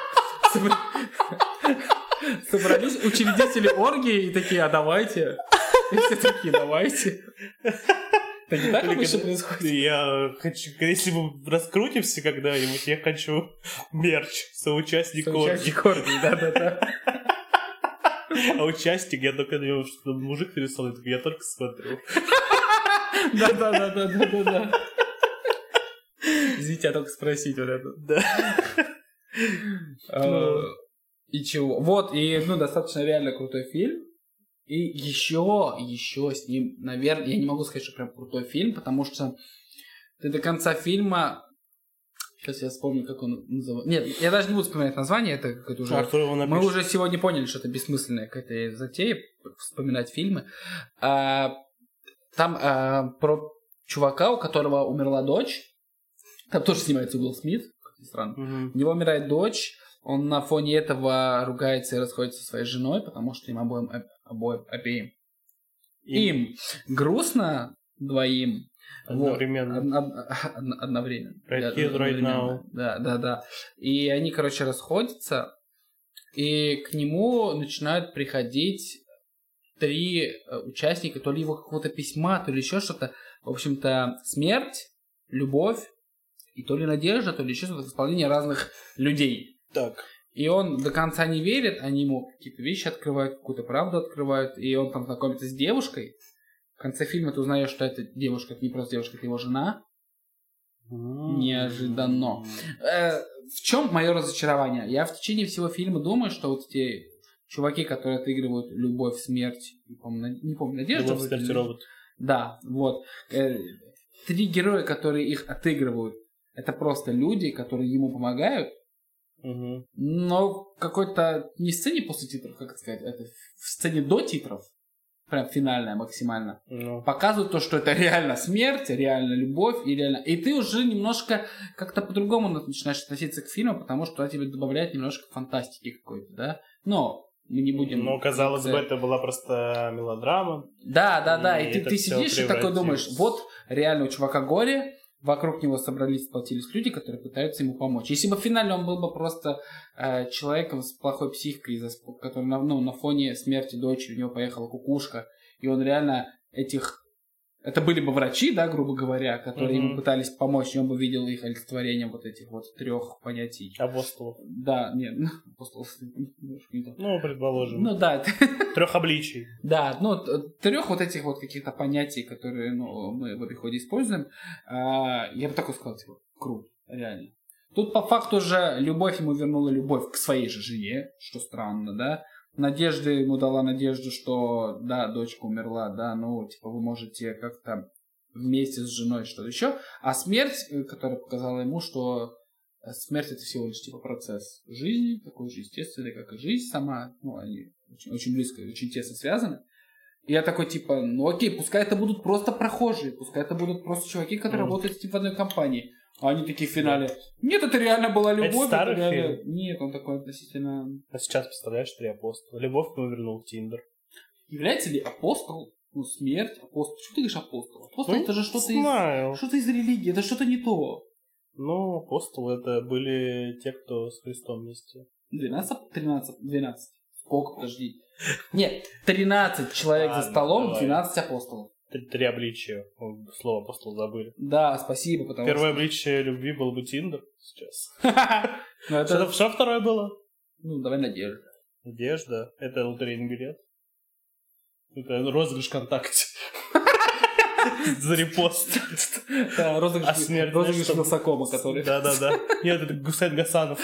A: Собра- Собрались учредители оргии и такие, а давайте. И все такие, давайте. Так не так
B: Или
A: обычно
B: когда-
A: происходит?
B: Я хочу... Если мы раскрутимся когда-нибудь, я хочу мерч соучастник оргии.
A: Соучастник оргии, да-да-да.
B: А участник, я только думаю, что мужик нарисован, я такой, я только смотрю.
A: Да-да-да-да-да-да. Извините, а только спросить вот это. Э, И чего? Вот, и, ну, достаточно реально крутой фильм. И еще, еще с ним, наверное, я не могу сказать, что прям крутой фильм, потому что ты до конца фильма... Сейчас я вспомню, как он называется. Нет, я даже не буду вспоминать название, это какое-то уже...
B: Артур его
A: Мы
B: напишет.
A: уже сегодня поняли, что это бессмысленная какая-то затея вспоминать фильмы. А, там а, про чувака, у которого умерла дочь. Там тоже снимается Уилл Смит, как ни странно.
B: Мгм.
A: У него умирает дочь, он на фоне этого ругается и расходится со своей женой, потому что им обоим, об- обоим, обеим. Им, грустно двоим.
B: Одновременно.
A: Од- од- од- одновременно.
B: Right
A: Да,
B: here, right
A: одновременно.
B: now.
A: Да, да, да. И они, короче, расходятся, и к нему начинают приходить три э, участника, то ли его какого-то письма, то ли еще что-то. В общем-то, смерть, любовь, и то ли надежда, то ли еще что-то, исполнение разных людей.
B: Так.
A: И он до конца не верит, они ему какие-то вещи открывают, какую-то правду открывают, и он там знакомится с девушкой. В конце фильма ты узнаешь, что эта девушка это не просто девушка, это его жена. Неожиданно. Э, в чем мое разочарование? Я в течение всего фильма думаю, что вот эти чуваки, которые отыгрывают любовь, смерть, не помню, на- не помню надежда.
B: Любовь,
A: вроде,
B: смерть и
A: да?
B: робот.
A: Да, вот. Э, три героя, которые их отыгрывают, это просто люди, которые ему помогают,
B: Мгм.
A: но в какой-то не сцене после титров, как это сказать, это в сцене до титров, прям финальная максимально,
B: Ну.
A: показывают то, что это реально смерть, реально любовь и реально... И ты уже немножко как-то по-другому на- начинаешь относиться к фильму, потому что она тебе добавляет немножко фантастики какой-то, да? Но мы не будем...
B: Но, ну, казалось бы,
A: как-то-
B: это была просто мелодрама.
A: да, да, да.
B: И
A: И, ты,
B: это
A: ты
B: всё
A: сидишь и такой
B: превратилось.
A: думаешь, вот реально у чувака горе, вокруг него собрались, сплотились люди, которые пытаются ему помочь. Если бы в финале он был бы просто э, человеком с плохой психикой, из-за сп- который на, ну, на фоне смерти дочери у него поехала кукушка, и он реально этих... Это были бы врачи, да, грубо говоря, которые
B: Мгм.
A: ему пытались помочь, и он бы видел их олицетворение вот этих вот трех понятий.
B: Апостолов.
A: Да, нет, апостол, немножко не то.
B: Ну, предположим.
A: Ну да,
B: Трех обличий.
A: да, ну, трех вот этих вот каких-то понятий, которые ну, мы в обиходе используем, а, я бы такой сказал, типа, круто, реально. Тут по факту же любовь ему вернула любовь к своей же жене, что странно, да? Надежда ему дала надежду, что да, дочка умерла, да, ну, типа, вы можете как-то вместе с женой что-то еще. А смерть, э, которая показала ему, что э, смерть это всего лишь типа процесс жизни, такой же естественный, как и жизнь сама. Ну, они очень, очень близко, и очень тесно связаны. И я такой, типа, ну окей, пускай это будут просто прохожие, пускай это будут просто чуваки, которые
B: Мгм.
A: работают с ним в одной компании. А они такие в финале. Нет, это реально была любовь.
B: старый
A: реально- Нет, он такой относительно...
B: А сейчас представляешь три апостола. Любовь повернул Тиндер.
A: Является ли апостол, ну, смерть, апостол? Что ты говоришь апостол? Апостол
B: Ну,
A: это же что-то из...
B: Знаю.
A: Что-то из религии, это что-то не то.
B: Ну, апостолы это были те, кто с Христом вместе.
A: 12, ап- 13, 12. Сколько, подожди. Нет, 13 человек за
B: Ладно,
A: столом,
B: давай.
A: 12 апостолов.
B: Три, три обличия. О, Слово апостол забыли.
A: Да, спасибо, потому
B: Первое обличие любви был бы Тиндер сейчас.
A: что... Ну, это-
B: Что, что второе было?
A: Ну, давай надежда.
B: Одежда. Это лотерейный билет. Это розыгрыш ВКонтакте. За репост.
A: Да, розыгрыш,
B: А смерть,
A: розыгрыш
B: знаешь, что?
A: Носокома, который...
B: Да-да-да. Нет, это Гусейн Гасанов.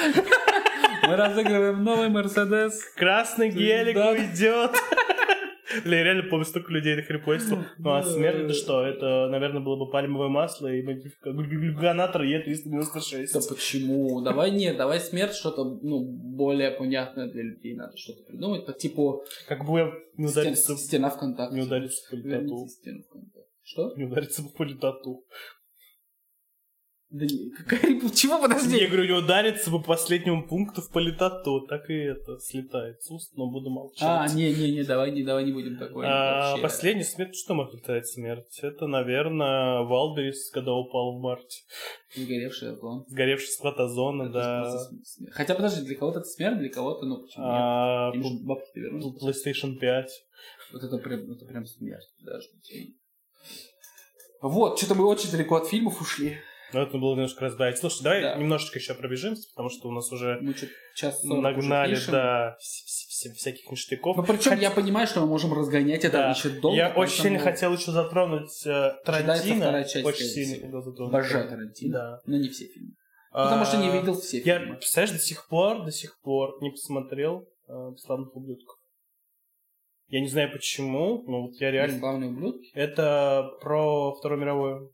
A: Мы разыгрываем новый Мерседес.
B: Красный гелик
A: Да.
B: уйдет. Бля, я реально помню столько людей их репостил. Ну а
A: Да.
B: смерть это что? Это, наверное, было бы пальмовое масло и модифика- глюконатор
A: Да
B: Е396.
A: Типа, почему? Давай нет, давай смерть что-то ну, более понятное для людей. Надо что-то придумать. По типу
B: Как бы я не
A: стен-
B: удариться,
A: стена ВКонтакте.
B: не удариться по
A: Верните
B: летоту.
A: стену ВКонтакте. Что?
B: Не удариться по летоту.
A: Да не, какая... реп- Чего, подожди?
B: Я говорю, не удариться по последнему пункту в политоту. Так и это слетает с уст, но буду
A: А,
B: молчать.
A: не-не-не, давай не, давай не будем такое.
B: А,
A: вообще.
B: последний смерть, что может летать смерть? Это, наверное, Валберис, когда упал в марте.
A: Сгоревший озон.
B: Сгоревший склад озона,
A: Это
B: да.
A: же просто смерть. Хотя, подожди, для кого-то это смерть, для кого-то, ну, почему нет?
B: А, ну.
A: Им
B: пл-
A: же бабки вернут.
B: пл- PlayStation 5.
A: Вот это прям, это прям смерть даже. Вот, что-то мы очень далеко от фильмов ушли.
B: Но Ну, это было немножко разбавить. Слушай, давай
A: Да.
B: немножечко еще пробежимся, потому что у нас уже
A: Мы что-то час сорок уже
B: нагнали
A: пишем.
B: да, вс- вс- вс- всяких ништяков.
A: Но причем
B: Хотя-
A: Ну, я понимаю, что мы можем разгонять это
B: Да.
A: еще долго.
B: Я очень сильно
A: поэтому
B: хотел еще затронуть э,
A: вторая
B: Тарантино.
A: часть,
B: Очень
A: скорее
B: сильно
A: всего.
B: хотел затронуть.
A: Обожаю Тарантино.
B: Да.
A: Но не все фильмы. Потому что не
B: А,
A: видел все
B: Я,
A: фильмы.
B: представляешь, до сих пор, до сих пор не посмотрел э, «Бесславных ублюдков». Я не знаю почему, но вот я реально...
A: Славные ублюдки.
B: Это про Вторую мировую.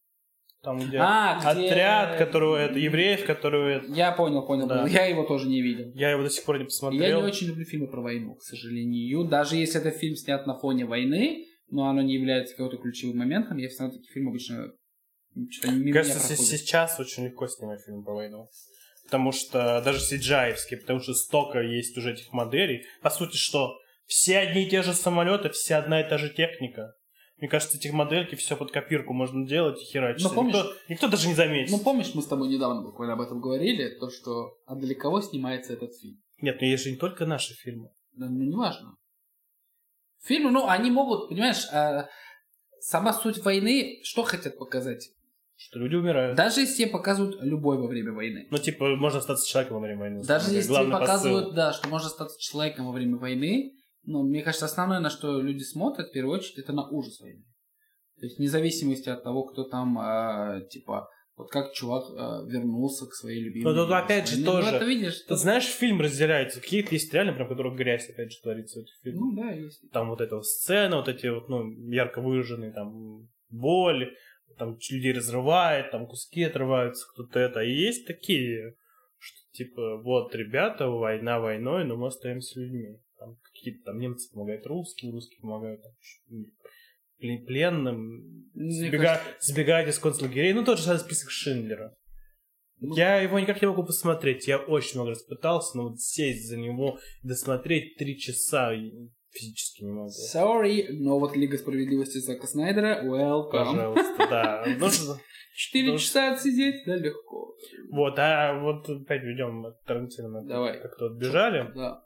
B: Там, где...
A: А, где-
B: Отряд, которого это евреев, которого это...
A: Я понял, понял.
B: Да.
A: понял. Я его тоже не видел.
B: Я его до сих пор не
A: И
B: посмотрел.
A: Я не очень люблю фильмы про войну, к сожалению. Даже если этот фильм снят на фоне войны, но оно не является каким-то ключевым моментом, я все равно такие фильмы обычно что-то
B: Мне
A: мимо
B: кажется,
A: меня
B: се-
A: проходят.
B: сейчас очень легко снимать фильм про войну. Потому что даже сиджаевские, потому что столько есть уже этих моделей. По сути, что? Все одни и те же самолеты, вся одна и та же техника. Мне кажется, этих модельки все под копирку можно делать и херачить.
A: Ну, помнишь-
B: никто, никто даже не заметит.
A: Ну, помнишь, мы с тобой недавно буквально об этом говорили, то, что а для кого снимается этот фильм?
B: Нет, ну есть же не только наши фильмы.
A: Да, ну, неважно. Фильмы, ну, они могут, понимаешь, а, сама суть войны, что хотят показать?
B: Что люди умирают.
A: Даже если тебе показывают любой во время войны.
B: Ну, типа, можно остаться человеком во время войны. на
A: Даже
B: самом деле.
A: если тебе
B: Ну, Главный посыл.
A: показывают, да, что можно стать человеком во время войны, но мне кажется, основное, на что люди смотрят, в первую очередь, это на ужас войны. То есть, вне зависимости от того, кто там, а, типа, вот как чувак а, вернулся к своей любимой.
B: Ну, тут
A: девушке.
B: опять же
A: Ну,
B: тоже.
A: это видишь,
B: Ты
A: тут-
B: знаешь, фильм разделяется. Какие-то есть реально, прям, в которых грязь, опять же, творится в этих фильмах.
A: Ну, да, есть.
B: там вот эта вот сцена, вот эти вот, ну, ярко выраженные там боль, там ч- людей разрывает, там куски отрываются, кто-то это. И есть такие, что типа, вот, ребята, война войной, но мы остаемся людьми. Там какие-то там немцы помогают русским, русские помогают там, ч- плен- пленным,
A: Мне
B: сбега- сбегать из концлагерей. Ну, тот же самый список Шиндлера.
A: Ну.
B: Я его никак не могу посмотреть. Я очень много раз пытался, но вот сесть за него, досмотреть три часа и физически не могу.
A: Sorry, но вот Лига Справедливости Зака Снайдера, welcome.
B: Пожалуйста, да. Ну, что-
A: Четыре
B: Ну,
A: часа отсидеть, да, легко.
B: Вот, а вот опять ведем от Тарантино. мы
A: Давай.
B: Как-то отбежали.
A: Да.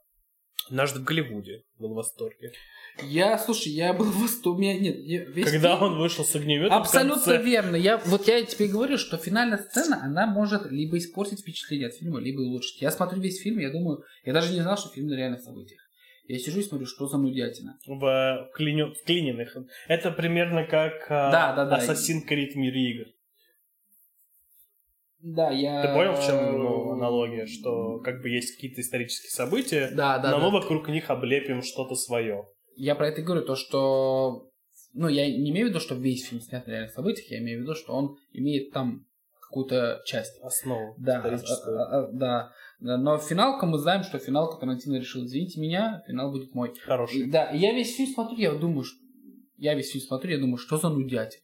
B: Однажды в Голливуде был в восторге.
A: Я, слушай, я был в восторге. У меня- Нет, я- весь
B: Когда
A: фильм-
B: он вышел с огнеметом
A: Абсолютно верно. Я, вот я тебе говорю, что финальная сцена, она может либо испортить впечатление от фильма, либо улучшить. Я смотрю весь фильм, я думаю, я даже не знал, что фильм на реальных событиях. Я сижу и смотрю, что за нудятина.
B: в, клине- в клиненных. Это примерно как а,
A: Да, да, да.
B: Assassin's Creed мир игр.
A: Да, я...
B: Ты понял, в чем ну, аналогия? Что как бы есть какие-то исторические события,
A: Да, да,
B: но
A: да.
B: мы вокруг них облепим что-то свое.
A: Я про это и говорю, то, что... Ну, я не имею в виду, что весь фильм снят на реальных событиях, я имею в виду, что он имеет там какую-то часть.
B: Основу
A: Да,
B: историческую.
A: а- а- а- да. Да, Но финалка мы знаем, что финалка Тарантино решил, извините меня, финал будет мой.
B: Хороший.
A: И Да, и я весь фильм смотрю, я думаю, что... я весь фильм смотрю, я думаю, что за нудятина.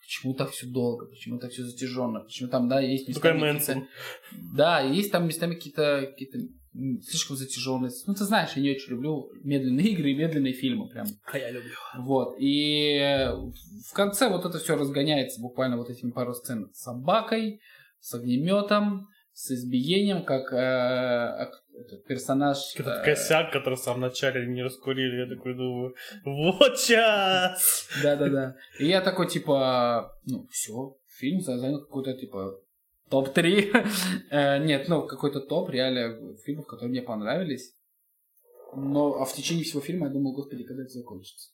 A: Почему так все долго? Почему так все затяженно? Почему там, да, есть
B: Такой
A: местами какие-то-
B: Мэнсон.
A: Да, и есть там местами какие-то какие-то м, слишком затяженные. Ну, ты знаешь, я не очень люблю медленные игры и медленные фильмы прям.
B: А я люблю.
A: Вот. И э, в конце вот это все разгоняется буквально вот этими пару сцен с собакой, с огнеметом, с избиением, как э, ак- этот персонаж...
B: Этот
A: э,
B: косяк, который в самом начале не раскурили, я такой думаю, вот сейчас!
A: Да-да-да. И я такой, типа, ну, все, фильм за- занял какой-то, типа, топ-3. Э, Нет, ну, какой-то топ, реально, фильмов, которые мне понравились. Но а в течение всего фильма я думал, господи, когда это закончится.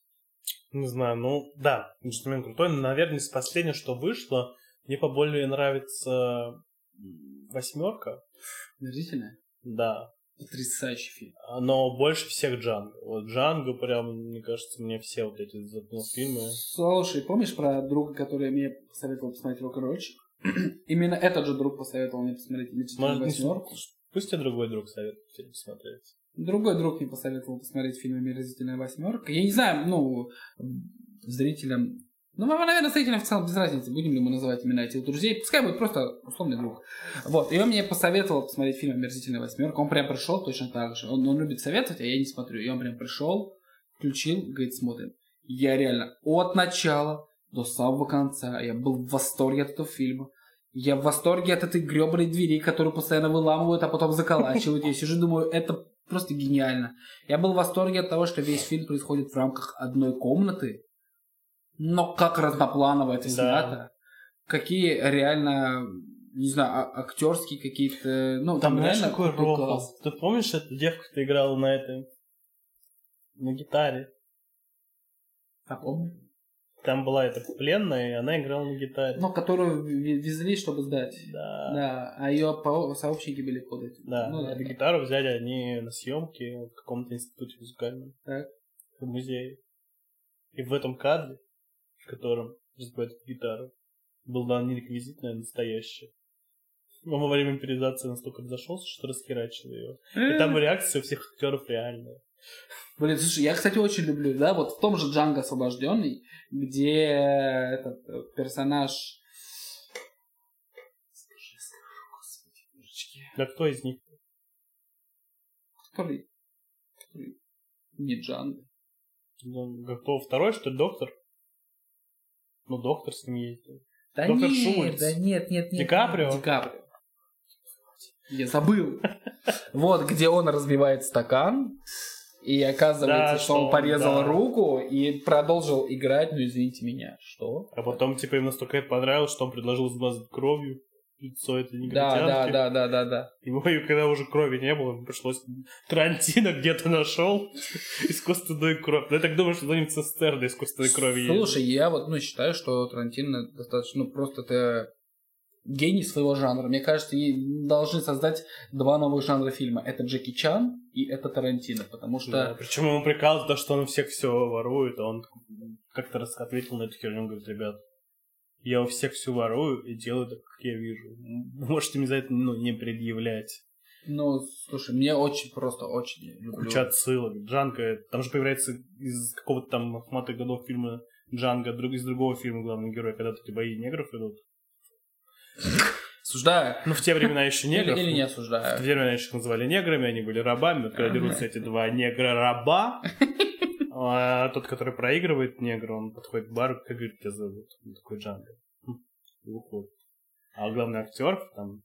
B: Не знаю, ну, да, инструмент крутой, но, наверное, из последнего, что вышло, мне поболее нравится м, восьмерка,
A: Мерзительно.
B: да,
A: Потрясающий фильм.
B: но больше всех Джанго. Вот Джанго прям, мне кажется, мне все вот эти запомнил фильмы.
A: Слушай, помнишь про друга, который мне посоветовал посмотреть рок н Именно этот же друг посоветовал мне посмотреть «Мечтательную
B: Может, не
A: восьмерку».
B: с- Пусть тебе другой друг советует тебе посмотреть.
A: Другой друг мне посоветовал посмотреть фильм «Омерзительная восьмерка». Я не знаю, ну, зрителям... Ну, наверное, зрителям в целом без разницы, будем ли мы называть имена этих друзей. Пускай будет просто условный друг. Вот, и он мне посоветовал посмотреть фильм «Омерзительная восьмерка». Он прям пришел точно так же. Он, он любит советовать, а я не смотрю. И он прям пришел, включил, говорит, смотрим. Я реально от начала до самого конца, я был в восторге от этого фильма. Я в восторге от этой гребаной двери, которую постоянно выламывают, а потом заколачивают. Я сижу и думаю, это просто гениально. Я был в восторге от того, что весь фильм происходит в рамках одной комнаты. Но как разнопланово это
B: Да.
A: снято. Какие реально, не знаю, а- актерские какие-то... Ну, там,
B: Там, знаешь,
A: реально
B: какой
A: крутой
B: рофл?
A: класс.
B: Ты помнишь эту девку, ты играла на этой? На гитаре.
A: А помню.
B: Там была эта пленная, и она играла на гитаре.
A: Ну, которую в- везли, чтобы сдать.
B: да.
A: Да, а ее по- сообщники были под этим.
B: Да,
A: Ну,
B: эту гитару взяли они на съемки в каком-то институте музыкальном.
A: Так.
B: В музее. И в этом кадре, в котором разбивают эту гитару, был дан не реквизит, наверное, настоящий. Он во время передации настолько разошелся, что раскирачил ее. И там реакция у всех актеров реальная.
A: Блин, слушай, я, кстати, очень люблю, да, вот в том же Джанго освобожденный, где этот э, персонаж... Скажи, скажи, господи, божечки.
B: Да кто из них?
A: Который... который Не Джанго.
B: Ну, Кто второй, что ли, доктор? Ну, доктор с ним ездил.
A: Да
B: Доктор
A: нет,
B: Шульц.
A: да нет, нет, нет.
B: Ди Каприо?
A: Ди Каприо. Я забыл. Вот, где он разбивает стакан, и оказывается,
B: Да,
A: что он
B: что,
A: порезал
B: да.
A: руку и продолжил играть, ну извините меня, что?
B: А потом, типа, им настолько это понравилось, что он предложил смазать кровью лицо этой негритянки.
A: Да, да, да, да, да, да.
B: Его и когда уже крови не было, ему пришлось Тарантино где-то нашел искусственную кровь. Ну, я так думаю, что за ним цистерна искусственной крови есть.
A: Слушай, я вот, ну, считаю, что Тарантино достаточно, ну, просто это гений своего жанра. Мне кажется, и должны создать два новых жанра фильма. Это Джеки Чан и это Тарантино, потому что...
B: Да, причем ему приказ, да, что он у всех все ворует, а он как-то раз ответил на эту херню, он говорит, ребят, я у всех все ворую и делаю так, как я вижу. М, Можете мне за это ну, не предъявлять.
A: Ну, слушай, мне очень просто, очень люблю.
B: Куча отсылок. Джанго, это- там же появляется из какого-то там маты годов фильма Джанго, друг, из другого фильма главный герой, когда тут эти бои негров идут.
A: Осуждаю.
B: Ну, в те времена еще негров.
A: Или, или не
B: В
A: осуждаю.
B: те времена их называли неграми, они были рабами. Вот когда дерутся эти два негра-раба, а тот, который проигрывает негра, он подходит к бару, как говорит, тебя зовут. Он такой Джанго. Хм, и уходит. А главный актер там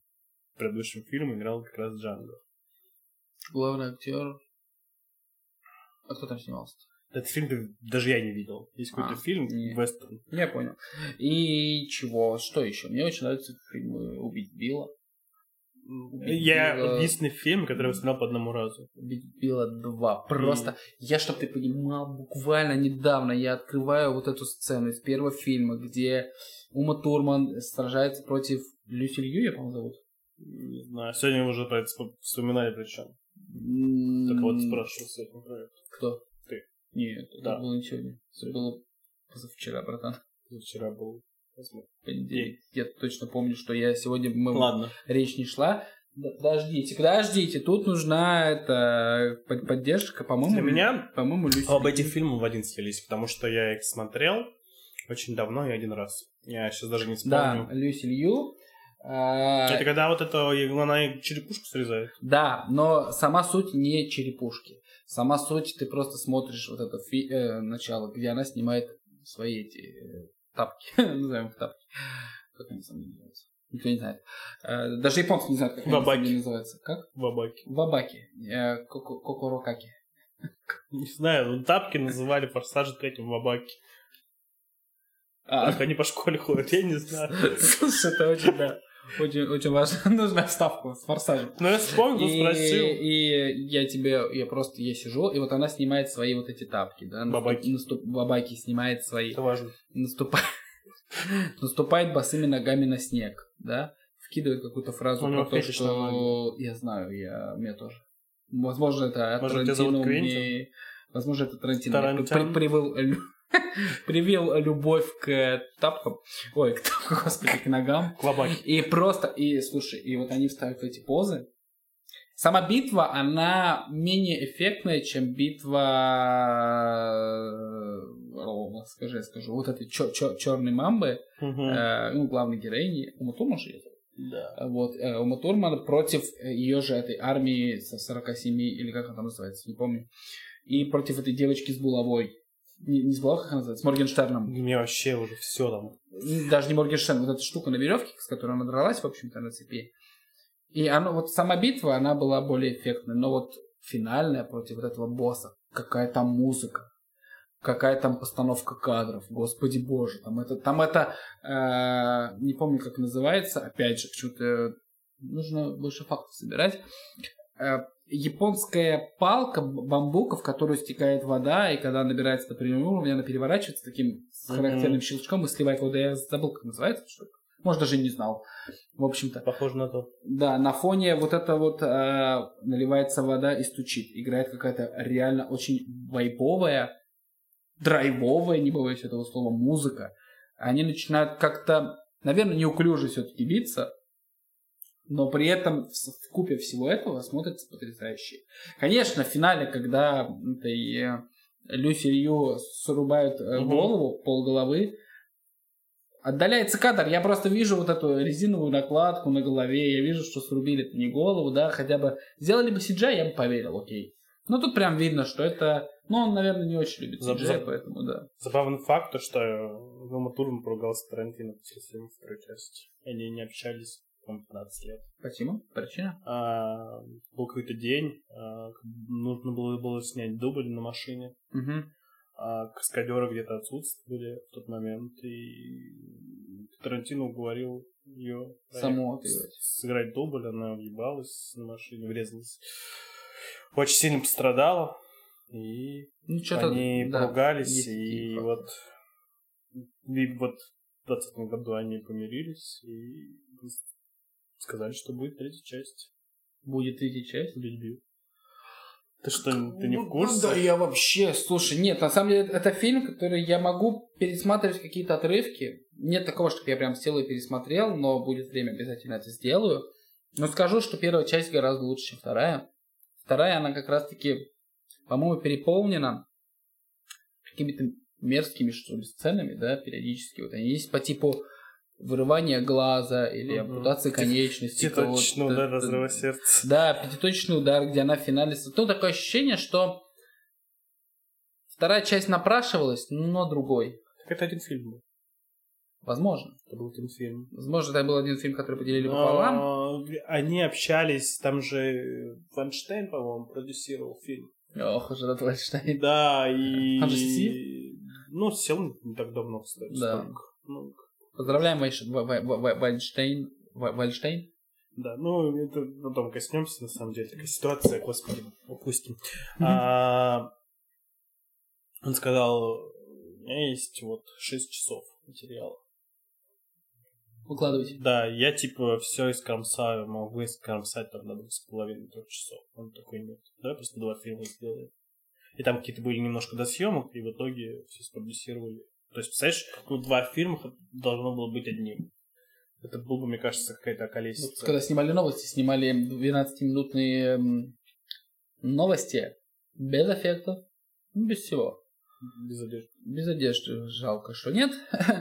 B: в предыдущем фильме играл как раз Джанго.
A: Главный актер. А кто там снимался?
B: Этот фильм даже я не видел. Есть какой-то
A: А,
B: фильм,
A: нет.
B: вестерн.
A: Я понял. И чего? Что еще? Мне очень нравятся фильмы Убить Билла. Убить
B: Э, Я
A: Билла-
B: единственный фильм, который я смотрел по одному разу.
A: Убить Билла 2. Просто, я, чтоб ты понимал, буквально недавно я открываю вот эту сцену из первого фильма, где Ума Турман сражается против Люси Лью, я, по-моему, зовут.
B: Не знаю. Сегодня уже про это вспом- вспоминали причем.
A: М,
B: Так вот спрашивал сегодня. про это.
A: Кто?
B: Ты.
A: Нет,
B: Да.
A: это было не сегодня. Это было позавчера, братан.
B: Вчера был. Возможно.
A: понедельник. Я точно помню, что я сегодня мы
B: Ладно.
A: речь не шла. Д- Подождите, подождите, тут нужна это под- поддержка, по-моему.
B: Для меня
A: по-моему, Люси.
B: Об этих фильмах в один слились, потому что я их смотрел, Очень давно и один раз. Я сейчас даже не
A: Да,
B: вспомню.
A: Люси Лью. А,
B: Это когда вот это, она и черепушку срезает.
A: Да, но сама суть не черепушки. Сама суть, ты просто смотришь вот это фи- э, начало, где она снимает свои эти э, тапки. Назовем их тапки. Как они сами называются? Никто не знает. Э, даже японцы не знают, как они
B: Бабаки.
A: сами называются. Как?
B: Бабаки.
A: Вабаки. Э, коко- кокорокаки.
B: Не знаю, ну, тапки называли форсажи третьим бабаки.
A: А,
B: Как они по школе ходят, я не знаю.
A: Слушай, это очень, да. Очень, очень важно. Нужна вставка с форсажем.
B: Но я вспомнил, спросил.
A: и я тебе, я просто, я сижу, и вот она снимает свои вот эти тапки, да? наступ-
B: Бабаки.
A: наступ- бабаки снимает свои.
B: Это важно.
A: наступает, наступает босыми ногами на снег, да? Вкидывает какую-то фразу
B: У
A: про
B: него
A: то,
B: фетиш на
A: что... Я знаю, я... меня тоже. Возможно, это от
B: Может, тебя
A: Тарантино
B: зовут
A: мне... Возможно, это Тарантино. мне при-
B: Тарантян?
A: привел, лю- привел любовь к тапкам. Ой, к тапкам, господи, к ногам.
B: Клобаки.
A: И просто, и слушай, и вот они встают в эти позы. Сама битва, она менее эффектная, чем битва... э, о, скажи, я скажу. Вот этой черной мамбы,
B: Мгм.
A: э, ну, главной героини, Ума Турман же её зовут?
B: Да.
A: Вот, э, Ума Турман против ее же этой армии со 47, или как она там называется, не помню. И против этой девочки с булавой. Не, не с булавой, как она называется, с Моргенштерном.
B: Мне вообще уже все там.
A: даже не Моргенштерн, вот эта штука на веревке, с которой она дралась, в общем-то, на цепи. И она, вот сама битва, она была более эффектной, но вот финальная против вот этого босса, какая там музыка, какая там постановка кадров, господи боже, там это, там это, э, не помню, как называется, опять же, почему-то э, нужно больше фактов собирать. Э, Японская палка б- бамбука, в которую стекает вода, и когда она набирается до определенного уровня, она переворачивается таким с
B: Мгм.
A: характерным щелчком и сливает воду. Я забыл, как называется. эта штука. Может, даже и не знал. В общем-то,
B: Похоже на то.
A: да, на фоне вот это вот э, наливается вода и стучит. Играет какая-то реально очень вайповая, драйвовая, не боюсь этого слова, музыка. Они начинают как-то, наверное, неуклюже все-таки биться, но при этом в купе всего этого смотрится потрясающе. Конечно, в финале, когда этой, э, Люси Лью срубают э,
B: Мгм.
A: голову, полголовы, отдаляется кадр. Я просто вижу вот эту резиновую накладку на голове, я вижу, что срубили не голову, да, хотя бы сделали бы CGI, я бы поверил, окей. Но тут прям видно, что это... Ну, он, наверное, не очень любит
B: За-
A: CGI,
B: за-
A: поэтому да.
B: Забавный факт, то, что э, Рома Турман поругался с Тарантино после фильма второй части. Они не общались, по-моему, 15 лет.
A: Почему? Причина?
B: А, был какой-то день, а, нужно было, было снять дубль на машине.
A: Мгм.
B: А каскадеры где-то отсутствовали в тот момент. И Тарантино уговорил ее
A: Саму
B: поехать
A: отыграть.
B: с- сыграть дубль. Она въебалась на машине, врезалась. Очень сильно пострадала. И
A: Ну, что-то...
B: они
A: да,
B: поругались,
A: есть
B: и
A: такие
B: вот,
A: факты.
B: и вот в 20 году они помирились и сказали, что будет третья часть.
A: Будет третья часть.
B: Убить Билла. Ты что, ты не
A: Ну,
B: в курсе?
A: Да, я вообще, слушай, нет, на самом деле это фильм, который я могу пересматривать какие-то отрывки. Нет такого, чтобы я прям сел и пересмотрел, но будет время, обязательно это сделаю. Но скажу, что первая часть гораздо лучше, чем вторая. Вторая, она как раз-таки, по-моему, переполнена какими-то мерзкими, что ли, сценами, да, периодически. Вот они есть по типу вырывания глаза или
B: Мгм.
A: ампутации конечности.
B: Тебе точно, Типа ну, да, разрыва
A: разрывать.
B: сердца.
A: Да, пятиточный удар, где она в финале... с- Ну, такое ощущение, что вторая часть напрашивалась, но другой.
B: Так это один фильм был.
A: Возможно.
B: Это был один фильм.
A: Возможно, это был один фильм, который поделили пополам.
B: А, Они общались, там же э, Ванштейн, по-моему, продюсировал фильм.
A: Ох, уже это Вальштейн.
B: Да, и...
A: А же сел?
B: Ну, сел не так давно, кстати.
A: Да.
B: сколько? Ну,
A: Поздравляем Вайш- Ва- Ва- Ва- Ва- Вальштейн. Ва- Вальштейн.
B: Да, ну это потом коснемся, на самом деле. Такая ситуация, господи, упустим. А, он сказал, у меня есть вот 6 часов материала.
A: Выкладывайте.
B: Да, я типа все искромсаю, могу искромсать там на двух с половиной трех часов. Он такой, нет, давай просто два фильма сделаем. И там какие-то были немножко до съемок, и в итоге все спродюсировали. То есть, представляешь, ну два фильма должно было быть одним. Это был бы, мне кажется, какая-то
A: Вот
B: околесица.
A: когда снимали новости, снимали 12-минутные м, новости без эффектов, ну, без всего.
C: Без одежды.
A: Без одежды жалко, что нет.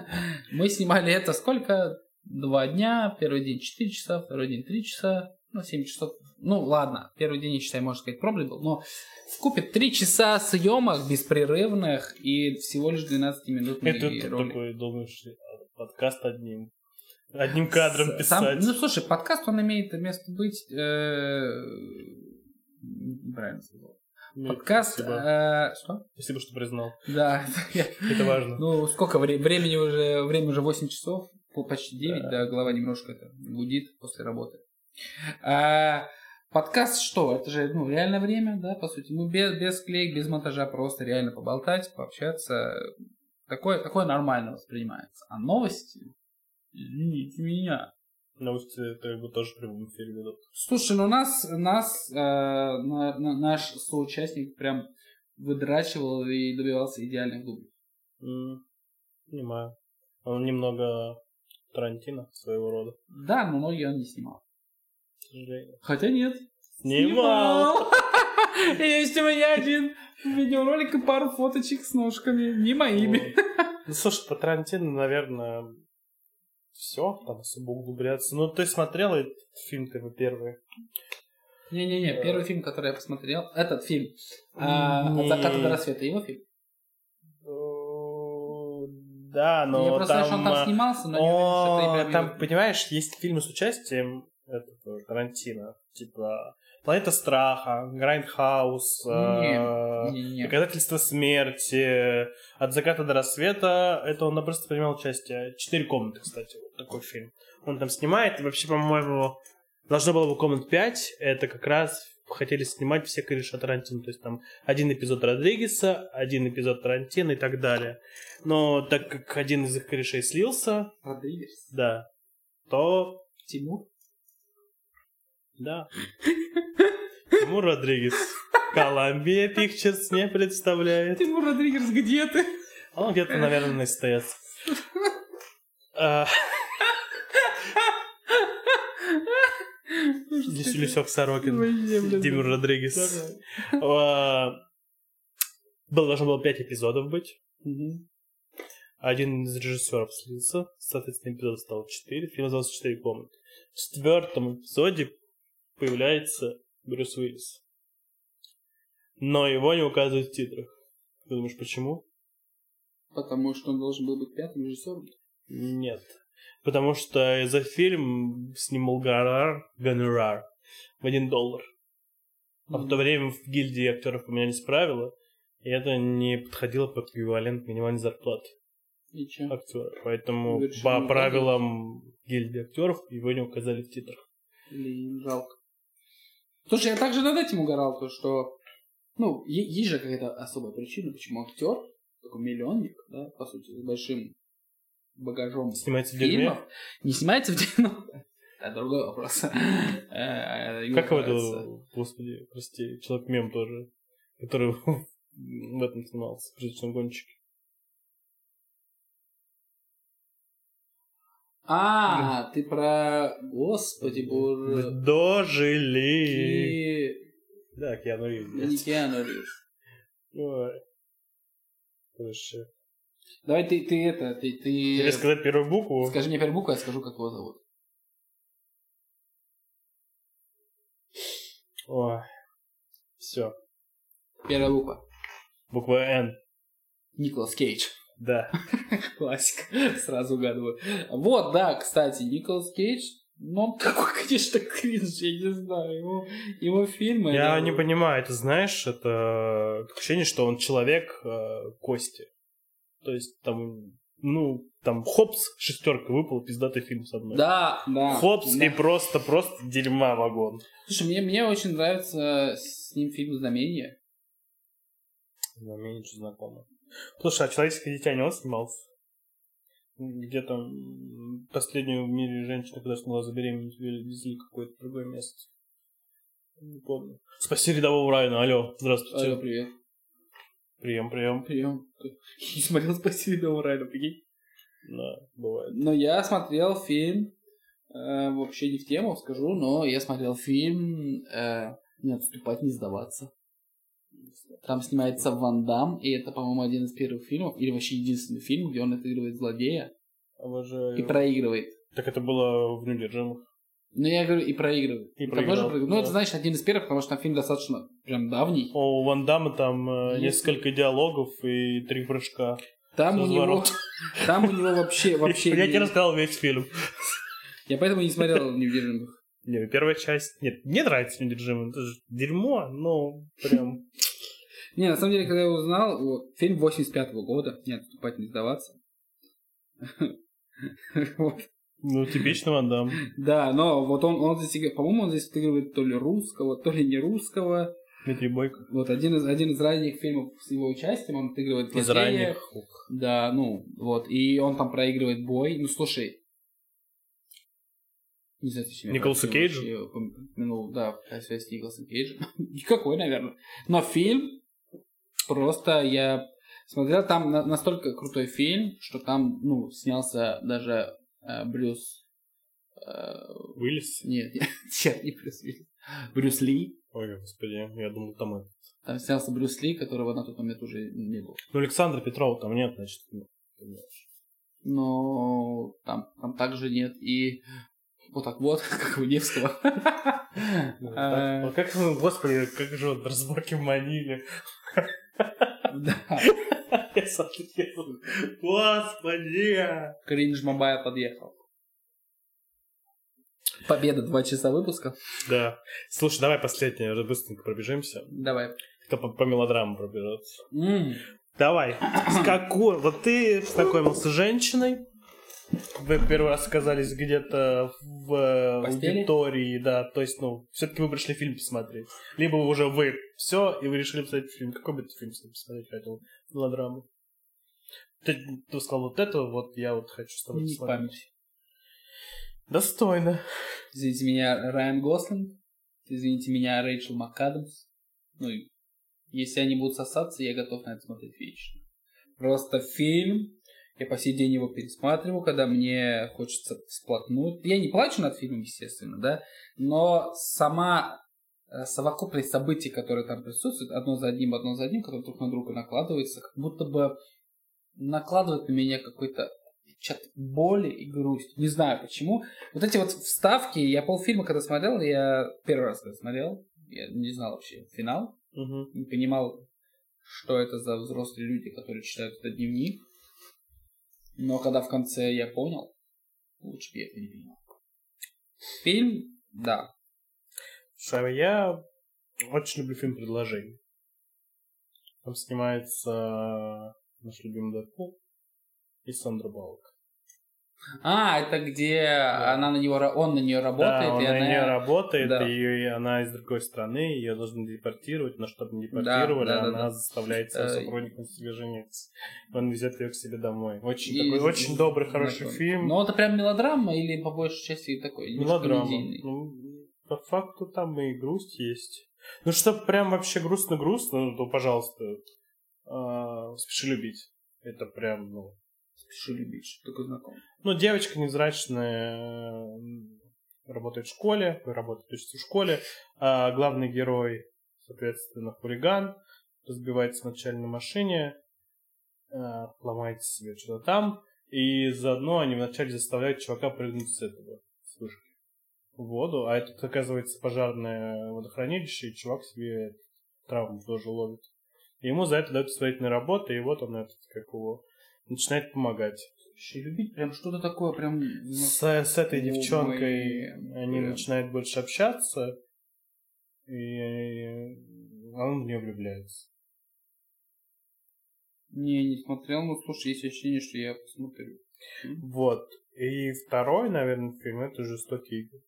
A: Мы снимали это сколько? Два дня. Первый день 4 часа, второй день 3 часа. Ну, 7 часов. Ну, ладно, первый день, я считаю, можно сказать, пробный был, но в купе 3 часа съемок беспрерывных и всего лишь 12 минут
B: И тут ты такой думаешь, а, подкаст одним. Одним кадром
A: С- сам-
B: писать.
A: ну, слушай, подкаст, он имеет место быть... э, Неправильно сказал.
B: Ну,
A: Подкаст...
B: Спасибо,
A: э, Что?
B: Спасибо, что признал.
A: Да, я-
B: Это важно.
A: Ну, сколько вре- времени уже? Время уже 8 часов, по- почти 9, да, голова немножко это гудит после работы. А, подкаст что? Это же, ну, реальное время, да, по сути. Ну, без, без клеек, без монтажа, просто реально поболтать, пообщаться. Такое, такое нормально воспринимается. А новости? Извините меня.
B: Новости как бы тоже в прямом эфире ведут.
A: Слушай, ну нас, нас э, на- на- наш соучастник прям выдрачивал и добивался идеальных дублей.
B: М, Понимаю. Он немного Тарантино своего рода,
A: Да, но ноги он не снимал.
B: к сожалению.
A: Хотя нет.
B: Снимал!
A: Снимал. Есть у меня один видеоролик и пару фоточек с ножками. Не моими.
B: Вот. Ну, слушай, по Тарантино, наверное, все, там особо углубляться. Ну, ты смотрел этот фильм, ты бы первый.
A: Не-не-не, первый фильм, который я посмотрел, этот фильм. а, От
B: Не.
A: заката до рассвета. Его фильм.
B: Э, Да, но
A: Я просто знаю,
B: там...
A: что он там
B: а,
A: снимался, но не
B: о,
A: уверен, что это именно
B: там,
A: его фильм.
B: понимаешь, есть фильмы с участием этого Тарантино, типа «Планета страха», «Грайндхаус»,
A: Ну,
B: э,
A: Не-не-не.
B: Доказательство смерти. От заката до рассвета. Это он просто принимал участие. Четыре комнаты, кстати, вот такой фильм. Он там снимает. И вообще, по-моему, должно было бы комнат 5. Это как раз хотели снимать все кореша Тарантино. То есть там один эпизод Родригеса, один эпизод Тарантино и так далее. Но так как один из их корешей слился,
A: Родригес.
B: да, то
A: Тимур.
B: да. Тимур Родригес. Колумбия Пикчерс не представляет.
A: Тимур Родригес, где ты?
B: А Он где-то, наверное, на СТС. А, Здесь Люсек Сорокин, Тимур Родригес. А, Было, должно было пять эпизодов быть. Один из режиссеров слился. Соответственно, эпизодов стало четыре. Фильм назывался «Четыре комнаты». В четвертом эпизоде появляется Брюс Уиллис. Но его не указывают в титрах. Ты думаешь, почему?
A: Потому что он должен был быть пятым режиссером.
B: Нет. Потому что за фильм снимал гонорар, гонорар в один доллар. А в то время в гильдии актеров поменялись правила, и это не подходило по эквивалент минимальной зарплаты
A: И чё?
B: актера. Поэтому
A: Вершина правил.
B: по правилам гильдии актеров его не указали в титрах.
A: Блин, жалко. Слушай, я также над этим угорал, то что... Ну, е- есть же какая-то особая причина, почему актер, такой миллионник, да, по сути, с большим багажом
B: Снимается в
A: фильмов,
B: дерьме.
A: не снимается в дерьме. Это другой вопрос. Э,
B: Как его,
A: нравится.
B: это, господи, прости, человек-мем тоже, который в этом снимался, в «Призрачном гонщике».
A: А, ты про... Господи, боже...
B: Дожили!
A: типа, И...
B: Да, Киану Ривз, блядь.
A: Не Киану Ривз.
B: Ой. Слушай.
A: Давай ты, ты это, ты, ты...
B: Тебе сказать первую букву?
A: Скажи мне первую букву, я скажу, как его зовут.
B: Ой. Все.
A: Первая буква.
B: Буква Н.
A: Николас Кейдж.
B: Да.
A: Классика. Сразу угадываю. Вот, да, кстати, Николас Кейдж. Ну, он такой, конечно, кринж, я не знаю. Его, его фильмы...
B: Я
A: э,
B: не понимаю, это знаешь, это такое ощущение, что он человек э, кости. То есть там, ну, там Хопс шестерка выпал, пиздатый фильм со мной.
A: Да, да.
B: Хопс
A: да.
B: и просто, просто дерьма вагон.
A: Слушай, мне, мне очень нравится с ним фильм «Знамение».
B: Да, Ну, мне ничего знакомо. Слушай, а человеческое дитя не он снимался? Где там м, последнюю в мире женщину, когда смогла забеременеть, ве- везли в какое-то другое место. Не помню. Спаси рядового Райана. Алло, здравствуйте.
A: Алло, привет.
B: Прием, прием.
A: Прием. Не смотрел «Спаси рядового Райана», прикинь?
B: Да, бывает.
A: Но я смотрел фильм, э, вообще не в тему скажу, но я смотрел фильм э, «Не отступать, не сдаваться».
D: Там снимается Ван Дам, и это, по-моему, один из первых фильмов, или вообще единственный фильм, где он отыгрывает злодея
B: Обожаю.
D: и проигрывает.
B: Так это было в неудержимых.
D: Ну, я говорю, и проигрывает.
B: И
D: Там
B: проиграл,
D: тоже проигрывает. Ну,
B: да.
D: это, значит, один из первых, потому что там фильм достаточно прям давний.
B: О, у Ван Дамма там э,
D: Есть.
B: несколько диалогов и три прыжка.
D: Там
B: С
D: у него...
B: разворот.
D: Там у него вообще... вообще
B: Я
D: не-
B: тебе рассказал весь фильм.
D: Я поэтому и не смотрел «Неудержимых».
B: Не, первая часть... Нет, мне нравится неудержимый. Это же дерьмо, но прям...
A: Не, на самом деле, когда я узнал, вот, фильм 85 года, не отступать, не сдаваться. Вот.
B: Ну, типично Ван Дамм.
A: Да, но вот он, он здесь, играет- по-моему, он здесь отыгрывает то ли русского, то ли не русского.
B: Дмитрий Бойко.
A: Вот один из, один из ранних фильмов с его участием, он отыгрывает
B: Из
A: злодея.
B: ранних.
A: Да, ну, вот, и он там проигрывает бой. Ну, слушай, не знаю, зачем я
B: Николасу
A: вообще-
B: Кейджу?
A: вообще пом- Ну, да, какая связь с Николасом Кейджем. Никакой, наверное. Но фильм просто я смотрел, там на- настолько крутой фильм, что там, ну, снялся даже э, Брюс... э,
B: Вылез.
A: нет, нет, не Брюс Ли. Брюс Ли.
B: Ой, господи, я думал, там это.
A: Там э, снялся Брюс Ли, которого на тот момент уже не было.
B: Ну, Александра Петрова там нет, значит. ну,
A: но там, там также нет и вот так вот, как у Невского.
D: А.
B: так.
A: Э,
B: Ну, Как, ну, господи, как же он разборки в Маниле.
A: Да,
B: Я смотрел. Господи!
A: Кринж Мобайл подъехал. Победа, два часа выпуска.
B: Да. Слушай, давай последнее, раз быстренько пробежимся.
A: Давай.
B: Кто по, по мелодрамам пробежаться.
A: М,
B: Давай. С какой... Вот ты познакомился с женщиной. Вы первый раз оказались где-то в э,
A: Постели?
B: аудитории, да. То есть, ну, все-таки вы пришли фильм посмотреть. Либо уже вы все, и вы решили посмотреть фильм. Какой бы ты фильм с ней посмотреть хотел? Мелодраму. Ты, ты сказал вот это, вот я вот хочу с тобой
A: Не
B: посмотреть.
A: память.
B: Достойно.
A: Извините меня, Райан Гослинг. Извините меня, Рэйчел МакАдамс. Ну, и если они будут сосаться, я готов на это смотреть вечно. Просто фильм, я по сей день его пересматриваю, когда мне хочется сплотнуть. Я не плачу над фильмом, естественно, да, но сама э, совокупность событий, которые там присутствуют, одно за одним, одно за одним, которые друг на друга накладываются, как будто бы накладывает на меня какой-то отпечаток боли и грусть. Не знаю почему. Вот эти вот вставки, я полфильма когда смотрел, я первый раз когда смотрел, я не знал вообще финал,
B: Мгм.
A: не понимал, что это за взрослые люди, которые читают этот дневник. Но когда в конце я понял, лучше бы я это не понимал. Фильм, да.
B: Слушай, а я очень люблю фильм «Предложение». Там снимается наш любимый Дэдпул и Сандра Баллок.
A: А, это где она на него, ра- он на нее работает,
B: да, он
A: и
B: на
A: она...
B: нее работает,
A: да.
B: и она из другой страны, ее должны депортировать, но чтобы не депортировали,
A: да, да,
B: она
A: да.
B: заставляет своего
A: Э,
B: сотрудника на себе жениться. Он везет ее к себе домой. Очень
A: и-
B: такой, очень добрый, хороший
A: знакомый.
B: фильм.
A: Ну, это прям мелодрама или по большей части такой? немножко
B: Мелодрама.
A: комедийный?
B: Ну, по факту там и грусть есть. Ну, чтоб прям вообще грустно-грустно, ну, то, пожалуйста, а, спеши любить. Это прям, ну...
A: Спешу любить, что такое знакомый.
B: Ну, девочка невзрачная, м, работает в школе, работает учится в школе. а главный герой, соответственно, хулиган, разбивается на начальной машине, а, ломает себе что-то там, и заодно они вначале заставляют чувака прыгнуть с этого, с вышки в воду, а это, оказывается, пожарное водохранилище, и чувак себе травму тоже ловит. И ему за это дают строительные работы, и вот он этот, как его, начинает помогать.
A: Спешу любить, прям что-то такое, прям... ну,
B: С, с этой
A: Ой,
B: девчонкой
A: прям.
B: они начинают больше общаться, и он в нее влюбляется.
A: Не, не смотрел, но слушай, есть ощущение, что я посмотрю.
B: Вот. И второй, наверное, фильм это жестокий игры».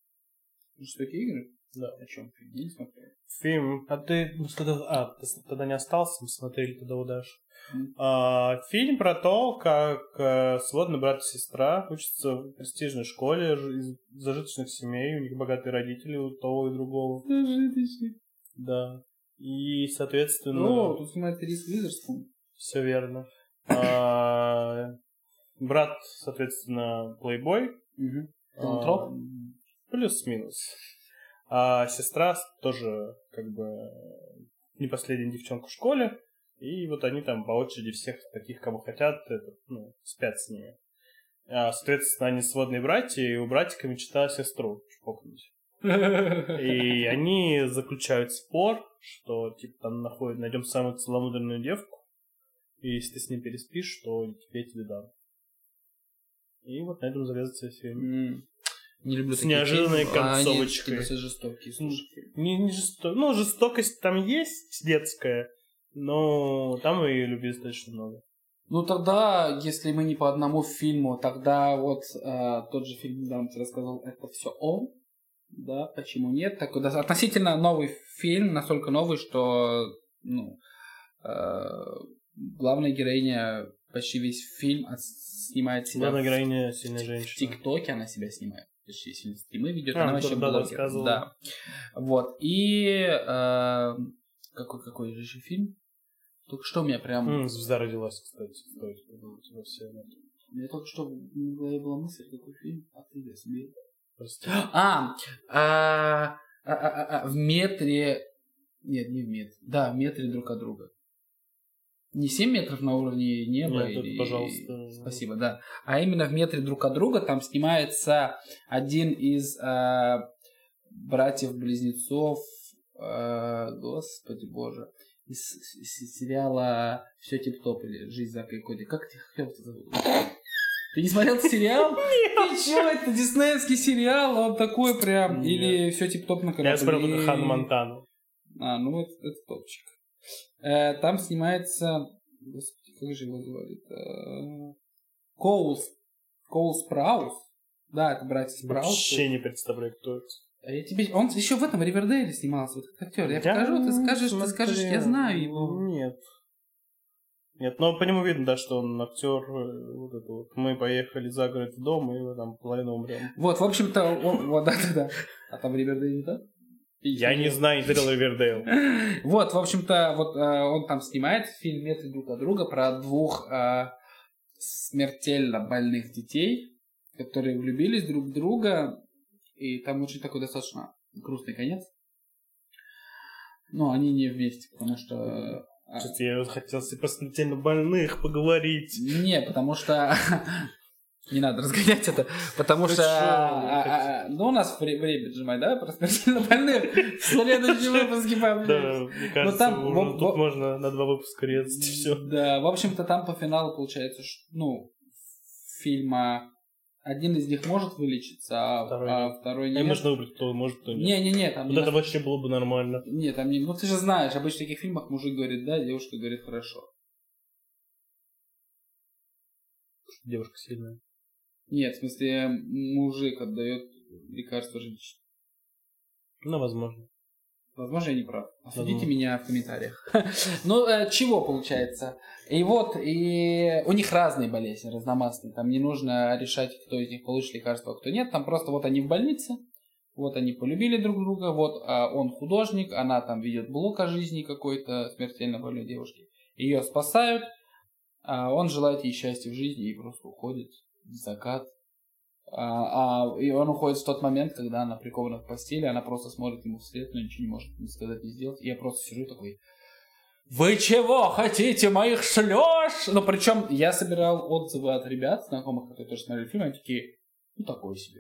A: Жестокие игры?
B: Да.
A: О чем фильм? Я не смотрел.
B: Фильм. А ты ну, тогда, а, ты с- тогда не остался, мы смотрели тогда у Даши.
A: Мгм.
B: А, фильм про то, как э, сводный брат и сестра учатся в престижной школе ж- из зажиточных семей, у них богатые родители у того и другого. Да. И, соответственно...
A: Ну, тут снимается Рис Уизерспун.
B: Все верно. А, Брат, соответственно, плейбой.
A: Мгм.
B: А,
A: Филантроп?
B: Плюс-минус. А сестра тоже как бы не последняя девчонка в школе, и вот они там по очереди всех таких, кого хотят, это, ну, спят с ними. А, соответственно, они сводные братья, и у братика мечта сестру шпокнуть. И они заключают спор, что типа там находят, найдем самую целомудренную девку, и если ты с ней переспишь, то тебе я тебе дам. И вот на этом завязывается фильм.
E: М.
A: Не люблю а
B: С неожиданной концовочкой.
A: типа, Все жестокие, слушай.
B: Не, не жесто- Ну, жестокость там есть детская, но там и любви достаточно много.
A: Ну тогда, если мы не по одному фильму, тогда вот э, тот же фильм, недавно ты рассказал, это все он. Да, почему нет? Так, вот, относительно новый фильм, настолько новый, что ну, э, главная героиня почти весь фильм от- снимает себя
B: Главная
A: в-
B: героиня сильная
A: в
B: женщина.
A: ТикТоке она себя снимает. Почти сильно стримы ведет,
B: А,
A: она
B: ну,
A: вообще
B: да, да,
A: блогер.
B: рассказывала.
A: Да. Вот. И э, какой, какой же еще фильм? Только что у меня прям...
B: М, Звезда родилась, кстати. стоит подумать во все время.
A: У меня только что в голове была мысль, какой фильм. А ты я себе.
B: Просто
A: А, а, а, а, а, в метре... Нет, не в метре. Да, в метре друг от друга. Не 7 метров на уровне неба.
B: Нет, Ну, это,
A: или-
B: пожалуйста.
A: Спасибо, да. А именно в метре друг от друга там снимается один из а, братьев-близнецов, а, господи боже, из, с- с- сериала «Все тип-топ» или «Жизнь Зака и Коди». Как ты как его зовут? Ты не смотрел этот сериал? Ты чё, это диснеевский сериал, он такой прям.
B: Нет.
A: Или все тип-топ на корабле.
B: Я смотрел только Хан Монтану.
A: А, ну это, это топчик. Э, там снимается... Господи, как же его звали? Э, Коул. Коул Спраус. Да, это братья Спраус.
B: Вообще не представляю, кто это.
A: А я тебе... Он еще в этом Ривердейле снимался, вот этот актер. Я покажу, ты
B: не
A: скажешь, ты скажешь, я
B: смотрел.
A: знаю его.
B: Нет. Нет, но по нему видно, да, что он актер. э, Вот это вот. Мы поехали за город в дом, и мы там половину умрем.
A: Вот, в общем-то, он- вот, да-да-да. А там Ривердейл не так?
B: Я не знаю, не смотрел Ривердейл.
A: Вот, в общем-то, вот э, он там снимает фильм «Метры друг от друга» про двух э, смертельно больных детей, которые влюбились друг в друга, и там очень такой достаточно грустный конец. Но они не вместе, потому что... э,
B: Что-то я вот хотел себе про смертельно больных поговорить.
A: не, потому что... Не надо разгонять это, потому
B: Ты
A: что...
B: чё,
A: а, а, а, Ну, у нас вре- время поджимает, да, про смертельно больных. В следующем выпуске пообщаемся.
B: Да, мне кажется,
A: Ну там
B: уже
A: во-
B: тут
A: во-
B: можно на два выпуска резать все.
A: Да, в общем-то, там по финалу получается, ш- ну, фильма один из них может вылечиться, а а
B: Второй
A: второй,
B: И
A: не может.
B: можно выбрать, кто может, кто нет.
A: Не-не-не, там
B: Вот
A: не
B: это вообще было бы нормально.
A: на- не, там не. Ну ты же знаешь, обычно в таких фильмах мужик говорит да, девушка говорит хорошо.
B: Девушка сильная.
A: Нет, в смысле, мужик отдает лекарство женщине.
B: Ну, возможно.
A: Возможно, я не прав. Осудите
B: Возможно.
A: меня в комментариях. Ну, э, чего получается? И вот, и у них разные болезни, разномастные. Там не нужно решать, кто из них получит лекарство, а кто нет. Там просто вот они в больнице, вот они полюбили друг друга, вот а, он художник, она там ведет блок о жизни какой-то смертельно больной девушки. Ее спасают, а он желает ей счастья в жизни и просто уходит в закат. А, а, и он уходит в тот момент, когда она прикована к постели, она просто смотрит ему вслед, но ничего не может не сказать, не сделать. И я просто сижу такой, вы чего хотите моих шлёш? Но причем я собирал отзывы от ребят, знакомых, которые тоже смотрели фильм, они такие, ну такое себе.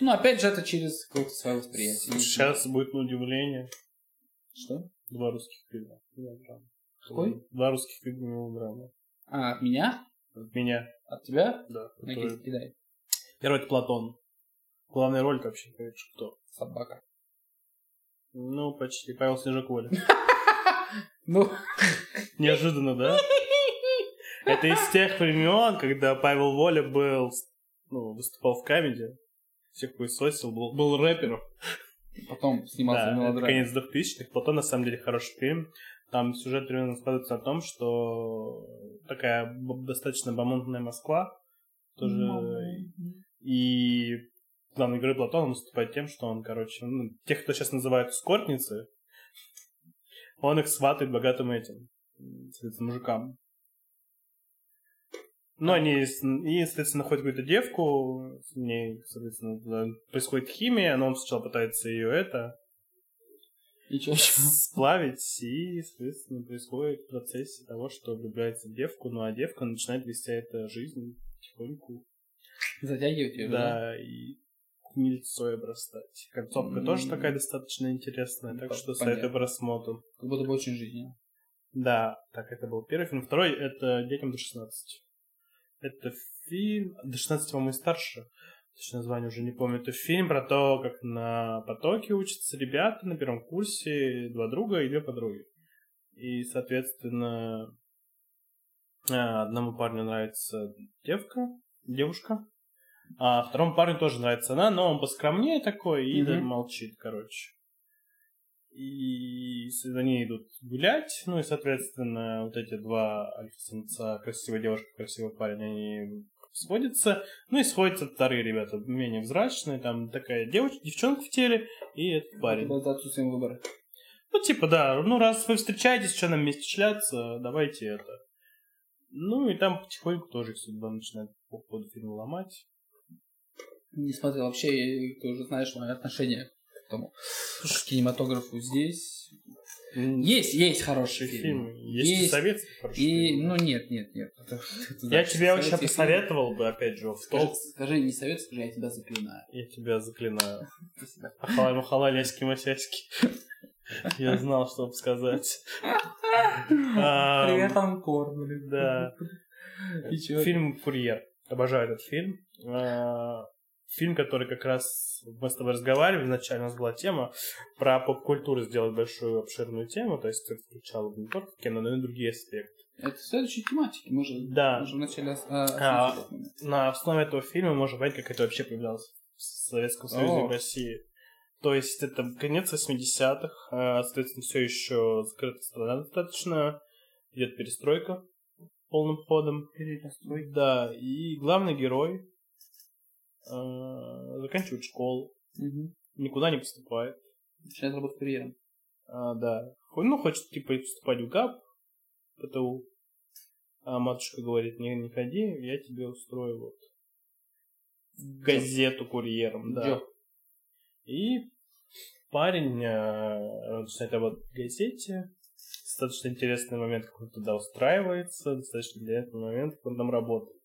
A: Ну, опять же, это через какое-то свое восприятие. Не знаю.
B: Сейчас будет на удивление.
A: Что?
B: Два русских фильма. Мелодрама.
A: Какой?
B: Два русских фильма мелодрама.
A: А, от меня?
B: От меня.
A: От тебя?
B: Да.
A: Накинь, кидай.
B: Первый это Платон. Главная роль вообще, конечно, кто?
A: Собака.
B: Ну, почти. Павел Снежок Воля.
A: Ну,
B: Неожиданно, да? Это из тех времен, когда Павел Воля был, ну, выступал в камеди, всех пылесосил, был, был рэпером.
A: потом снимался
B: Да,
A: в
B: это
A: мелодраме.
B: конец 2000-х. Платон, на самом деле, хороший фильм. Там сюжет примерно складывается о том, что такая б- достаточно бомондная Москва. Тоже... И главный герой Платон он выступает тем, что он, короче, ну, тех, кто сейчас называют скортницы, он их сватает богатым этим, м, соответственно, мужикам. Ну, они, с- и, соответственно, находят какую-то девку, с ней, соответственно, да, происходит химия, но он сначала пытается ее это,
A: И чё ещё?
B: сплавить, и, соответственно, происходит в процессе того, что влюбляется в девку, ну а девка начинает вести это жизнь потихоньку.
A: Затягивать ее, да?
B: Да, и мельцой обрастать. Концовка
A: М.
B: тоже такая достаточно интересная, так
F: По-
B: что
F: понятно.
B: советую просмотр.
A: Как будто бы очень жизненно.
B: Да, так это был первый фильм. Второй это детям до 16. Это фильм. До 16, по-моему, и старше. Точно название уже не помню. Это фильм про то, как на потоке учатся ребята на первом курсе, два друга и две подруги. И, соответственно, а, одному парню нравится девка, девушка, а второму парню тоже нравится она, но он поскромнее такой и
F: Мгм.
B: да, молчит, короче. И с- они идут гулять, ну и, соответственно, вот эти два альфа-самца, красивая девушка, красивый парень, они сходятся. Ну и сходятся вторые ребята, менее взрачные, там такая девочка, девчонка в теле и этот парень.
A: Это за отсутствием выбора.
B: Ну, типа, да, ну раз вы встречаетесь, что нам вместе шляться, давайте это. Ну и там потихоньку тоже их судьба начинает по ходу фильма ломать.
A: Не смотрел вообще, и ты уже знаешь мое отношение к тому. К кинематографу здесь. Есть, есть хорошие
B: Хорошие
A: фильмы.
B: фильмы. Есть, и
A: Есть.
B: советские хорошие
A: И,
B: фильмы.
A: ну нет, нет, нет. Это- это
B: Я
A: да,
B: тебе вообще
A: советский
B: посоветовал бы, опять же, в
A: фильм.
B: топ.
A: Скажи, скажи, не совет, скажи, я тебя заклинаю.
B: Я тебя заклинаю. Ахалай, махалай, ляськи, масяськи. Я знал, что бы сказать. Ам,
A: Анкор, блин.
B: Да.
A: И чё?
B: Фильм «Курьер». Обожаю этот фильм. А, Фильм, который как раз мы с тобой разговаривали, вначале у нас была тема про поп-культуру сделать большую обширную тему, то есть ты включал не только кино, но и другие аспекты.
A: Это следующей тематики. Мы же,
B: Да.
A: мы же вначале ос-
B: А,
A: осветили этот момент.
B: На основе этого фильма можно понять, как это вообще появлялось в Советском Союзе и в
F: О.
B: России. То есть это конец 80-х, а, соответственно, все еще закрытая страна достаточно, идет перестройка полным ходом. Да, и главный герой э, заканчивает школу,
A: Мгм.
B: никуда не поступает.
A: Начинает работать курьером.
B: А, да. Хо- Ну, хочет, типа, и поступать в ГАП, ПТУ. А матушка говорит, не, не ходи, я тебе устрою вот в газету курьером, да.
A: Джоб.
B: И парень э, начинает работать в газете. Достаточно интересный момент, как он туда устраивается, достаточно интересный момент, как он там работает.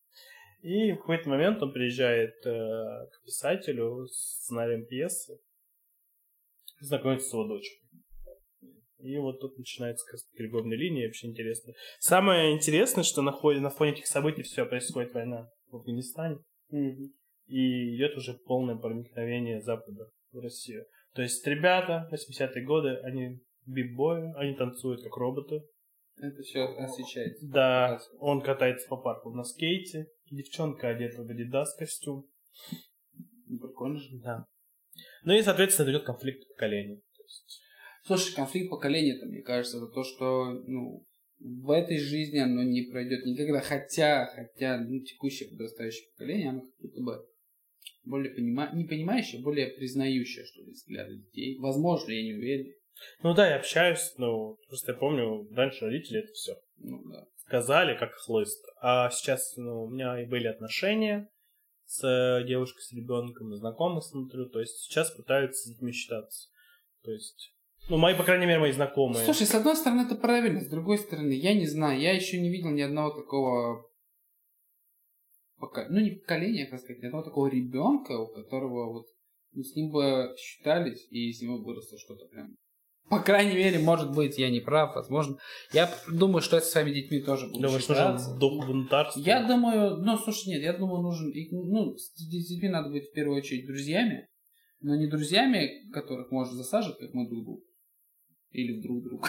B: И в какой-то момент он приезжает э, к писателю с сценарием пьесы, знакомится с его дочкой. И вот тут начинается как раз переговорная линия, вообще интересно. Самое интересное, что на, ходе- на фоне этих событий все происходит война в Афганистане и идет уже полное проникновение Запада в Россию. То есть ребята 80-е годы, они бибои, они танцуют как роботы.
A: Это все освещается.
B: Да, он катается по парку на скейте, девчонка одета в Adidas костюм.
A: Ну, Прикольно же.
B: Да. Ну и, соответственно, идет конфликт поколений. То есть,
A: Слушай, конфликт поколения, это, мне кажется, это то, что ну, в этой жизни оно не пройдет никогда. Хотя, хотя ну, текущее подрастающее поколение, оно как будто бы более понима... не понимающее, а более признающее, что ли, взгляды детей. Возможно, я не уверен.
B: Ну да, я общаюсь, но просто я помню, раньше родители это все
A: Ну, да.
B: сказали, как хлыст. А сейчас ну, у меня и были отношения с э, девушкой, с ребенком, знакомы смотрю. То есть сейчас пытаются с детьми считаться. То есть, ну, мои, по крайней мере, мои знакомые.
A: Слушай, с одной стороны, это правильно, с другой стороны, я не знаю, я еще не видел ни одного такого пока, ну не поколения, как сказать, ни одного такого ребенка, у которого вот ну, с ним бы считались, и из него выросло что-то прям. По крайней мере, может быть, я не прав, возможно. Я думаю, что это с своими детьми тоже будет
B: Думаешь,
A: считаться.
B: Ну, нужен дух бунтарства?
A: Я думаю, ну слушай, нет, я думаю, нужен, и, ну, с детьми надо быть в первую очередь друзьями, но не друзьями, которых можно засаживать, как мы друг другу. Или друг друга.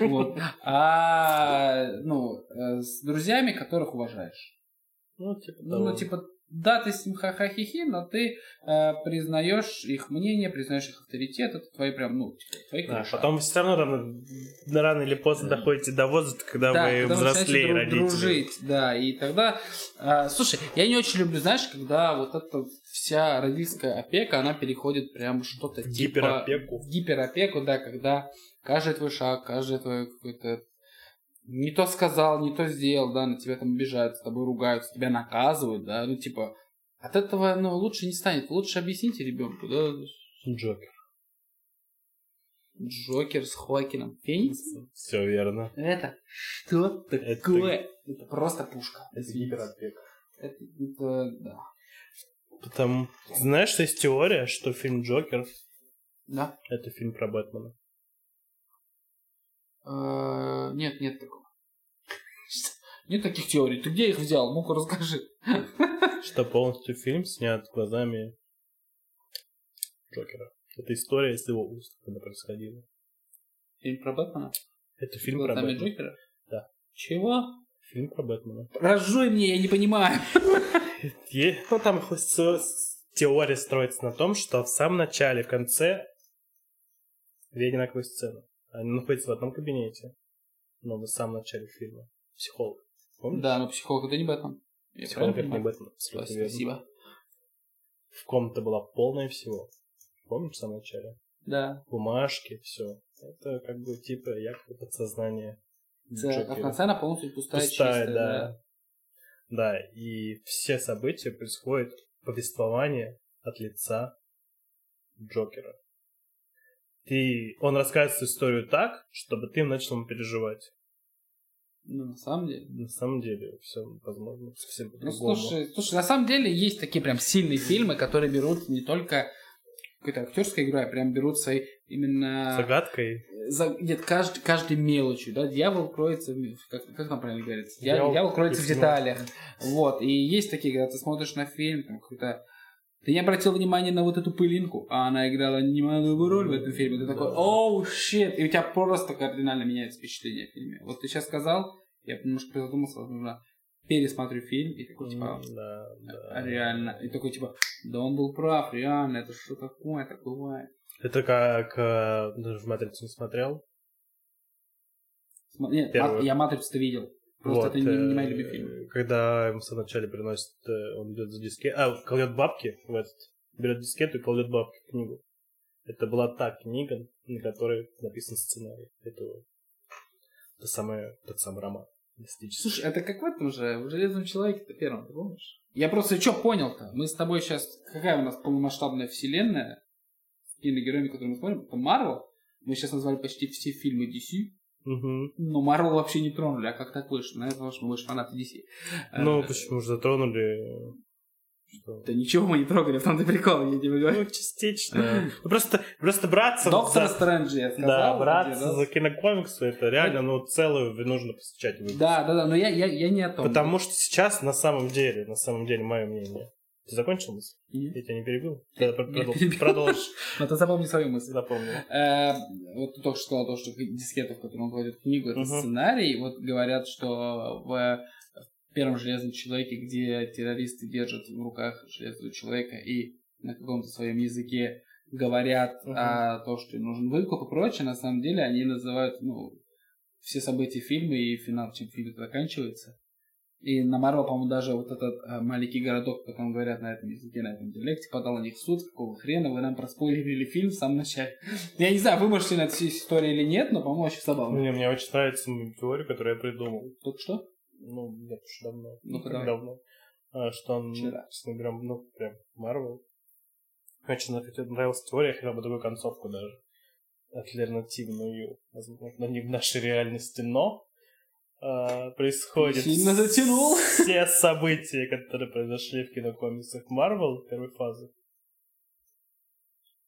A: Вот. А, ну, э, с друзьями, которых уважаешь.
B: Ну, типа того.
A: Ну, типа, да, ты с ним ха-ха-хи-хи, но ты э, признаешь их мнение, признаешь их авторитет, это твои прям, ну, типа, твои
B: Да,
A: кореша.
B: А, потом вы все равно рано, рано или поздно
A: Да.
B: доходите до возраста, когда
A: Да,
B: вы
A: когда вы
B: взрослее
A: начинаете друг-
B: родители.
A: дружить, да, и тогда... а, слушай, я не очень люблю, знаешь, когда вот эта вся родительская опека, она переходит прям в что-то типа...
B: Гиперопеку.
A: в Гиперопеку, да, когда каждый твой шаг, каждый твой какой-то... Не то сказал, не то сделал, да, на тебя там обижают, с тобой ругаются, тебя наказывают, да, ну типа... От этого, ну, лучше не станет. Лучше объясните ребенку, да.
B: Джокер.
A: Джокер с Хоакином Фениксом.
B: Все верно.
A: Это что
B: Это-
A: такое? Это просто пушка.
B: Века.
A: Это, это- да.
B: Потому... Знаешь, что есть теория, что фильм Джокер
A: Да.
B: это фильм про Бэтмена.
A: Э, нет, нет такого. Что? Нет таких теорий. Ты где их взял? Ну-ка расскажи.
B: Что полностью фильм снят глазами Джокера. Это история из его уст, когда происходило.
A: Фильм про Бэтмена?
B: Это фильм про
A: Глазами
B: Бэтмена.
A: Джокера?
B: Да.
A: Чего?
B: Фильм про Бэтмена.
A: Разжуй мне, я не понимаю.
B: Е- Ну, там хоть с- с- теория строится на том, что в самом начале, в конце две одинаковые сцены. Они находятся в одном кабинете, но в самом начале фильма. Психолог. Помнишь?
A: Да, но психолог это не Бэтмен. Я
B: Психолог это
A: правильно
B: не
A: понимаю?
B: Бэтмен.
A: Спасибо.
B: абсолютно верно.
A: Спасибо.
B: В комната была полная всего. Помнишь в самом начале?
A: Да.
B: Бумажки, все. Это как бы типа якобы подсознание. Ну,
A: Ц-
B: Джокера.
A: А сцена полностью пустая,
B: Пустая,
A: чистая,
B: да. Да, и все события происходят повествование от лица Джокера. Ты, он рассказывает историю так, чтобы ты начал им переживать.
A: Ну, на самом деле.
B: На самом деле, все возможно совсем
A: Ну,
B: по-другому.
A: слушай, слушай, на самом деле есть такие прям сильные фильмы, которые берут не только какой-то актерской игрой, а прям берутся и-
B: С
A: именно
B: загадкой.
A: за, нет, каждый, каждой мелочью, да, дьявол кроется, в- как, как там правильно говорится, Дья- дьявол,
B: Дьявол
A: кроется в
B: кроется в
A: деталях, вот, и есть такие, когда ты смотришь на фильм, там, какой-то, ты не обратил внимания на вот эту пылинку, а она играла немалую роль в этом фильме, ты
B: Да.
A: такой, оу, щит, и у тебя просто кардинально меняется впечатление о фильме, вот ты сейчас сказал, я немножко призадумался, возможно, пересмотрю фильм, и такой, типа,
B: М, Да, да.
A: а, реально, и такой, типа, да он был прав, реально, это что такое, так бывает,
B: Это как... э, даже в «Матрицу» не смотрел.
A: Сма- нет,
B: Первый.
A: Мат- я «Матрицу»-то видел, Просто это не-
B: э,
A: не мои любимые фильмы.
B: Когда ему в самом начале приносит... э, он идет за дискет... А, кладет бабки в этот. Берет дискету и кладет бабки в книгу. Это была та книга, на которой написан сценарий этого. Это самое, тот самый роман. мистический.
A: Слушай, это как в этом же, в «Железном человеке»-то первом, ты помнишь? Я просто что понял-то? Мы с тобой сейчас... Какая у нас полномасштабная вселенная с киногероями, которые мы смотрим? Это Марвел. Мы сейчас назвали почти все фильмы DC,
B: Мгм.
A: но Марвел вообще не тронули. А как так вышло? Наверное, потому что мы больше фанаты DC.
B: Ну,
A: Э,
B: почему же затронули... э, что-
A: Да ничего мы не трогали, в том-то прикол, я тебе говорю.
B: Ну, частично. Ну, Просто, просто браться... вот
A: Доктора
B: за-
A: Стрэнджа, я сказал.
B: Да,
A: вот
B: браться
A: где, да?
B: за кинокомиксы, это реально, ну, целую нужно посещать. выпуск.
A: Да, да, да, но я, я, я не о том.
B: Потому что сейчас, на самом деле, на самом деле, мое мнение. Ты закончил мысль?
A: Нет.
B: Я тебя не перебил? Ты
A: не
B: продолжишь.
A: перебил. Но ты запомни свою мысль.
B: Запомнил.
A: Э, Вот ты только что сказал, то, что дискета, в котором он кладет книгу, это
B: Мгм.
A: сценарий. Вот говорят, что в в первом «Железном человеке», где террористы держат в руках «Железного человека» и на каком-то своем языке говорят
B: Мгм.
A: о том, что им нужен выкуп и прочее, на самом деле они называют ну, все события фильма и финал, чем фильм заканчивается. И на Марвел, по-моему, даже вот этот э, маленький городок, в котором говорят на этом языке, на этом диалекте, подал на них в суд, какого хрена вы нам проспойлерили фильм в самом начале. Я не знаю, вымышлена эта история или нет, но, по-моему, очень забавно.
B: Мне, мне очень нравится м- теория, которую я придумал.
A: Только что?
B: Ну, нет, уж давно.
A: Ну-ка,
B: Как
A: давай.
B: давно. А, Что он
A: Вчера.
B: с наберем, ну, прям, Марвел. Очень нрав- нравилась теория, я хотел бы другую концовку даже. Альтернативную, возможно, не в нашей реальности, но а, происходит
A: Сильно затянул.
B: все события, которые произошли в кинокомиксах Марвел первой фазы.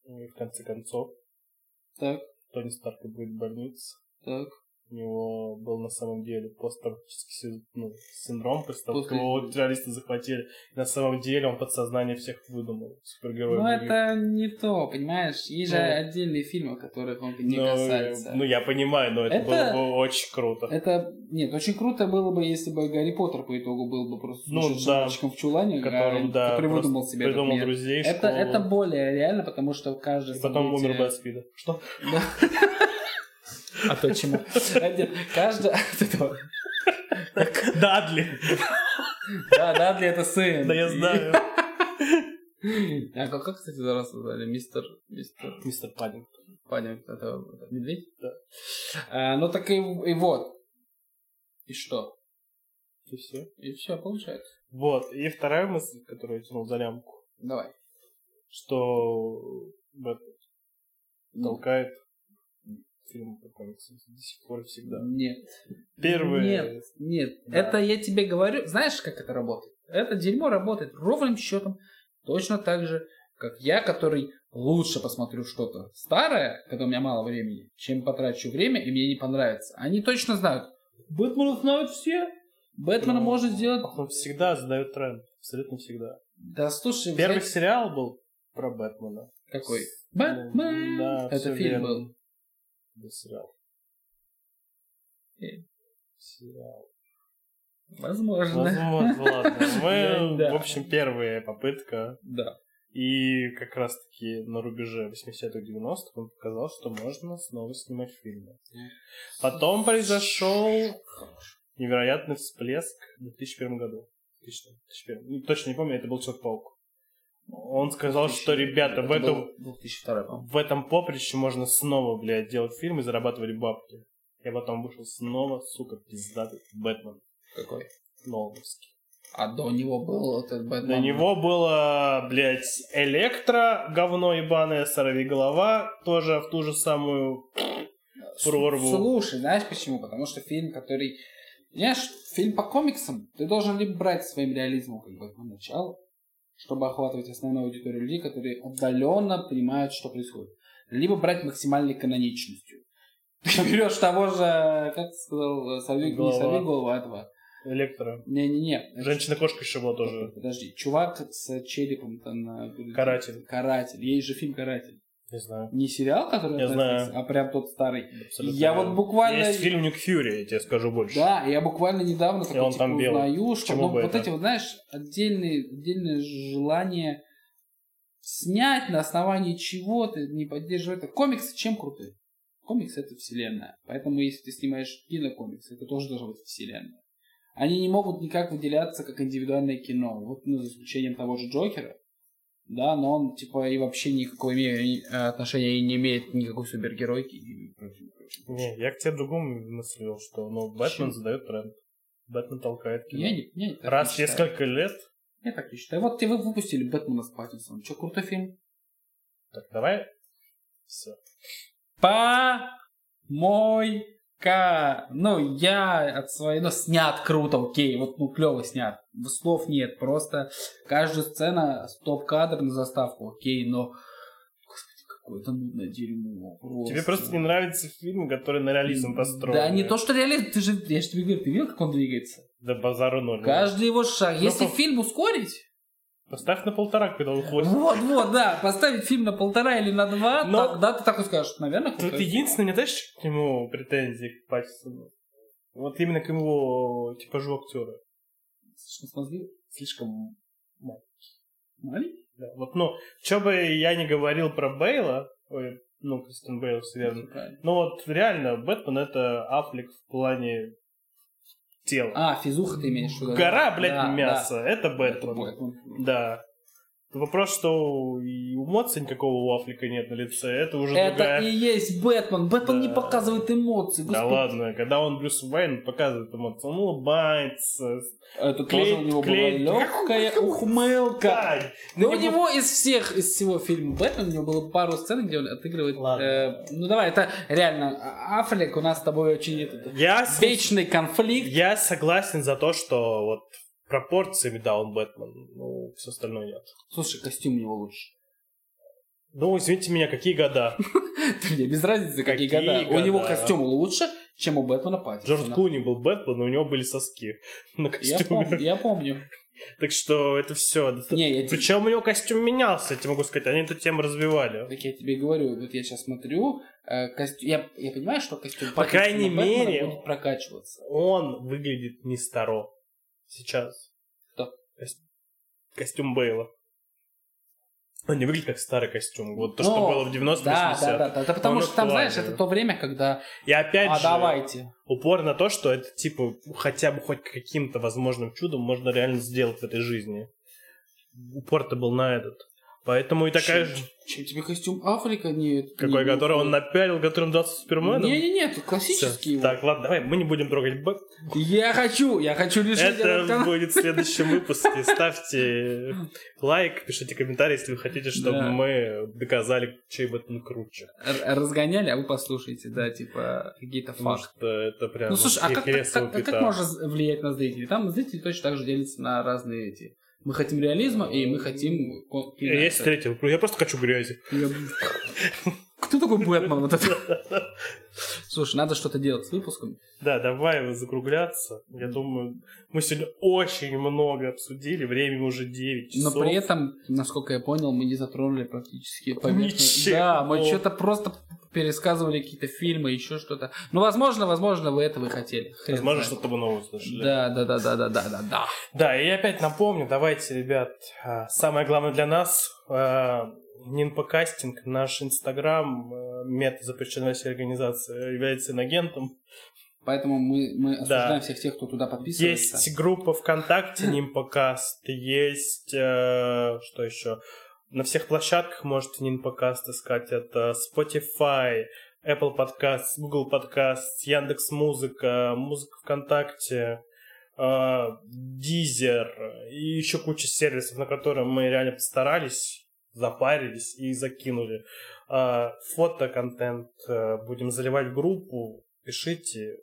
B: Ну И в конце концов,
A: Так,
B: Тони Старк и будет в больнице.
A: так.
B: У него был на самом деле посттравматический син- ну, синдром, после того, как
A: После-
B: его террористы захватили. И на самом деле он подсознание всех выдумал. Супергероев.
A: Ну,
B: других.
A: это не то, понимаешь? Есть же
B: Ну.
A: отдельные фильмы, которые он не
B: ну,
A: касаются.
B: ну, я понимаю, но это,
A: Это-
B: было бы очень круто.
A: Это, нет, очень круто было бы, если бы Гарри Поттер по итогу был бы просто
B: Ну,
A: сумасшедшим
B: да.
A: мальчиком в чулане,
B: Которым,
A: а,
B: да,
A: который
B: просто
A: выдумал себе этот
B: Придумал
A: мир.
B: друзей,
A: Это,
B: школу,
A: это более реально, потому что каждый
B: и потом умер бы от
A: событие-
B: спида. Что?
A: Да. А то чему? А, нет, Каждое... от этого.
B: Дадли!
A: Да, да, для это сын.
B: Да я знаю.
A: И- А как, как, кстати, за раз звали? Мистер... Мистер...
B: Мистер Паддингтон.
A: Паня, это медведь?
B: Да.
A: А, ну так и, и вот. И что?
B: И все.
A: И все, получается.
B: Вот. И вторая мысль, которую я тянул за лямку,
A: Давай.
B: что Бэтмен толкает фильмы по комиксам до сих пор и всегда.
A: Нет.
B: Первые.
A: Нет, нет.
B: Да.
A: Это я тебе говорю. Знаешь, как это работает? Это дерьмо работает ровным счетом. Точно так же, как я, который лучше посмотрю что-то старое, когда у меня мало времени, чем потрачу время, и мне не понравится. Они точно знают. Бэтмена знают все. Бэтмена
B: Ну,
A: можно сделать...
B: Он всегда задает тренд. Абсолютно всегда.
A: Да слушай,
B: Первый
A: взять
B: сериал был про Бэтмена.
A: какой?
B: с-
A: Бэтмен!
B: Да,
A: это
B: всё
A: фильм
B: верно.
A: был.
B: Да, сериал.
A: Э.
B: Сериал.
A: Возможно.
B: Возможно, ладно. Мы,
A: Да.
B: в общем, первая попытка.
A: Да.
B: И как раз-таки на рубеже 80-х 90-х он показал, что можно снова снимать фильмы. Потом произошел невероятный всплеск в 2001 году. 2000, 2001. Ну, Точно не помню, это был Человек-паук. Он сказал, что, ребята, в,
A: Это
B: эту,
A: был 2002, по-моему.
B: в этом поприще можно снова, блядь, делать фильмы и зарабатывать бабки. И потом вышел снова, сука, пиздатый Бэтмен
A: Какой?
B: Нолановский.
A: А до него был вот этот Бэтмен.
B: До него было, блядь, электро, говно ебаное, сорвиголова, тоже в ту же самую
A: С-
B: прорву.
A: Слушай, знаешь почему? Потому что фильм, который... Понимаешь, фильм по комиксам, ты должен либо брать своим реализмом как бы на начало, чтобы охватывать основную аудиторию людей, которые отдаленно понимают, что происходит. Либо брать максимальной каноничностью. Ты берешь того же, как ты сказал, сорви, не
B: Голова.
A: сорви голову, а этого.
B: электро.
A: Не-не-не.
B: Женщина-кошка еще была тоже.
A: Подожди, чувак с черепом там на...
B: Каратель.
A: Каратель. Есть же фильм «Каратель».
B: Не знаю.
A: Не сериал, который...
B: Я
A: от
B: знаю.
A: Netflix, А прям тот старый.
B: абсолютно
A: Я
B: верно.
A: вот буквально...
B: Есть фильм Нюк Фьюри, я тебе скажу больше.
A: Да, я буквально недавно такой,
B: он
A: типа,
B: там белый.
A: узнаю, что
B: Чему
A: ну,
B: бы
A: вот
B: это?
A: эти вот, знаешь, отдельные, отдельное желание снять на основании чего-то, не поддерживать. это. Комиксы чем круты? Комиксы это вселенная. Поэтому если ты снимаешь кинокомикс, это тоже должна быть вселенная. Они не могут никак выделяться как индивидуальное кино. Вот, ну, за исключением того же Джокера. Да, но он, типа, и вообще никакого име- э, отношения и не имеет никакой супергеройки. и прочего, прочего.
B: Не, я к тебе другому мыслил, что ну,
A: Почему?
B: Бэтмен задает тренд. Бэтмен толкает кино.
A: Я не, я не так
B: Раз в
A: считаю.
B: несколько лет,
A: Я так не считаю. Вот тебе выпустили Бэтмена с Паттинсоном. Че, крутой фильм?
B: так давай. Все.
A: По мой ка. Ну, я от своей... Ну, снят круто, окей. Вот, ну, клево снят. Слов нет. Просто каждая сцена стоп-кадр на заставку, окей. Но, господи, какое-то нудное дерьмо.
B: Тебе просто не нравятся фильмы, которые на реализм построены.
A: Да, не то, что реализм. Ты же, я же тебе говорю, ты видел, как он двигается?
B: Да базару ноль.
A: Каждый его шаг.
B: Ну,
A: Если
B: по-
A: фильм ускорить...
B: Поставь на полтора, когда он ходит.
A: Вот, вот, да. Поставить фильм на полтора или на два,
B: Но-
A: тогда ты такой скажешь, наверное,
B: Тут
A: крутой.
B: единственное, не знаешь, к нему претензии к Паттинсону? Вот именно к его типажу актера.
A: Слишком смазлив.
B: Слишком
A: Маленький?
B: да. Вот, ну, что бы я ни говорил про Бейла, ой, ну, Кристин Бейл, все верно.
A: Правильно.
B: Ну вот реально, Бэтмен это афлик в плане тела.
A: А, физуха ты имеешь в виду.
B: Гора,
A: да.
B: блядь,
A: Да,
B: мясо. Это
A: да. Это
B: Бэтмен.
A: Бэтмен.
B: Да. Вопрос, что и эмоций никакого у афлика нет на лице. Это уже
A: Это
B: другая
A: и есть Бэтмен. Бэтмен
B: Да.
A: не показывает эмоций.
B: Да
A: господи.
B: ладно, когда он Брюс Уэйн показывает эмоции, он улыбается.
A: Это
B: Клей-
A: тоже у него
B: клей-
A: была легкая ухмылка.
B: Да,
A: Но у
B: не
A: него из всех, из всего фильма Бэтмен, у него было пару сцен, где он отыгрывает...
B: Ладно.
A: э, ну давай, это реально, а- Аффлек у нас с тобой очень этот,
B: Я, с-
A: вечный конфликт.
B: я согласен за то, что вот пропорциями, да, он Бэтмен, ну, все остальное нет.
A: Слушай, костюм у него лучше.
B: Ну, извините меня, какие года?
A: Мне без разницы, какие,
B: Какие
A: года. У
B: года?
A: него костюм лучше, чем у Бэтмена Паттинсона.
B: Джордж Клуни был Бэтмен, у него были соски на
A: Я помню,
B: костюме.
A: я помню.
B: Так что это все.
A: Не, я тебе,
B: Причем у него костюм менялся, я тебе могу сказать, они эту тему развивали.
A: так я тебе говорю, вот я сейчас смотрю, э, костю- я, я понимаю, что костюм
B: По
A: Паттинсона
B: крайней
A: Бэтмена
B: мере,
A: будет прокачиваться.
B: Он выглядит не старо сейчас.
A: Кто?
B: Кос- Костюм Бейла. Он не выглядит как старый костюм. Вот то,
A: Ну,
B: что было в 90
A: Да, да, да, да, да, потому
B: Он
A: что там, знаешь,
B: актуальный.
A: это то время, когда...
B: И опять
A: а
B: же,
A: давайте.
B: упор на то, что это, типа, хотя бы хоть каким-то возможным чудом можно реально сделать в этой жизни. Упор-то был на этот. Поэтому и такая
A: Чем-
B: же,
A: Чем тебе костюм Африка не...
B: какой,
A: не-
B: который он напялил, которым 20 Супермена.
A: Не-не-не, тут
B: Всё.
A: классический его.
B: Так, ладно, давай, мы не будем трогать бэк.
A: Я хочу, я хочу лишить этот
B: Это
A: канал.
B: будет в следующем выпуске. Ставьте лайк, пишите комментарий, если вы хотите, чтобы
A: Да.
B: мы доказали, чей Бэтмен круче.
A: Р- Разгоняли, а вы послушайте, да, типа, какие-то
B: Потому
A: факты.
B: что это прям
A: Ну слушай, а как,
B: интересно
A: как, как- как
B: упитало.
A: можно з- влиять на зрителей? Там зрители точно так же делятся на разные эти. Мы хотим реализма, и мы хотим... ко-
B: И
A: кино.
B: Э, Есть третий вопрос. Я просто хочу грязи.
A: Я б- Кто такой Бэтмен? Вот это? Слушай, надо что-то делать с выпуском.
B: Да, давай закругляться. Я думаю, мы сегодня очень много обсудили. Время уже 9
A: Но
B: часов.
A: при этом, насколько я понял, мы не затронули практически поверхность.
B: Ничего.
A: Да, мы что-то просто пересказывали какие-то фильмы, еще что-то. Ну, возможно, возможно, вы этого и хотели. Хрен
B: Возможно,
A: знает.
B: что-то вы новое услышали.
A: Да, да, да, да, да, да, да, да.
B: Да, и опять напомню, давайте, ребят, а, самое главное для нас, а, Нинпокастинг, наш инстаграм, э, мета запрещенная всей организации, является инагентом.
A: Поэтому мы, мы
B: Да.
A: осуждаем всех тех, кто туда подписывается.
B: Есть группа ВКонтакте Нимпокаст, есть, э, что еще, на всех площадках можете Нимпокаст искать, это Spotify, Apple Podcast, Google Podcast, Яндекс Музыка, Музыка ВКонтакте, Дизер и еще куча сервисов, на которые мы реально постарались, запарились и закинули. Э, Фотоконтент э, будем заливать в группу, пишите.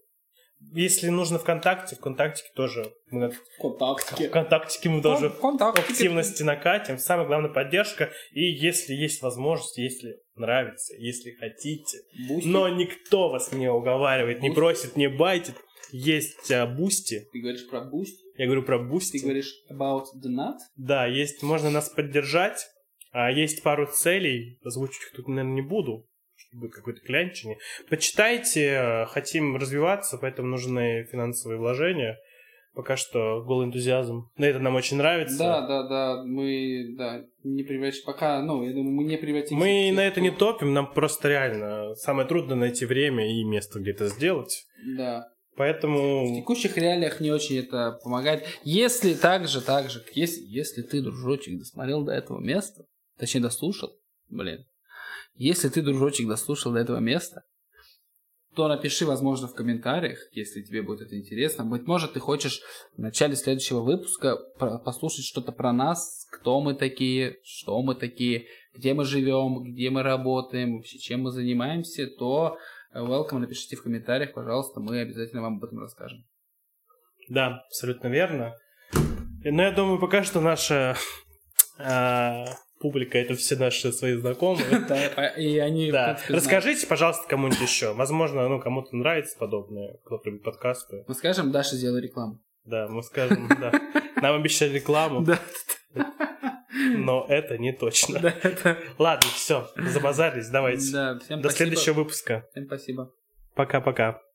B: Если нужно ВКонтакте, ВКонтактике тоже. Мы на-
A: Контактики.
B: ВКонтактике мы тоже
A: Контактики.
B: активности накатим. Самое главное поддержка. И если есть возможность, если нравится, если хотите.
A: Бусти.
B: Но никто вас не уговаривает, не
A: Бусти.
B: просит, не байтит. Есть а, бусти.
A: Ты говоришь про буст,
B: Я говорю про
A: ты
B: бусти.
A: говоришь about the nut.
B: Да, есть, можно нас поддержать. А есть пару целей, озвучить их тут, наверное, не буду, чтобы какой-то клянчине. Почитайте, э, хотим развиваться, поэтому нужны финансовые вложения. Пока что голый энтузиазм. Но это нам очень нравится.
A: Да, да, да, мы, да, не превратим, пока, ну, я думаю, мы не превратимся. в
B: Мы
A: тех,
B: на это не
A: кто-
B: топим, нам просто реально самое трудно найти время и место, где это сделать.
A: Да. В
B: Поэтому
A: текущих реалиях не очень это помогает. Если так же, так же, если, если ты, дружочек, досмотрел до этого места, точнее, дослушал, блин, если ты, дружочек, дослушал до этого места, то напиши, возможно, в комментариях, если тебе будет это интересно. Быть может, ты хочешь в начале следующего выпуска про- послушать что-то про нас, кто мы такие, что мы такие, где мы живем, где мы работаем, вообще чем мы занимаемся, то э, welcome, напишите в комментариях, пожалуйста, мы обязательно вам об этом расскажем.
B: Да, абсолютно верно. И, Но я думаю, пока что наша э, публика это все наши свои знакомые.
A: Да, и по- А, и они... в
B: Да.
A: принципе, знают.
B: Расскажите, пожалуйста, кому-нибудь еще. Возможно, ну, кому-то нравится подобное, кто любит подкасты.
A: Мы скажем, Даша сделала рекламу.
B: Да, мы скажем, да. Нам обещали рекламу,
A: Да,
B: но это не точно.
A: да, это...
B: Ладно, все, забазались, давайте.
A: Да, всем
B: До
A: спасибо.
B: следующего выпуска.
A: Всем спасибо.
B: Пока-пока.